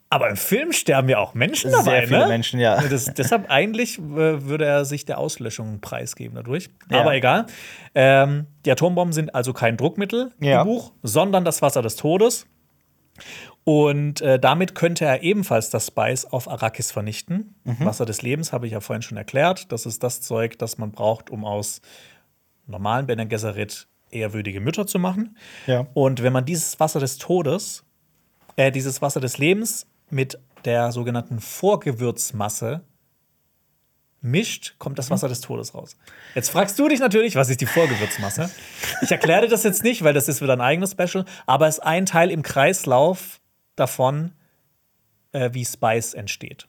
[SPEAKER 1] Aber im Film sterben ja auch Menschen
[SPEAKER 2] Mhm. Sehr
[SPEAKER 1] dabei,
[SPEAKER 2] viele
[SPEAKER 1] ne?
[SPEAKER 2] Menschen, ja.
[SPEAKER 1] Das, deshalb eigentlich äh, würde er sich der Auslöschung preisgeben dadurch.
[SPEAKER 2] Ja.
[SPEAKER 1] Aber egal. Ähm, die Atombomben sind also kein Druckmittel
[SPEAKER 2] Ja.
[SPEAKER 1] im Buch, sondern das Wasser des Todes. Und äh, damit könnte er ebenfalls das Spice auf Arrakis vernichten.
[SPEAKER 2] Mhm.
[SPEAKER 1] Wasser des Lebens habe ich ja vorhin schon erklärt. Das ist das Zeug, das man braucht, um aus normalen Bene Gesserit ehrwürdige Mütter zu machen.
[SPEAKER 2] Ja.
[SPEAKER 1] Und wenn man dieses Wasser des Todes, äh, dieses Wasser des Lebens mit der sogenannten Vorgewürzmasse mischt, kommt
[SPEAKER 2] Mhm.
[SPEAKER 1] das Wasser des Todes raus. Jetzt fragst du dich natürlich, was ist die
[SPEAKER 2] [laughs]
[SPEAKER 1] Vorgewürzmasse? Ich erkläre dir das jetzt nicht, weil das ist wieder ein eigenes Special, aber es ist ein Teil im Kreislauf davon, äh, wie Spice entsteht.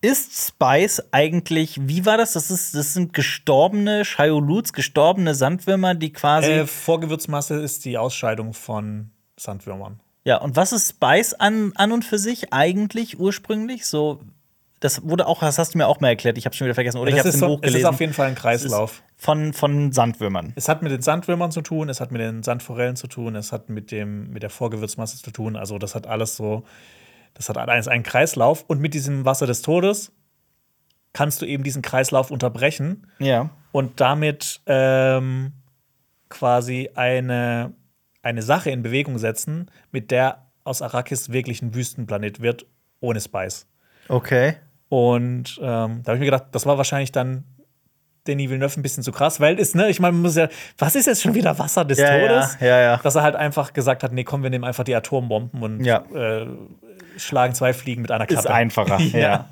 [SPEAKER 2] Ist Spice eigentlich, wie war das? Das, ist, das sind gestorbene Shaioluts, gestorbene Sandwürmer, die quasi.
[SPEAKER 1] Äh, Vorgewürzmasse ist die Ausscheidung von Sandwürmern.
[SPEAKER 2] ja, und was ist Spice an, an und für sich eigentlich ursprünglich? So, das wurde auch, das hast du mir auch mal erklärt, ich habe schon wieder vergessen, oder ich
[SPEAKER 1] Das
[SPEAKER 2] habe
[SPEAKER 1] ist,
[SPEAKER 2] im
[SPEAKER 1] so,
[SPEAKER 2] Buch
[SPEAKER 1] es
[SPEAKER 2] gelesen.
[SPEAKER 1] ist auf jeden Fall ein
[SPEAKER 2] Es ist
[SPEAKER 1] Kreislauf.
[SPEAKER 2] Von, von Sandwürmern.
[SPEAKER 1] Es hat mit den Sandwürmern zu tun, es hat mit den Sandforellen zu tun, es hat mit, dem, mit der Vorgewürzmasse zu tun. Also, das hat alles so, das hat alles einen Kreislauf. Und mit diesem Wasser des Todes kannst du eben diesen Kreislauf unterbrechen
[SPEAKER 2] Ja.
[SPEAKER 1] und damit ähm, quasi eine, eine Sache in Bewegung setzen, mit der aus Arrakis wirklich ein Wüstenplanet wird, ohne Spice.
[SPEAKER 2] Okay.
[SPEAKER 1] Und ähm, da habe ich mir gedacht, das war wahrscheinlich dann Denis Villeneuve ein bisschen zu krass, weil ist, ne, ich meine, man muss ja, was ist jetzt schon wieder Wasser des
[SPEAKER 2] Ja, ja,
[SPEAKER 1] Todes?
[SPEAKER 2] ja, ja.
[SPEAKER 1] Dass er halt einfach gesagt hat, nee, komm, wir nehmen einfach die Atombomben und
[SPEAKER 2] Ja.
[SPEAKER 1] äh, schlagen zwei Fliegen mit einer Klappe.
[SPEAKER 2] Ist
[SPEAKER 1] [laughs]
[SPEAKER 2] einfacher,
[SPEAKER 1] ja.
[SPEAKER 2] ja.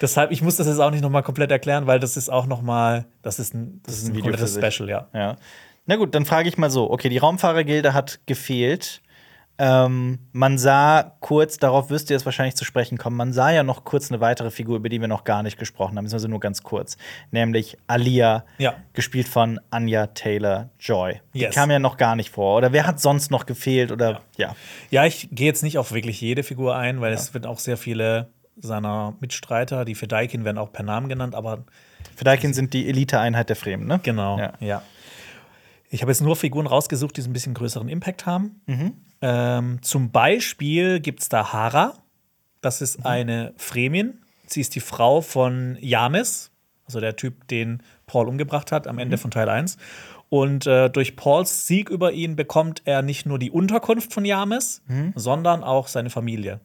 [SPEAKER 1] Deshalb, ich muss das jetzt auch nicht nochmal komplett erklären, weil das ist auch nochmal, das ist ein, das ist ein,
[SPEAKER 2] Video
[SPEAKER 1] komplettes
[SPEAKER 2] für sich.
[SPEAKER 1] Special, ja.
[SPEAKER 2] Ja. Na gut, dann frage ich mal so: Okay, die Raumfahrergilde hat gefehlt. Ähm, man sah kurz, darauf wirst du jetzt wahrscheinlich zu sprechen kommen, man sah ja noch kurz eine weitere Figur, über die wir noch gar nicht gesprochen haben, beziehungsweise nur ganz kurz, nämlich Alia,
[SPEAKER 1] Ja.
[SPEAKER 2] gespielt von Anya Taylor Joy.
[SPEAKER 1] Yes.
[SPEAKER 2] Die kam ja noch gar nicht vor. Oder wer hat sonst noch gefehlt? Oder ja.
[SPEAKER 1] Ja, ich gehe jetzt nicht auf wirklich jede Figur ein, weil es wird auch sehr viele seiner Mitstreiter, die Fedaikin werden auch per Namen genannt, aber
[SPEAKER 2] Fedaikin sind die Eliteeinheit der Fremen, ne?
[SPEAKER 1] Genau, ja.
[SPEAKER 2] Ja.
[SPEAKER 1] Ich habe jetzt nur Figuren rausgesucht, die so ein bisschen größeren Impact haben. Ähm, zum Beispiel gibt es da Hara. Das ist eine Fremin. Sie ist die Frau von James, also der Typ, den Paul umgebracht hat am Ende von Teil 1. Und äh, durch Pauls Sieg über ihn bekommt er nicht nur die Unterkunft von James, sondern auch seine Familie.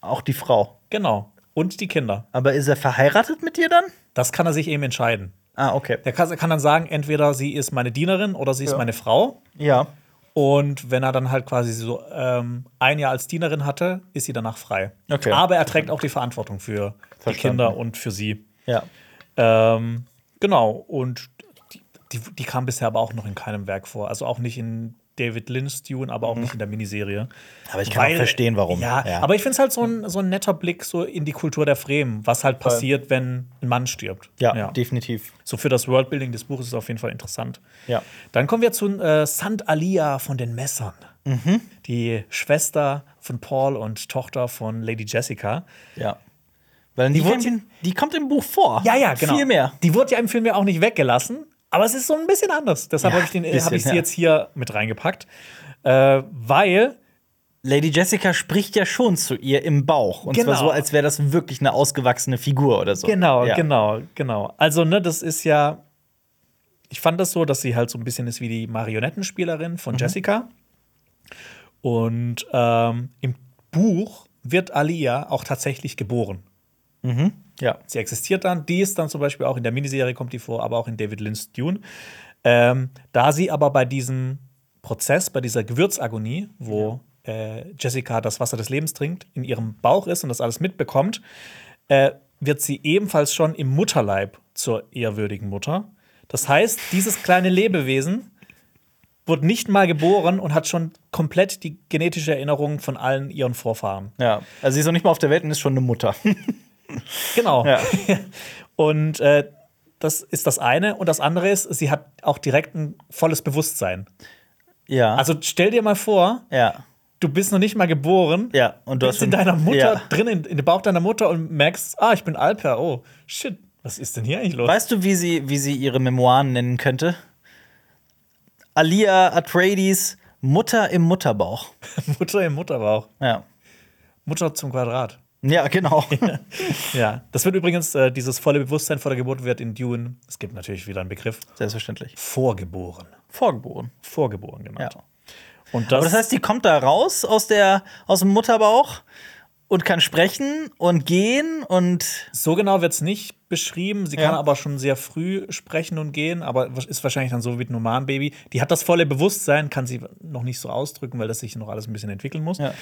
[SPEAKER 2] Auch die Frau.
[SPEAKER 1] Genau. Und die Kinder.
[SPEAKER 2] Aber ist er verheiratet mit dir dann?
[SPEAKER 1] Das kann er sich eben entscheiden.
[SPEAKER 2] Ah, okay.
[SPEAKER 1] Der kann, kann dann sagen, entweder sie ist meine Dienerin oder sie ist
[SPEAKER 2] Ja.
[SPEAKER 1] meine Frau.
[SPEAKER 2] Ja.
[SPEAKER 1] Und wenn er dann halt quasi so ähm, ein Jahr als Dienerin hatte, ist sie danach frei.
[SPEAKER 2] Okay.
[SPEAKER 1] Aber er trägt auch die Verantwortung für die
[SPEAKER 2] Verstanden.
[SPEAKER 1] Kinder und für sie.
[SPEAKER 2] Ja.
[SPEAKER 1] Ähm, genau. Und die, die, die kam bisher aber auch noch in keinem Werk vor. Also auch nicht in David Lynch's Dune, aber auch nicht in der Miniserie.
[SPEAKER 2] Mhm. Aber ich kann auch verstehen, warum.
[SPEAKER 1] Ja,
[SPEAKER 2] Ja.
[SPEAKER 1] aber ich finde es halt so ein, so ein netter Blick so in die Kultur der Fremen, was halt passiert, wenn ein Mann stirbt.
[SPEAKER 2] Ja, definitiv.
[SPEAKER 1] So für das Worldbuilding des Buches ist es auf jeden Fall interessant.
[SPEAKER 2] Ja.
[SPEAKER 1] Dann kommen wir zu äh, Sant Alia von den Messern. Mhm. Die Schwester von Paul und Tochter von Lady Jessica.
[SPEAKER 2] Ja. Weil die,
[SPEAKER 1] Die
[SPEAKER 2] kommt
[SPEAKER 1] wurde-
[SPEAKER 2] in, die kommt im Buch vor.
[SPEAKER 1] Ja, ja, genau.
[SPEAKER 2] Viel mehr.
[SPEAKER 1] Die wurde ja im Film ja auch nicht weggelassen, aber es ist so ein bisschen anders. Deshalb
[SPEAKER 2] Ja,
[SPEAKER 1] habe ich, den- äh,
[SPEAKER 2] bisschen,
[SPEAKER 1] hab ich sie
[SPEAKER 2] ja.
[SPEAKER 1] jetzt hier mit reingepackt. Äh, weil,
[SPEAKER 2] Lady Jessica spricht ja schon zu ihr im Bauch. Und
[SPEAKER 1] Genau.
[SPEAKER 2] zwar so, als wäre das wirklich eine ausgewachsene Figur oder so.
[SPEAKER 1] genau,
[SPEAKER 2] ja.
[SPEAKER 1] genau, genau. Also, ne, das ist ja. Ich fand das so, dass sie halt so ein bisschen ist wie die Marionettenspielerin
[SPEAKER 2] Mhm.
[SPEAKER 1] von Jessica. Und ähm, im Buch wird Alia auch tatsächlich geboren.
[SPEAKER 2] Ja.
[SPEAKER 1] Sie existiert dann. Die ist dann zum Beispiel auch in der Miniserie kommt die vor, aber auch in David Lynch's Dune. Ähm, da sie aber bei diesem Prozess, bei dieser Gewürzagonie, wo äh, Jessica das Wasser des Lebens trinkt, in ihrem Bauch ist und das alles mitbekommt, äh, wird sie ebenfalls schon im Mutterleib zur ehrwürdigen Mutter. Das heißt, dieses kleine Lebewesen wurde nicht mal geboren und hat schon komplett die genetische Erinnerung von allen ihren Vorfahren.
[SPEAKER 2] Ja. Also sie ist noch nicht mal auf der Welt und ist schon eine Mutter. [laughs]
[SPEAKER 1] Genau.
[SPEAKER 2] Ja.
[SPEAKER 1] [laughs] Und äh, das ist das eine. Und das andere ist, sie hat auch direkt ein volles Bewusstsein.
[SPEAKER 2] ja.
[SPEAKER 1] Also stell dir mal vor,
[SPEAKER 2] ja.
[SPEAKER 1] du bist noch nicht mal geboren,
[SPEAKER 2] Ja. Und du
[SPEAKER 1] bist
[SPEAKER 2] hast
[SPEAKER 1] in
[SPEAKER 2] schon-
[SPEAKER 1] deiner Mutter
[SPEAKER 2] Ja.
[SPEAKER 1] drin, in, in den Bauch deiner Mutter und merkst, ah, ich bin Alper, oh, shit, was ist denn hier eigentlich los?
[SPEAKER 2] Weißt du, wie sie, wie sie ihre Memoiren nennen könnte? Alia Atreides Mutter im Mutterbauch.
[SPEAKER 1] [laughs] Mutter im Mutterbauch.
[SPEAKER 2] Ja.
[SPEAKER 1] Mutter zum Quadrat.
[SPEAKER 2] Ja, genau.
[SPEAKER 1] Ja, das wird übrigens, äh, dieses volle Bewusstsein vor der Geburt wird in Dune, es gibt natürlich wieder einen Begriff,
[SPEAKER 2] [laughs] Selbstverständlich.
[SPEAKER 1] vorgeboren.
[SPEAKER 2] Vorgeboren.
[SPEAKER 1] Vorgeboren genannt.
[SPEAKER 2] Ja.
[SPEAKER 1] Und
[SPEAKER 2] Aber das heißt, die kommt da raus aus, der, aus dem Mutterbauch und kann sprechen und gehen und
[SPEAKER 1] So genau wird es nicht beschrieben. Sie
[SPEAKER 2] Ja.
[SPEAKER 1] kann aber schon sehr früh sprechen und gehen, aber ist wahrscheinlich dann so wie ein Nomadenbaby. Die hat das volle Bewusstsein, kann sie noch nicht so ausdrücken, weil das sich noch alles ein bisschen entwickeln muss.
[SPEAKER 2] Ja.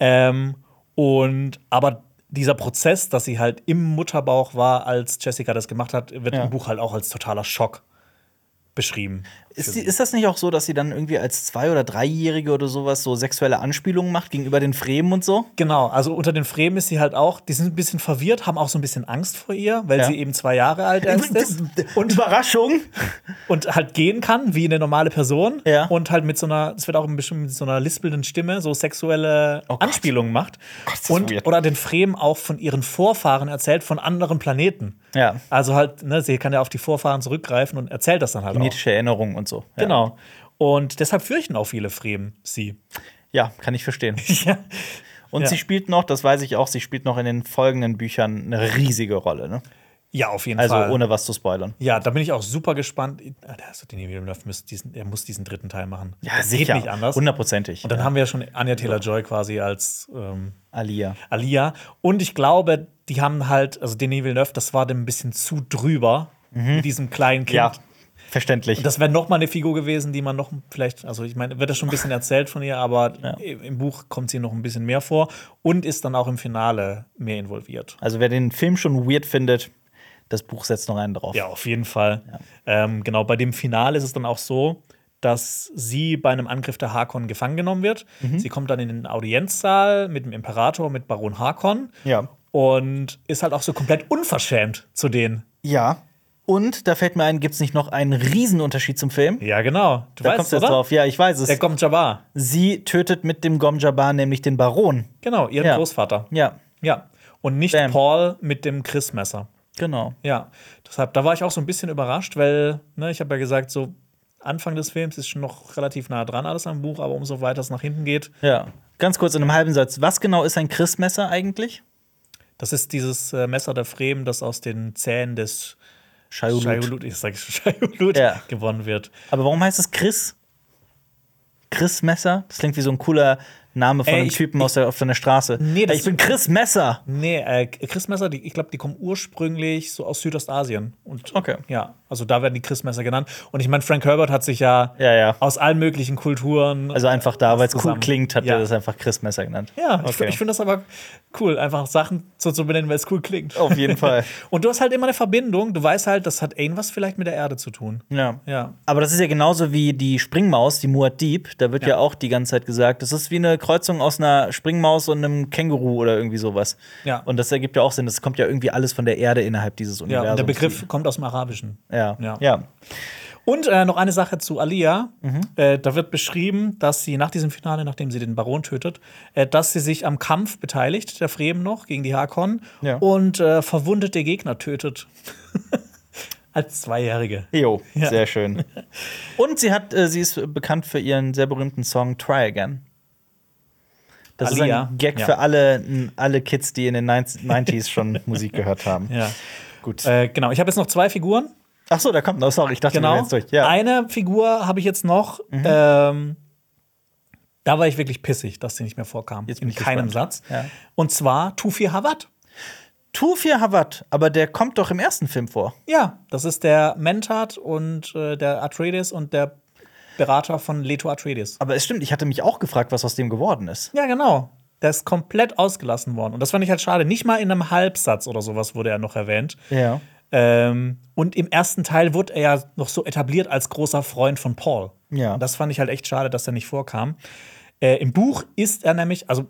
[SPEAKER 1] Ähm, und aber dieser Prozess, dass sie halt im Mutterbauch war, als Jessica das gemacht hat, wird
[SPEAKER 2] Ja.
[SPEAKER 1] im Buch halt auch als totaler Schock beschrieben.
[SPEAKER 2] ist, die, ist das nicht auch so, dass sie dann irgendwie als zwei oder dreijährige oder sowas so sexuelle Anspielungen macht gegenüber den Fremen und so?
[SPEAKER 1] Genau, also unter den Fremen ist sie halt auch, die sind ein bisschen verwirrt, haben auch so ein bisschen Angst vor ihr, weil
[SPEAKER 2] Ja.
[SPEAKER 1] sie eben zwei Jahre alt
[SPEAKER 2] [laughs]
[SPEAKER 1] erst ist.
[SPEAKER 2] Und Überraschung.
[SPEAKER 1] und halt gehen kann wie eine normale Person
[SPEAKER 2] Ja.
[SPEAKER 1] und halt mit so einer, es wird auch ein bisschen mit so einer lispelnden Stimme so sexuelle
[SPEAKER 2] Oh Gott.
[SPEAKER 1] Anspielungen macht
[SPEAKER 2] ist das
[SPEAKER 1] und
[SPEAKER 2] weird.
[SPEAKER 1] oder den Fremen auch von ihren Vorfahren erzählt von anderen Planeten.
[SPEAKER 2] Ja.
[SPEAKER 1] Also halt, ne, sie kann ja auf die Vorfahren zurückgreifen und erzählt das dann halt auch.
[SPEAKER 2] Genetische Erinnerung und so. Ja.
[SPEAKER 1] Genau. Und deshalb fürchten auch viele Fremen sie. [laughs]
[SPEAKER 2] Ja, kann ich verstehen.
[SPEAKER 1] ja.
[SPEAKER 2] Und
[SPEAKER 1] Ja.
[SPEAKER 2] sie spielt noch, das weiß ich auch, sie spielt noch in den folgenden Büchern eine riesige Rolle. Ne?
[SPEAKER 1] ja, auf jeden
[SPEAKER 2] Also
[SPEAKER 1] Fall.
[SPEAKER 2] ohne was zu spoilern.
[SPEAKER 1] ja, da bin ich auch super gespannt. Ah, Der, also, Denis Villeneuve müsste diesen, er muss diesen dritten Teil machen. das geht nicht anders. Und
[SPEAKER 2] Hundertprozentig.
[SPEAKER 1] dann haben wir ja schon Anja Taylor-Joy quasi als ähm,
[SPEAKER 2] Alia.
[SPEAKER 1] Alia. Und ich glaube, die haben halt, also Denis Villeneuve, das war dem ein bisschen zu drüber, mit diesem kleinen Kind.
[SPEAKER 2] Ja, verständlich.
[SPEAKER 1] Das wäre noch mal eine Figur gewesen, die man noch vielleicht, also ich meine, wird das schon ein bisschen erzählt von ihr, aber im im Buch kommt sie noch ein bisschen mehr vor und ist dann auch im Finale mehr involviert.
[SPEAKER 2] Also wer den Film schon weird findet, das Buch setzt noch einen drauf.
[SPEAKER 1] Ja, auf jeden Fall. Ähm, genau, bei dem Finale ist es dann auch so, dass sie bei einem Angriff der Harkon gefangen genommen wird.
[SPEAKER 2] Mhm.
[SPEAKER 1] Sie kommt dann in den Audienzsaal mit dem Imperator, mit Baron Harkon.
[SPEAKER 2] Ja.
[SPEAKER 1] Und ist halt auch so komplett unverschämt zu denen.
[SPEAKER 2] Ja. Und da fällt mir ein, gibt es nicht noch einen Riesenunterschied zum Film?
[SPEAKER 1] Ja, genau. Du
[SPEAKER 2] Da
[SPEAKER 1] weißt,
[SPEAKER 2] kommst du jetzt
[SPEAKER 1] oder?
[SPEAKER 2] drauf. Ja, ich weiß
[SPEAKER 1] Der
[SPEAKER 2] es.
[SPEAKER 1] kommt Jabbar.
[SPEAKER 2] Sie tötet mit dem Gom Jabbar nämlich den Baron.
[SPEAKER 1] Genau, ihren
[SPEAKER 2] Ja.
[SPEAKER 1] Großvater.
[SPEAKER 2] Ja,
[SPEAKER 1] Ja. Und nicht
[SPEAKER 2] Bam.
[SPEAKER 1] Paul mit dem Chris-Messer.
[SPEAKER 2] genau.
[SPEAKER 1] Ja, deshalb, da war ich auch so ein bisschen überrascht, weil, ne, ich habe ja gesagt, so Anfang des Films ist schon noch relativ nah dran alles am Buch, aber umso weiter es nach hinten geht,
[SPEAKER 2] Ja. Ganz kurz in einem halben Satz. Was genau ist ein Christmesser eigentlich?
[SPEAKER 1] das ist dieses äh, Messer der Fremen, das aus den Zähnen des
[SPEAKER 2] Shaiulut.
[SPEAKER 1] Shaiulut, ich sag [laughs] Shaiulut,
[SPEAKER 2] Ja.
[SPEAKER 1] gewonnen wird.
[SPEAKER 2] Aber warum heißt es Chris? Chris Messer? Das klingt wie so ein cooler Name von
[SPEAKER 1] Ey,
[SPEAKER 2] einem
[SPEAKER 1] ich-
[SPEAKER 2] Typen aus der, auf seiner Straße.
[SPEAKER 1] Nee, das-
[SPEAKER 2] ich bin Chris Messer.
[SPEAKER 1] Nee, äh, Christmesser, die, ich glaube, die kommen ursprünglich so aus Südostasien. Und
[SPEAKER 2] Okay.
[SPEAKER 1] ja, also da werden die Christmesser genannt. Und ich meine, Frank Herbert hat sich ja,
[SPEAKER 2] Ja, ja.
[SPEAKER 1] aus allen möglichen Kulturen.
[SPEAKER 2] Also einfach da, weil es cool
[SPEAKER 1] Zusammen.
[SPEAKER 2] klingt, hat
[SPEAKER 1] Ja.
[SPEAKER 2] er das einfach Chris Messer genannt.
[SPEAKER 1] Ja, ich,
[SPEAKER 2] okay.
[SPEAKER 1] fi- ich finde das aber cool, einfach Sachen so zu benennen, weil es cool klingt. [laughs]
[SPEAKER 2] Auf jeden Fall.
[SPEAKER 1] Und du hast halt immer eine Verbindung, du weißt halt, das hat irgendwas vielleicht mit der Erde zu tun.
[SPEAKER 2] ja.
[SPEAKER 1] Ja.
[SPEAKER 2] Aber das ist ja genauso wie die Springmaus, die Muad'Dib. Da wird ja.
[SPEAKER 1] Ja.
[SPEAKER 2] auch die ganze Zeit gesagt, das ist wie eine Kreuzung aus einer Springmaus und einem Känguru oder irgendwie sowas.
[SPEAKER 1] Ja.
[SPEAKER 2] Und das ergibt ja auch Sinn. Das kommt ja irgendwie alles von der Erde innerhalb dieses
[SPEAKER 1] Ja,
[SPEAKER 2] Universums.
[SPEAKER 1] und der Begriff kommt aus dem Arabischen.
[SPEAKER 2] Ja.
[SPEAKER 1] Ja.
[SPEAKER 2] Ja. ja.
[SPEAKER 1] Und äh, noch eine Sache zu Alia.
[SPEAKER 2] Mhm.
[SPEAKER 1] Äh, da wird beschrieben, dass sie nach diesem Finale, nachdem sie den Baron tötet, äh, dass sie sich am Kampf beteiligt, der Fremen noch, gegen die Harkonnen
[SPEAKER 2] Ja.
[SPEAKER 1] und äh, verwundete Gegner tötet. [laughs] Als Zweijährige.
[SPEAKER 2] Jo,
[SPEAKER 1] Ja.
[SPEAKER 2] sehr schön. [laughs] Und sie hat, äh, sie ist bekannt für ihren sehr berühmten Song Try Again. Das
[SPEAKER 1] Alia,
[SPEAKER 2] ist ein Gag
[SPEAKER 1] ja.
[SPEAKER 2] für alle, n- alle Kids, die in den 90s
[SPEAKER 1] [laughs]
[SPEAKER 2] schon Musik gehört haben.
[SPEAKER 1] Ja.
[SPEAKER 2] Gut.
[SPEAKER 1] Äh, genau, ich habe jetzt noch zwei Figuren.
[SPEAKER 2] Ach so, da kommt noch. Sorry, ich dachte, wir
[SPEAKER 1] Genau.
[SPEAKER 2] wären jetzt durch. Ja. Mhm.
[SPEAKER 1] Eine Figur habe ich jetzt noch. Ähm, da war ich wirklich pissig, dass sie nicht mehr vorkam.
[SPEAKER 2] Jetzt bin
[SPEAKER 1] In
[SPEAKER 2] ich
[SPEAKER 1] keinem
[SPEAKER 2] gespannt.
[SPEAKER 1] Satz.
[SPEAKER 2] Ja.
[SPEAKER 1] Und zwar Tufi Hawat.
[SPEAKER 2] Tufir Hawat, aber der kommt doch im ersten Film vor.
[SPEAKER 1] Ja, das ist der Mentat und äh, der Atreides und der Berater von Leto Atreides.
[SPEAKER 2] Aber es stimmt, ich hatte mich auch gefragt, was aus dem geworden ist.
[SPEAKER 1] Ja, genau. Der ist komplett ausgelassen worden. Und das fand ich halt schade. Nicht mal in einem Halbsatz oder sowas wurde er noch erwähnt.
[SPEAKER 2] Ja.
[SPEAKER 1] Ähm, und im ersten Teil wurde er ja noch so etabliert als großer Freund von Paul.
[SPEAKER 2] Ja.
[SPEAKER 1] Und das fand ich halt echt schade, dass er nicht vorkam. Äh, Im Buch ist er nämlich, also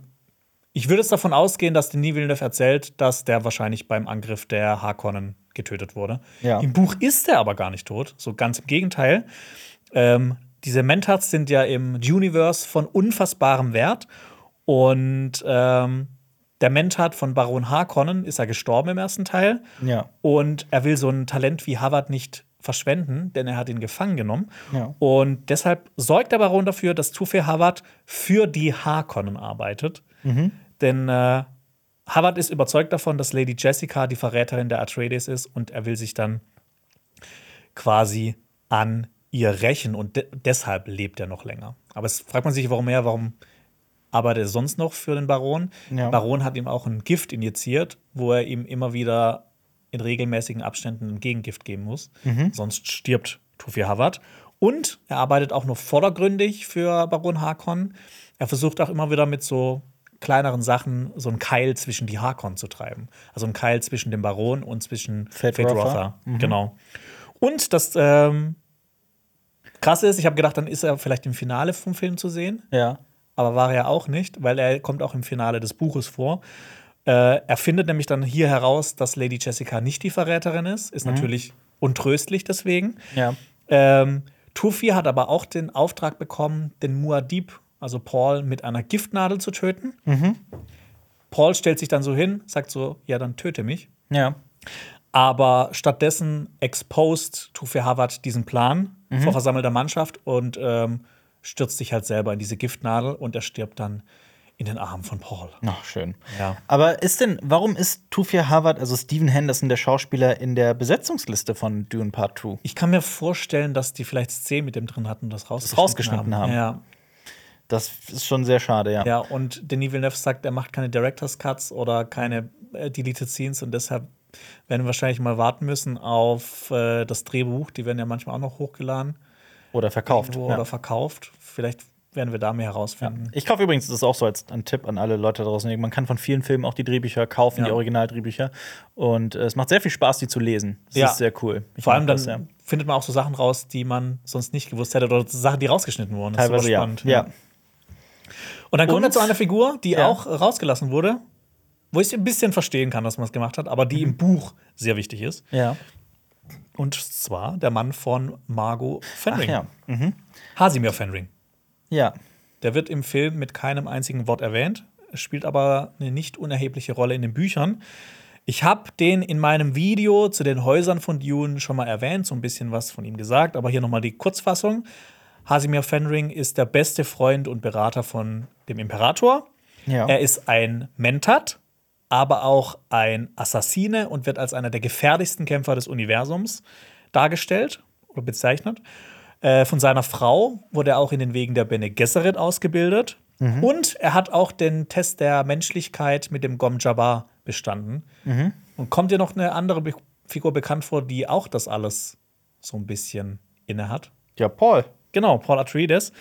[SPEAKER 1] ich würde es davon ausgehen, dass Denis Villeneuve erzählt, dass der wahrscheinlich beim Angriff der Harkonnen getötet wurde.
[SPEAKER 2] Ja.
[SPEAKER 1] Im Buch ist er aber gar nicht tot, so ganz im Gegenteil. Ähm, diese Mentats sind ja im Universe von unfassbarem Wert und ähm, der Mentat von Baron Harkonnen ist ja gestorben im ersten Teil.
[SPEAKER 2] Ja.
[SPEAKER 1] Und er will so ein Talent wie Harvard nicht verschwenden, denn er hat ihn gefangen genommen.
[SPEAKER 2] Ja.
[SPEAKER 1] Und deshalb sorgt der Baron dafür, dass Tufe Harvard für die Harkonnen arbeitet. Denn äh, Harvard ist überzeugt davon, dass Lady Jessica die Verräterin der Atreides ist und er will sich dann quasi an ihr rächen und de deshalb lebt er noch länger. Aber es fragt man sich, warum er, warum arbeitet er sonst noch für den Baron?
[SPEAKER 2] Ja.
[SPEAKER 1] Der Baron hat ihm auch ein Gift injiziert, wo er ihm immer wieder in regelmäßigen Abständen ein Gegengift geben muss.
[SPEAKER 2] Mhm.
[SPEAKER 1] Sonst stirbt Tufir Havard. Und er arbeitet auch nur vordergründig für Baron Harkonnen. Er versucht auch immer wieder mit so kleineren Sachen so einen Keil zwischen die Harkonnen zu treiben. Also einen Keil zwischen dem Baron und zwischen
[SPEAKER 2] Fate
[SPEAKER 1] Fate
[SPEAKER 2] Rotha. Mhm.
[SPEAKER 1] Rotha. Genau. Und das ähm, Krasse ist, ich habe gedacht, dann ist er vielleicht im Finale vom Film zu sehen,
[SPEAKER 2] Ja.
[SPEAKER 1] aber war er auch nicht, weil er kommt auch im Finale des Buches vor. Äh, er findet nämlich dann hier heraus, dass Lady Jessica nicht die Verräterin ist, ist natürlich untröstlich deswegen.
[SPEAKER 2] Ja.
[SPEAKER 1] Ähm, Tufi hat aber auch den Auftrag bekommen, den Muad'Dib, also Paul, mit einer Giftnadel zu töten. Paul stellt sich dann so hin, sagt so, ja, dann töte mich.
[SPEAKER 2] Ja.
[SPEAKER 1] Aber stattdessen exposed Tufi Harvard diesen Plan vor versammelter Mannschaft und ähm, stürzt sich halt selber in diese Giftnadel und er stirbt dann in den Armen von Paul.
[SPEAKER 2] Ach, schön.
[SPEAKER 1] Ja.
[SPEAKER 2] Aber ist denn, warum ist Tufir Hawat, also Steven Henderson, der Schauspieler, in der Besetzungsliste von Dune Part 2?
[SPEAKER 1] Ich kann mir vorstellen, dass die vielleicht Szenen mit dem drin hatten und das rausgeschnitten,
[SPEAKER 2] rausgeschnitten haben.
[SPEAKER 1] Ja,
[SPEAKER 2] Das ist schon sehr schade, ja.
[SPEAKER 1] ja, und Denis Villeneuve sagt, er macht keine Director's Cuts oder keine äh, Deleted Scenes und deshalb Werden wahrscheinlich mal warten müssen auf äh, das Drehbuch. Die werden ja manchmal auch noch hochgeladen
[SPEAKER 2] Oder verkauft.
[SPEAKER 1] irgendwo
[SPEAKER 2] ja.
[SPEAKER 1] oder verkauft. Vielleicht werden wir da mehr herausfinden.
[SPEAKER 2] Ich kaufe übrigens, das ist auch so als ein Tipp an alle Leute da draußen. Man kann von vielen Filmen auch die Drehbücher kaufen,
[SPEAKER 1] Ja.
[SPEAKER 2] die Originaldrehbücher. Und äh, es macht sehr viel Spaß, die zu lesen. Das
[SPEAKER 1] Ja.
[SPEAKER 2] ist sehr cool. Ich
[SPEAKER 1] Vor
[SPEAKER 2] mag
[SPEAKER 1] allem dann
[SPEAKER 2] das, ja.
[SPEAKER 1] findet man auch so Sachen raus, die man sonst nicht gewusst hätte oder Sachen, die rausgeschnitten wurden. Das ist
[SPEAKER 2] teilweise
[SPEAKER 1] super
[SPEAKER 2] ja. ja.
[SPEAKER 1] Und dann kommt
[SPEAKER 2] Und-
[SPEAKER 1] er zu einer Figur, die
[SPEAKER 2] Ja.
[SPEAKER 1] auch rausgelassen wurde, wo ich es ein bisschen verstehen kann, dass man es gemacht hat, aber die
[SPEAKER 2] Mhm.
[SPEAKER 1] im Buch sehr wichtig ist.
[SPEAKER 2] Ja.
[SPEAKER 1] Und zwar der Mann von Margot
[SPEAKER 2] Ach
[SPEAKER 1] Fenring.
[SPEAKER 2] ja.
[SPEAKER 1] Hasimir Fenring.
[SPEAKER 2] Ja.
[SPEAKER 1] Der wird im Film mit keinem einzigen Wort erwähnt, spielt aber eine nicht unerhebliche Rolle in den Büchern. Ich habe den in meinem Video zu den Häusern von Dune schon mal erwähnt, so ein bisschen was von ihm gesagt, aber hier nochmal die Kurzfassung. Hasimir Fenring ist der beste Freund und Berater von dem Imperator.
[SPEAKER 2] Ja.
[SPEAKER 1] Er ist ein Mentat, aber auch ein Assassine und wird als einer der gefährlichsten Kämpfer des Universums dargestellt oder bezeichnet. Äh, von seiner Frau wurde er auch in den Wegen der Bene Gesserit ausgebildet. Und er hat auch den Test der Menschlichkeit mit dem Gom Jabbar bestanden. Und kommt dir noch eine andere Be Figur bekannt vor, die auch das alles so ein bisschen inne hat?
[SPEAKER 2] Ja, Paul.
[SPEAKER 1] Genau, Paul Atreides.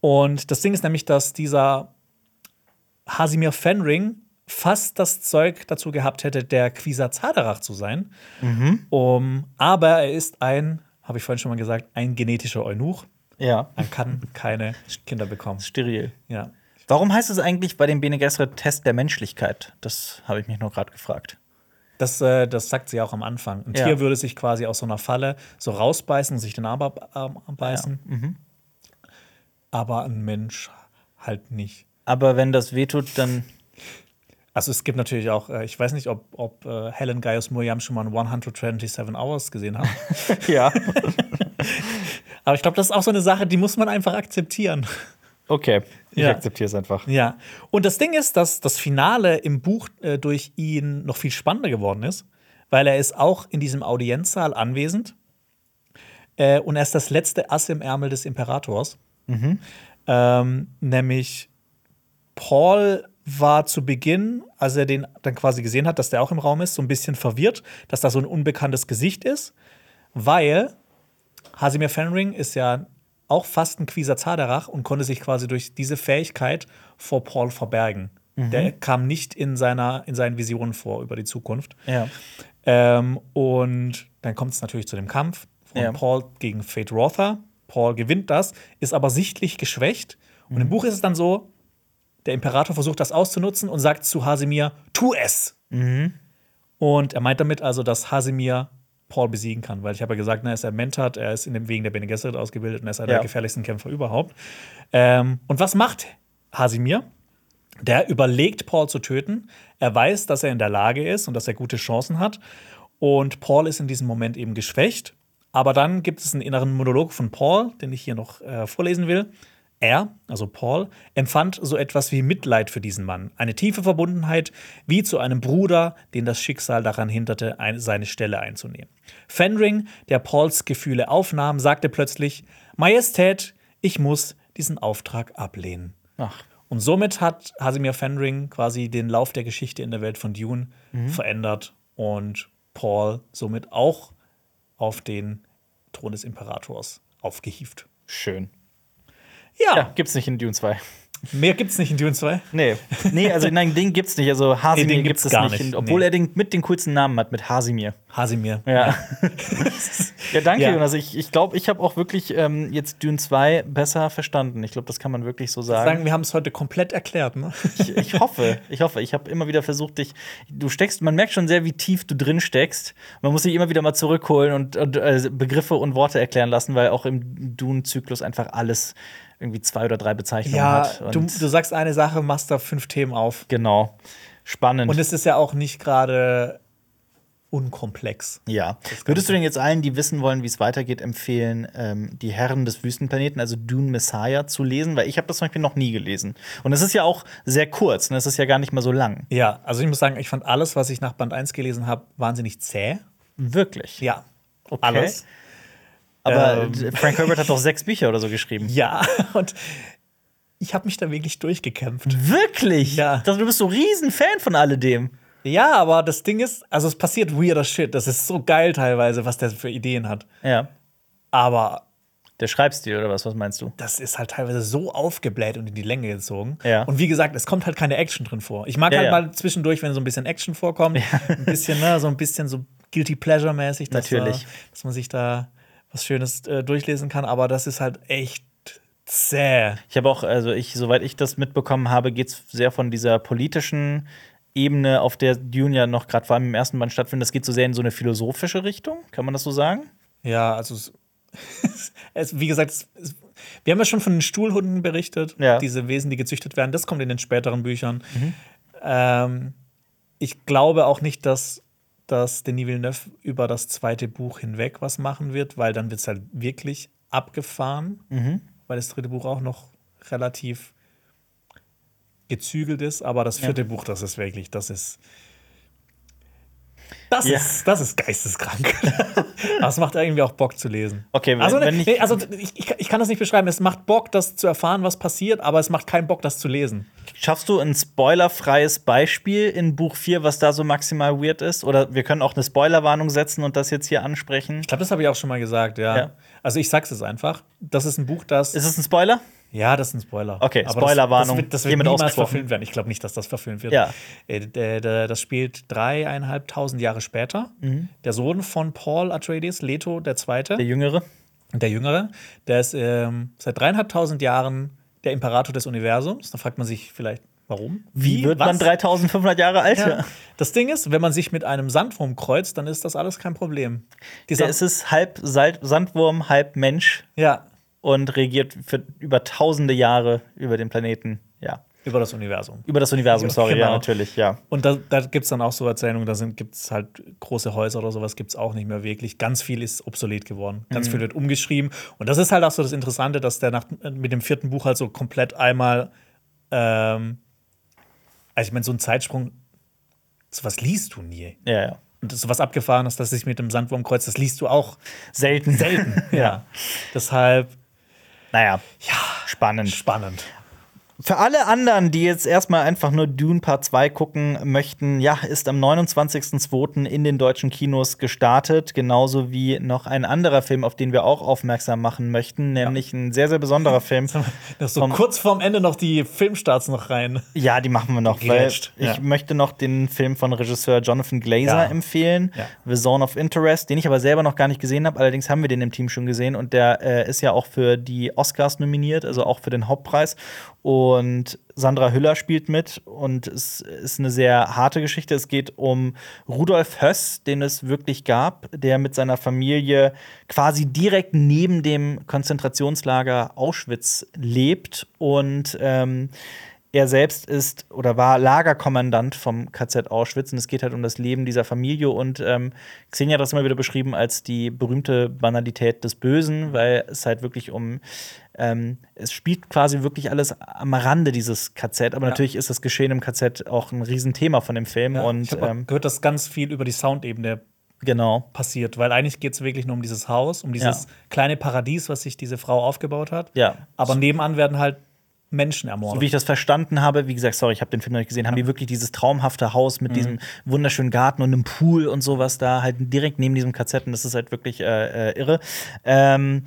[SPEAKER 1] Und das Ding ist nämlich, dass dieser Hasimir Fenring fast das Zeug dazu gehabt hätte, der Quisa Zadarach zu sein. Um, aber er ist ein, habe ich vorhin schon mal gesagt, ein genetischer Eunuch.
[SPEAKER 2] Ja.
[SPEAKER 1] Man kann keine Kinder bekommen.
[SPEAKER 2] Steril.
[SPEAKER 1] Ja.
[SPEAKER 2] Warum heißt es eigentlich bei dem Bene Gesserit Test der Menschlichkeit? Das habe ich mich nur gerade gefragt.
[SPEAKER 1] Das, äh, das sagt sie auch am Anfang. Ein
[SPEAKER 2] Ja.
[SPEAKER 1] Tier würde sich quasi aus so einer Falle so rausbeißen und sich den Arm ab- ab- abbeißen. Aber ein Mensch halt nicht.
[SPEAKER 2] Aber wenn das wehtut, dann
[SPEAKER 1] Also es gibt natürlich auch, äh, ich weiß nicht, ob, ob äh, Helen Gaius Murjam schon mal 127 Hours gesehen hat.
[SPEAKER 2] [laughs] ja.
[SPEAKER 1] Aber ich glaube, das ist auch so eine Sache, die muss man einfach akzeptieren.
[SPEAKER 2] Okay, ich
[SPEAKER 1] Ja.
[SPEAKER 2] akzeptiere es einfach.
[SPEAKER 1] Ja. Und das Ding ist, dass das Finale im Buch äh, durch ihn noch viel spannender geworden ist, weil er ist auch in diesem Audienzsaal anwesend. Äh, und er ist das letzte Ass im Ärmel des Imperators. Ähm, nämlich Paul war zu Beginn, als er den dann quasi gesehen hat, dass der auch im Raum ist, so ein bisschen verwirrt, dass da so ein unbekanntes Gesicht ist, weil Hasimir Fenring ist ja auch fast ein Quieser Zaderach und konnte sich quasi durch diese Fähigkeit vor Paul verbergen. Der kam nicht in, seiner, in seinen Visionen vor über die Zukunft.
[SPEAKER 2] Ja.
[SPEAKER 1] Ähm, und dann kommt es natürlich zu dem Kampf von
[SPEAKER 2] Ja.
[SPEAKER 1] Paul gegen Fate Rother. Paul gewinnt das, ist aber sichtlich geschwächt. Und im
[SPEAKER 2] Mhm.
[SPEAKER 1] Buch ist es dann so, der Imperator versucht das auszunutzen und sagt zu Hasimir, tu es!
[SPEAKER 2] Mhm.
[SPEAKER 1] Und er meint damit also, dass Hasimir Paul besiegen kann, weil ich habe ja gesagt, na, er ist ein Mentat, er ist in dem Wegen der Bene Gesserit ausgebildet und er ist einer
[SPEAKER 2] Ja.
[SPEAKER 1] der gefährlichsten Kämpfer überhaupt. Ähm, und was macht Hasimir? Der überlegt, Paul zu töten. Er weiß, dass er in der Lage ist und dass er gute Chancen hat. Und Paul ist in diesem Moment eben geschwächt. Aber dann gibt es einen inneren Monolog von Paul, den ich hier noch äh, vorlesen will. Er, also Paul, empfand so etwas wie Mitleid für diesen Mann, eine tiefe Verbundenheit wie zu einem Bruder, den das Schicksal daran hinderte, ein, seine Stelle einzunehmen. Fenring, der Pauls Gefühle aufnahm, sagte plötzlich: Majestät, ich muss diesen Auftrag ablehnen.
[SPEAKER 2] Ach,
[SPEAKER 1] Und somit hat Hasimir Fenring quasi den Lauf der Geschichte in der Welt von Dune
[SPEAKER 2] Mhm.
[SPEAKER 1] verändert und Paul somit auch auf den Thron des Imperators aufgehievt.
[SPEAKER 2] schön.
[SPEAKER 1] Ja,
[SPEAKER 2] Ja, gibt's nicht in Dune 2.
[SPEAKER 1] mehr gibt's nicht in Dune 2.
[SPEAKER 2] Nee. [laughs] Nee, also nein, den gibt's nicht. Also Hasimir
[SPEAKER 1] Nee, den
[SPEAKER 2] gibt
[SPEAKER 1] gibt's
[SPEAKER 2] es
[SPEAKER 1] gar
[SPEAKER 2] nicht.
[SPEAKER 1] nicht.
[SPEAKER 2] Obwohl
[SPEAKER 1] Nee.
[SPEAKER 2] er den, mit den coolsten Namen hat, mit Hasimir.
[SPEAKER 1] Hasimir.
[SPEAKER 2] Ja. [laughs] ja, danke,
[SPEAKER 1] Ja.
[SPEAKER 2] Jonas. Ich glaube, ich, glaub, ich habe auch wirklich ähm, jetzt Dune 2 besser verstanden. Ich glaube, das kann man wirklich so sagen.
[SPEAKER 1] Sagen, wir haben es heute komplett erklärt,
[SPEAKER 2] [laughs]
[SPEAKER 1] ne?
[SPEAKER 2] Ich, ich hoffe, ich hoffe. Ich habe immer wieder versucht, dich. Du steckst, man merkt schon sehr, wie tief du drin steckst. Man muss dich immer wieder mal zurückholen und, und äh, Begriffe und Worte erklären lassen, weil auch im Dune-Zyklus einfach alles irgendwie zwei oder drei Bezeichnungen
[SPEAKER 1] Ja,
[SPEAKER 2] hat. Und
[SPEAKER 1] du, du sagst eine Sache, machst da fünf Themen auf.
[SPEAKER 2] genau. Spannend.
[SPEAKER 1] Und es ist ja auch nicht gerade unkomplex.
[SPEAKER 2] ja. Würdest du denn jetzt allen, die wissen wollen, wie es weitergeht, empfehlen, ähm, die Herren des Wüstenplaneten, also Dune Messiah, zu lesen? Weil ich habe das zum Beispiel noch nie gelesen. Und es ist ja auch sehr kurz, und es ist ja gar nicht mal so lang.
[SPEAKER 1] Ja, also ich muss sagen, ich fand alles, was ich nach Band 1 gelesen habe, wahnsinnig zäh.
[SPEAKER 2] Wirklich.
[SPEAKER 1] Ja, alles.
[SPEAKER 2] Aber
[SPEAKER 1] Ähm.
[SPEAKER 2] äh, Frank Herbert hat doch sechs Bücher oder so geschrieben.
[SPEAKER 1] Ja, [laughs] und ich habe mich da wirklich durchgekämpft.
[SPEAKER 2] Wirklich?
[SPEAKER 1] Ja.
[SPEAKER 2] Das, du bist so riesen Fan von alledem.
[SPEAKER 1] Ja, aber das Ding ist, also es passiert weirder Shit. Das ist so geil teilweise, was der für Ideen hat.
[SPEAKER 2] Ja.
[SPEAKER 1] Aber
[SPEAKER 2] Der Schreibstil oder was? Was meinst du?
[SPEAKER 1] das ist halt teilweise so aufgebläht und in die Länge gezogen.
[SPEAKER 2] Ja.
[SPEAKER 1] Und wie gesagt, es kommt halt keine Action drin vor. Ich mag
[SPEAKER 2] Ja,
[SPEAKER 1] halt
[SPEAKER 2] ja.
[SPEAKER 1] mal zwischendurch, wenn so ein bisschen Action vorkommt, ein bisschen, ne, so ein bisschen so guilty pleasure mäßig, dass, da-
[SPEAKER 2] Natürlich.
[SPEAKER 1] dass man sich da was Schönes äh, durchlesen kann. Aber das ist halt echt zäh.
[SPEAKER 2] Ich habe auch, also ich, soweit ich das mitbekommen habe, geht es sehr von dieser politischen Ebene, auf der Dune ja noch gerade vor allem im ersten Band stattfindet. Das geht so sehr in so eine philosophische Richtung, kann man das so sagen?
[SPEAKER 1] Ja, also es, es, [laughs] wie gesagt, es, es, wir haben ja schon von den Stuhlhunden berichtet,
[SPEAKER 2] Ja.
[SPEAKER 1] diese Wesen, die gezüchtet werden. Das kommt in den späteren Büchern. Ähm, ich glaube auch nicht, dass, dass Denis Villeneuve über das zweite Buch hinweg was machen wird, weil dann wird es halt wirklich abgefahren, weil das dritte Buch auch noch relativ gezügelt ist, aber das vierte Buch, das ist wirklich, das ist das,
[SPEAKER 2] Ja.
[SPEAKER 1] ist, das ist geisteskrank. [laughs] Aber es macht irgendwie auch Bock zu lesen.
[SPEAKER 2] Okay, wenn-
[SPEAKER 1] also, ne,
[SPEAKER 2] wenn ich-
[SPEAKER 1] nee, also ich, ich, kann- ich kann das nicht beschreiben. Es macht Bock, das zu erfahren, was passiert, aber es macht keinen Bock, das zu lesen.
[SPEAKER 2] Schaffst du ein spoilerfreies Beispiel in Buch 4, was da so maximal weird ist? Oder wir können auch eine Spoilerwarnung setzen und das jetzt hier ansprechen.
[SPEAKER 1] Ich glaube, das habe ich auch schon mal gesagt, ja.
[SPEAKER 2] Ja.
[SPEAKER 1] Also ich sag's jetzt einfach. Das ist ein Buch, das.
[SPEAKER 2] Ist es ein Spoiler?
[SPEAKER 1] ja, das ist ein Spoiler.
[SPEAKER 2] Okay,
[SPEAKER 1] das-
[SPEAKER 2] Spoilerwarnung,
[SPEAKER 1] Das, wird- das wird
[SPEAKER 2] hiermit
[SPEAKER 1] niemals
[SPEAKER 2] ausgesprochen.
[SPEAKER 1] verfilmt werden. Ich glaube nicht, dass das verfilmt wird.
[SPEAKER 2] Ja.
[SPEAKER 1] Äh, d- d- Das spielt dreieinhalbtausend Jahre später. Der Sohn von Paul Atreides, Leto der Zweite.
[SPEAKER 2] Mhm. Der Jüngere?
[SPEAKER 1] Der Jüngere, der ist ähm, seit dreieinhalbtausend Jahren der Imperator des Universums. Da fragt man sich vielleicht, warum?
[SPEAKER 2] Wie wird man
[SPEAKER 1] was?
[SPEAKER 2] 3500 Jahre alt?
[SPEAKER 1] Ja. Das Ding ist, wenn man sich mit einem Sandwurm kreuzt, dann ist das alles kein Problem. Dieser,
[SPEAKER 2] Der ist es halb Sal Sandwurm, halb Mensch
[SPEAKER 1] ja,
[SPEAKER 2] und regiert für über tausende Jahre über den Planeten. Ja.
[SPEAKER 1] über das Universum.
[SPEAKER 2] Über das Universum, sorry, ja,
[SPEAKER 1] Genau.
[SPEAKER 2] natürlich, ja.
[SPEAKER 1] Und da, da gibt es dann auch so Erzählungen, da gibt es halt große Häuser oder sowas, gibt es auch nicht mehr wirklich. Ganz viel ist obsolet geworden. Ganz viel wird umgeschrieben. Und das ist halt auch so das Interessante, dass der nach, mit dem vierten Buch halt so komplett einmal, ähm, also ich meine, so ein Zeitsprung, sowas liest du nie.
[SPEAKER 2] Ja, ja.
[SPEAKER 1] Und sowas abgefahren ist, dass sich mit dem Sandwurm kreuzt, das liest du auch
[SPEAKER 2] Selten.
[SPEAKER 1] selten. [laughs] ja. Deshalb
[SPEAKER 2] Naja, spannend.
[SPEAKER 1] spannend.
[SPEAKER 2] Für alle anderen, die jetzt erstmal einfach nur Dune Part 2 gucken möchten, ja, ist am 29.02. in den deutschen Kinos gestartet, genauso wie noch ein anderer Film, auf den wir auch aufmerksam machen möchten, nämlich ein sehr, sehr [laughs] besonderer Film.
[SPEAKER 1] Noch so
[SPEAKER 2] Vom-
[SPEAKER 1] kurz vorm Ende noch die Filmstarts noch rein.
[SPEAKER 2] Ja, die machen wir noch, weil
[SPEAKER 1] Gegrätscht,
[SPEAKER 2] ich
[SPEAKER 1] ja.
[SPEAKER 2] möchte noch den Film von Regisseur Jonathan
[SPEAKER 1] Ja.
[SPEAKER 2] Glazer empfehlen,
[SPEAKER 1] Ja.
[SPEAKER 2] The Zone of Interest, den ich aber selber noch gar nicht gesehen habe. Allerdings haben wir den im Team schon gesehen und der äh, ist ja auch für die Oscars nominiert, also auch für den Hauptpreis. Und Sandra Hüller spielt mit und es ist eine sehr harte Geschichte. Es geht um Rudolf Höss, den es wirklich gab, der mit seiner Familie quasi direkt neben dem Konzentrationslager Auschwitz lebt und ähm, er selbst ist oder war Lagerkommandant vom KZ Auschwitz und es geht halt um das Leben dieser Familie und ähm, Xenia hat das immer wieder beschrieben als die berühmte Banalität des Bösen, weil es halt wirklich um ähm, es spielt quasi wirklich alles am Rande dieses KZ, aber natürlich ist das Geschehen im KZ auch ein Riesenthema von dem Film
[SPEAKER 1] ich
[SPEAKER 2] und
[SPEAKER 1] hab mal
[SPEAKER 2] ähm,
[SPEAKER 1] gehört, dass ganz viel über die Soundebene
[SPEAKER 2] genau
[SPEAKER 1] passiert, weil eigentlich geht es wirklich nur um dieses Haus, um dieses
[SPEAKER 2] Ja.
[SPEAKER 1] kleine Paradies, was sich diese Frau aufgebaut hat.
[SPEAKER 2] ja.
[SPEAKER 1] Aber nebenan werden halt Menschen
[SPEAKER 2] So wie
[SPEAKER 1] ermordet.
[SPEAKER 2] ich das verstanden habe, wie gesagt, sorry, ich habe den Film noch nicht gesehen, haben die wirklich dieses traumhafte Haus
[SPEAKER 1] Mhm.
[SPEAKER 2] mit diesem wunderschönen Garten und einem Pool und sowas da, halt direkt neben diesem KZ. Und das ist halt wirklich äh, äh, irre. Ähm,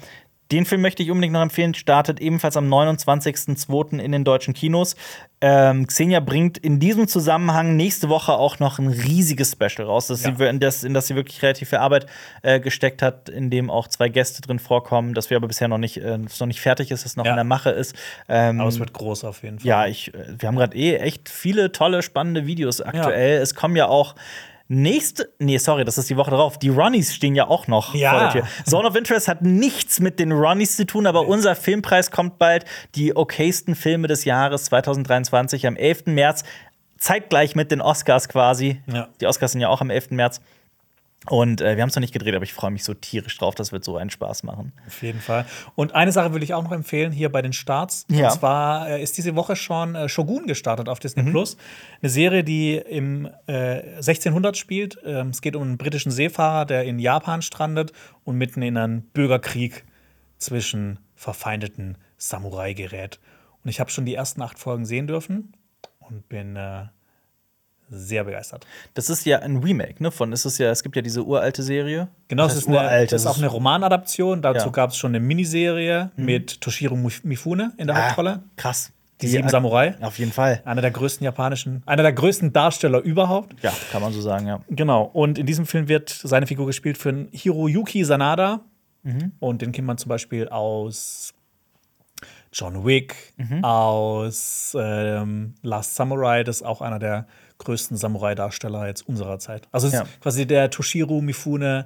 [SPEAKER 2] den Film möchte ich unbedingt noch empfehlen. Startet ebenfalls am 29.02. in den deutschen Kinos. Ähm, Xenia bringt in diesem Zusammenhang nächste Woche auch noch ein riesiges Special raus, das
[SPEAKER 1] Ja.
[SPEAKER 2] sie, in, das, in das sie wirklich relativ viel Arbeit äh, gesteckt hat, in dem auch zwei Gäste drin vorkommen, das wir aber bisher noch nicht, äh, das noch nicht fertig ist, das noch
[SPEAKER 1] Ja.
[SPEAKER 2] in der Mache ist. Ähm,
[SPEAKER 1] Aber es wird groß auf jeden Fall.
[SPEAKER 2] ja, ich, äh, wir haben gerade eh echt viele tolle, spannende Videos aktuell. Es kommen ja auch nächste, nee, sorry, das ist die Woche drauf. Die Ronnies stehen ja auch noch
[SPEAKER 1] Ja.
[SPEAKER 2] vor der Tür. Zone of Interest hat nichts mit den Ronnies zu tun, aber unser Filmpreis kommt bald. Die okaysten Filme des Jahres 2023 am 11. März. Zeitgleich mit den Oscars quasi.
[SPEAKER 1] Ja.
[SPEAKER 2] Die Oscars sind ja auch am 11. März. Und äh, wir haben es noch nicht gedreht, aber ich freue mich so tierisch drauf. Das wird so einen Spaß machen.
[SPEAKER 1] Auf jeden Fall. Und eine Sache würde ich auch noch empfehlen hier bei den Starts.
[SPEAKER 2] Ja.
[SPEAKER 1] Und zwar äh, ist diese Woche schon äh, Shogun gestartet auf Disney Plus. Eine Serie, die im äh, 1600 spielt. Ähm, es geht um einen britischen Seefahrer, der in Japan strandet und mitten in einen Bürgerkrieg zwischen verfeindeten Samurai gerät. Und ich habe schon die ersten acht Folgen sehen dürfen und bin äh, sehr begeistert.
[SPEAKER 2] Das ist ja ein Remake, ne? Von ist es ja, es gibt ja diese uralte Serie.
[SPEAKER 1] Genau,
[SPEAKER 2] das
[SPEAKER 1] es ist, eine,
[SPEAKER 2] uralt.
[SPEAKER 1] das ist Mhm. auch eine Romanadaption. Dazu
[SPEAKER 2] Ja.
[SPEAKER 1] gab es schon eine Miniserie mit Toshiro Mif- Mifune in der Hauptrolle.
[SPEAKER 2] Ah, Krass.
[SPEAKER 1] Die sieben Samurai.
[SPEAKER 2] Auf jeden Fall.
[SPEAKER 1] Einer der größten japanischen, einer der größten Darsteller überhaupt.
[SPEAKER 2] Ja, kann man so sagen, ja.
[SPEAKER 1] Genau. Und in diesem Film wird seine Figur gespielt von Hiroyuki Sanada. Und den kennt man zum Beispiel aus John Wick, aus ähm, Last Samurai. Das ist auch einer der größten Samurai-Darsteller jetzt unserer Zeit. Also es
[SPEAKER 2] Ja.
[SPEAKER 1] ist quasi der Toshiro Mifune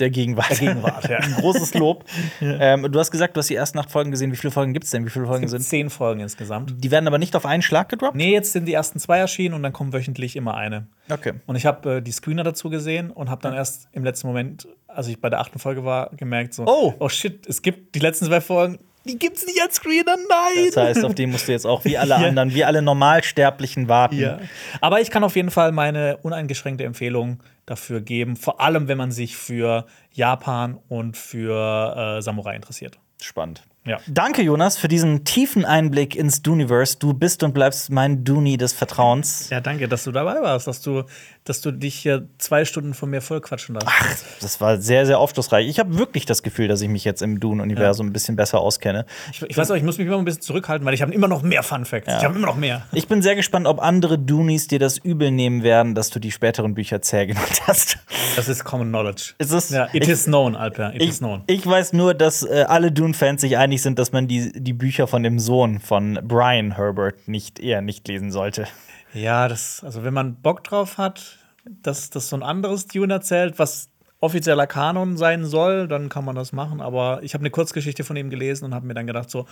[SPEAKER 2] Der Gegenwart.
[SPEAKER 1] der Gegenwart. ja.
[SPEAKER 2] [laughs] Ein großes Lob. ähm, du hast gesagt, du hast die ersten acht Folgen gesehen. Wie viele Folgen gibt es denn? Wie viele Folgen
[SPEAKER 1] Es sind
[SPEAKER 2] sind?
[SPEAKER 1] zehn Folgen insgesamt.
[SPEAKER 2] Die werden aber nicht auf einen Schlag gedroppt?
[SPEAKER 1] Nee, jetzt sind die ersten zwei erschienen und dann kommen wöchentlich immer eine.
[SPEAKER 2] Okay.
[SPEAKER 1] Und ich habe äh, die Screener dazu gesehen und habe dann erst im letzten Moment, als ich bei der achten Folge war, gemerkt so,
[SPEAKER 2] Oh.
[SPEAKER 1] shit, es gibt die letzten zwei Folgen, die gibt's nicht als Screener, nein.
[SPEAKER 2] Das heißt, auf den musst du jetzt auch [laughs] wie alle
[SPEAKER 1] Ja.
[SPEAKER 2] anderen, wie alle Normalsterblichen warten.
[SPEAKER 1] [laughs] ja. Aber ich kann auf jeden Fall meine uneingeschränkte Empfehlung dafür geben, vor allem wenn man sich für Japan und für äh, Samurai interessiert.
[SPEAKER 2] Spannend.
[SPEAKER 1] Ja.
[SPEAKER 2] Danke, Jonas, für diesen tiefen Einblick ins Duniverse. Du bist und bleibst mein Duni des Vertrauens.
[SPEAKER 1] Ja, danke, dass du dabei warst, dass du, dass du dich hier zwei Stunden von mir vollquatschen darfst.
[SPEAKER 2] Ach, das war sehr, sehr aufschlussreich. Ich habe wirklich das Gefühl, dass ich mich jetzt im Dune-Universum ein bisschen besser auskenne.
[SPEAKER 1] Ich, ich weiß auch, ich muss mich immer ein bisschen zurückhalten, weil ich habe immer noch mehr Fun Facts. Ich habe immer noch mehr.
[SPEAKER 2] Ich bin sehr gespannt, ob andere Doonies dir das übel nehmen werden, dass du die späteren Bücher zäh genannt hast.
[SPEAKER 1] Das ist Common Knowledge.
[SPEAKER 2] Es ist-
[SPEAKER 1] ja, it
[SPEAKER 2] ich-
[SPEAKER 1] is known, Alper. It
[SPEAKER 2] Ich,
[SPEAKER 1] is known.
[SPEAKER 2] ich weiß nur, dass äh, alle Dune-Fans sich einig sind, dass man die, die Bücher von dem Sohn von Brian Herbert nicht eher nicht lesen sollte.
[SPEAKER 1] Ja, das, also wenn man Bock drauf hat, dass das so ein anderes Dune erzählt, was offizieller Kanon sein soll, dann kann man das machen. Aber ich habe eine Kurzgeschichte von ihm gelesen und habe mir dann gedacht, so,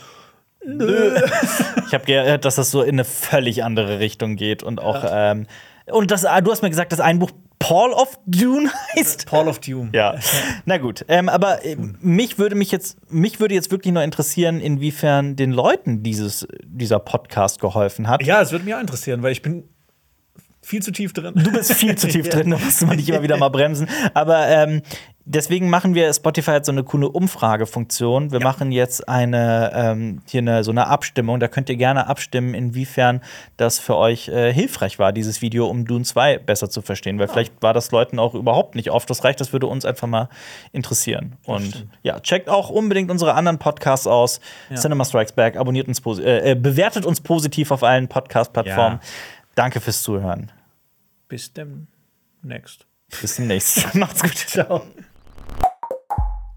[SPEAKER 2] Ich habe gehört, dass das so in eine völlig andere Richtung geht und auch ähm, und das, ah, du hast mir gesagt, dass ein Buch Paul of Dune heißt.
[SPEAKER 1] Paul of Doom.
[SPEAKER 2] Ja, na gut. Ähm, aber äh, mich würde mich jetzt mich würde jetzt wirklich nur interessieren, inwiefern den Leuten dieses dieser Podcast geholfen hat.
[SPEAKER 1] Ja, es würde mich auch interessieren, weil ich bin viel zu tief drin.
[SPEAKER 2] [laughs] Du bist viel zu tief drin, da musst du dich immer wieder mal bremsen. Aber ähm, deswegen machen wir Spotify hat so eine coole Umfragefunktion. Wir machen jetzt eine ähm, hier eine, so eine Abstimmung. Da könnt ihr gerne abstimmen, inwiefern das für euch äh, hilfreich war, dieses Video, um Dune 2 besser zu verstehen. Weil vielleicht war das Leuten auch überhaupt nicht aufschlussreich. Das würde uns einfach mal interessieren. Und ja, checkt auch unbedingt unsere anderen Podcasts aus. Cinema Strikes Back, abonniert uns posi- äh, äh, bewertet uns positiv auf allen Podcast-Plattformen.
[SPEAKER 1] Ja.
[SPEAKER 2] Danke fürs Zuhören.
[SPEAKER 1] [laughs] Bis demnächst.
[SPEAKER 2] Bis demnächst. Macht's gut. Ciao.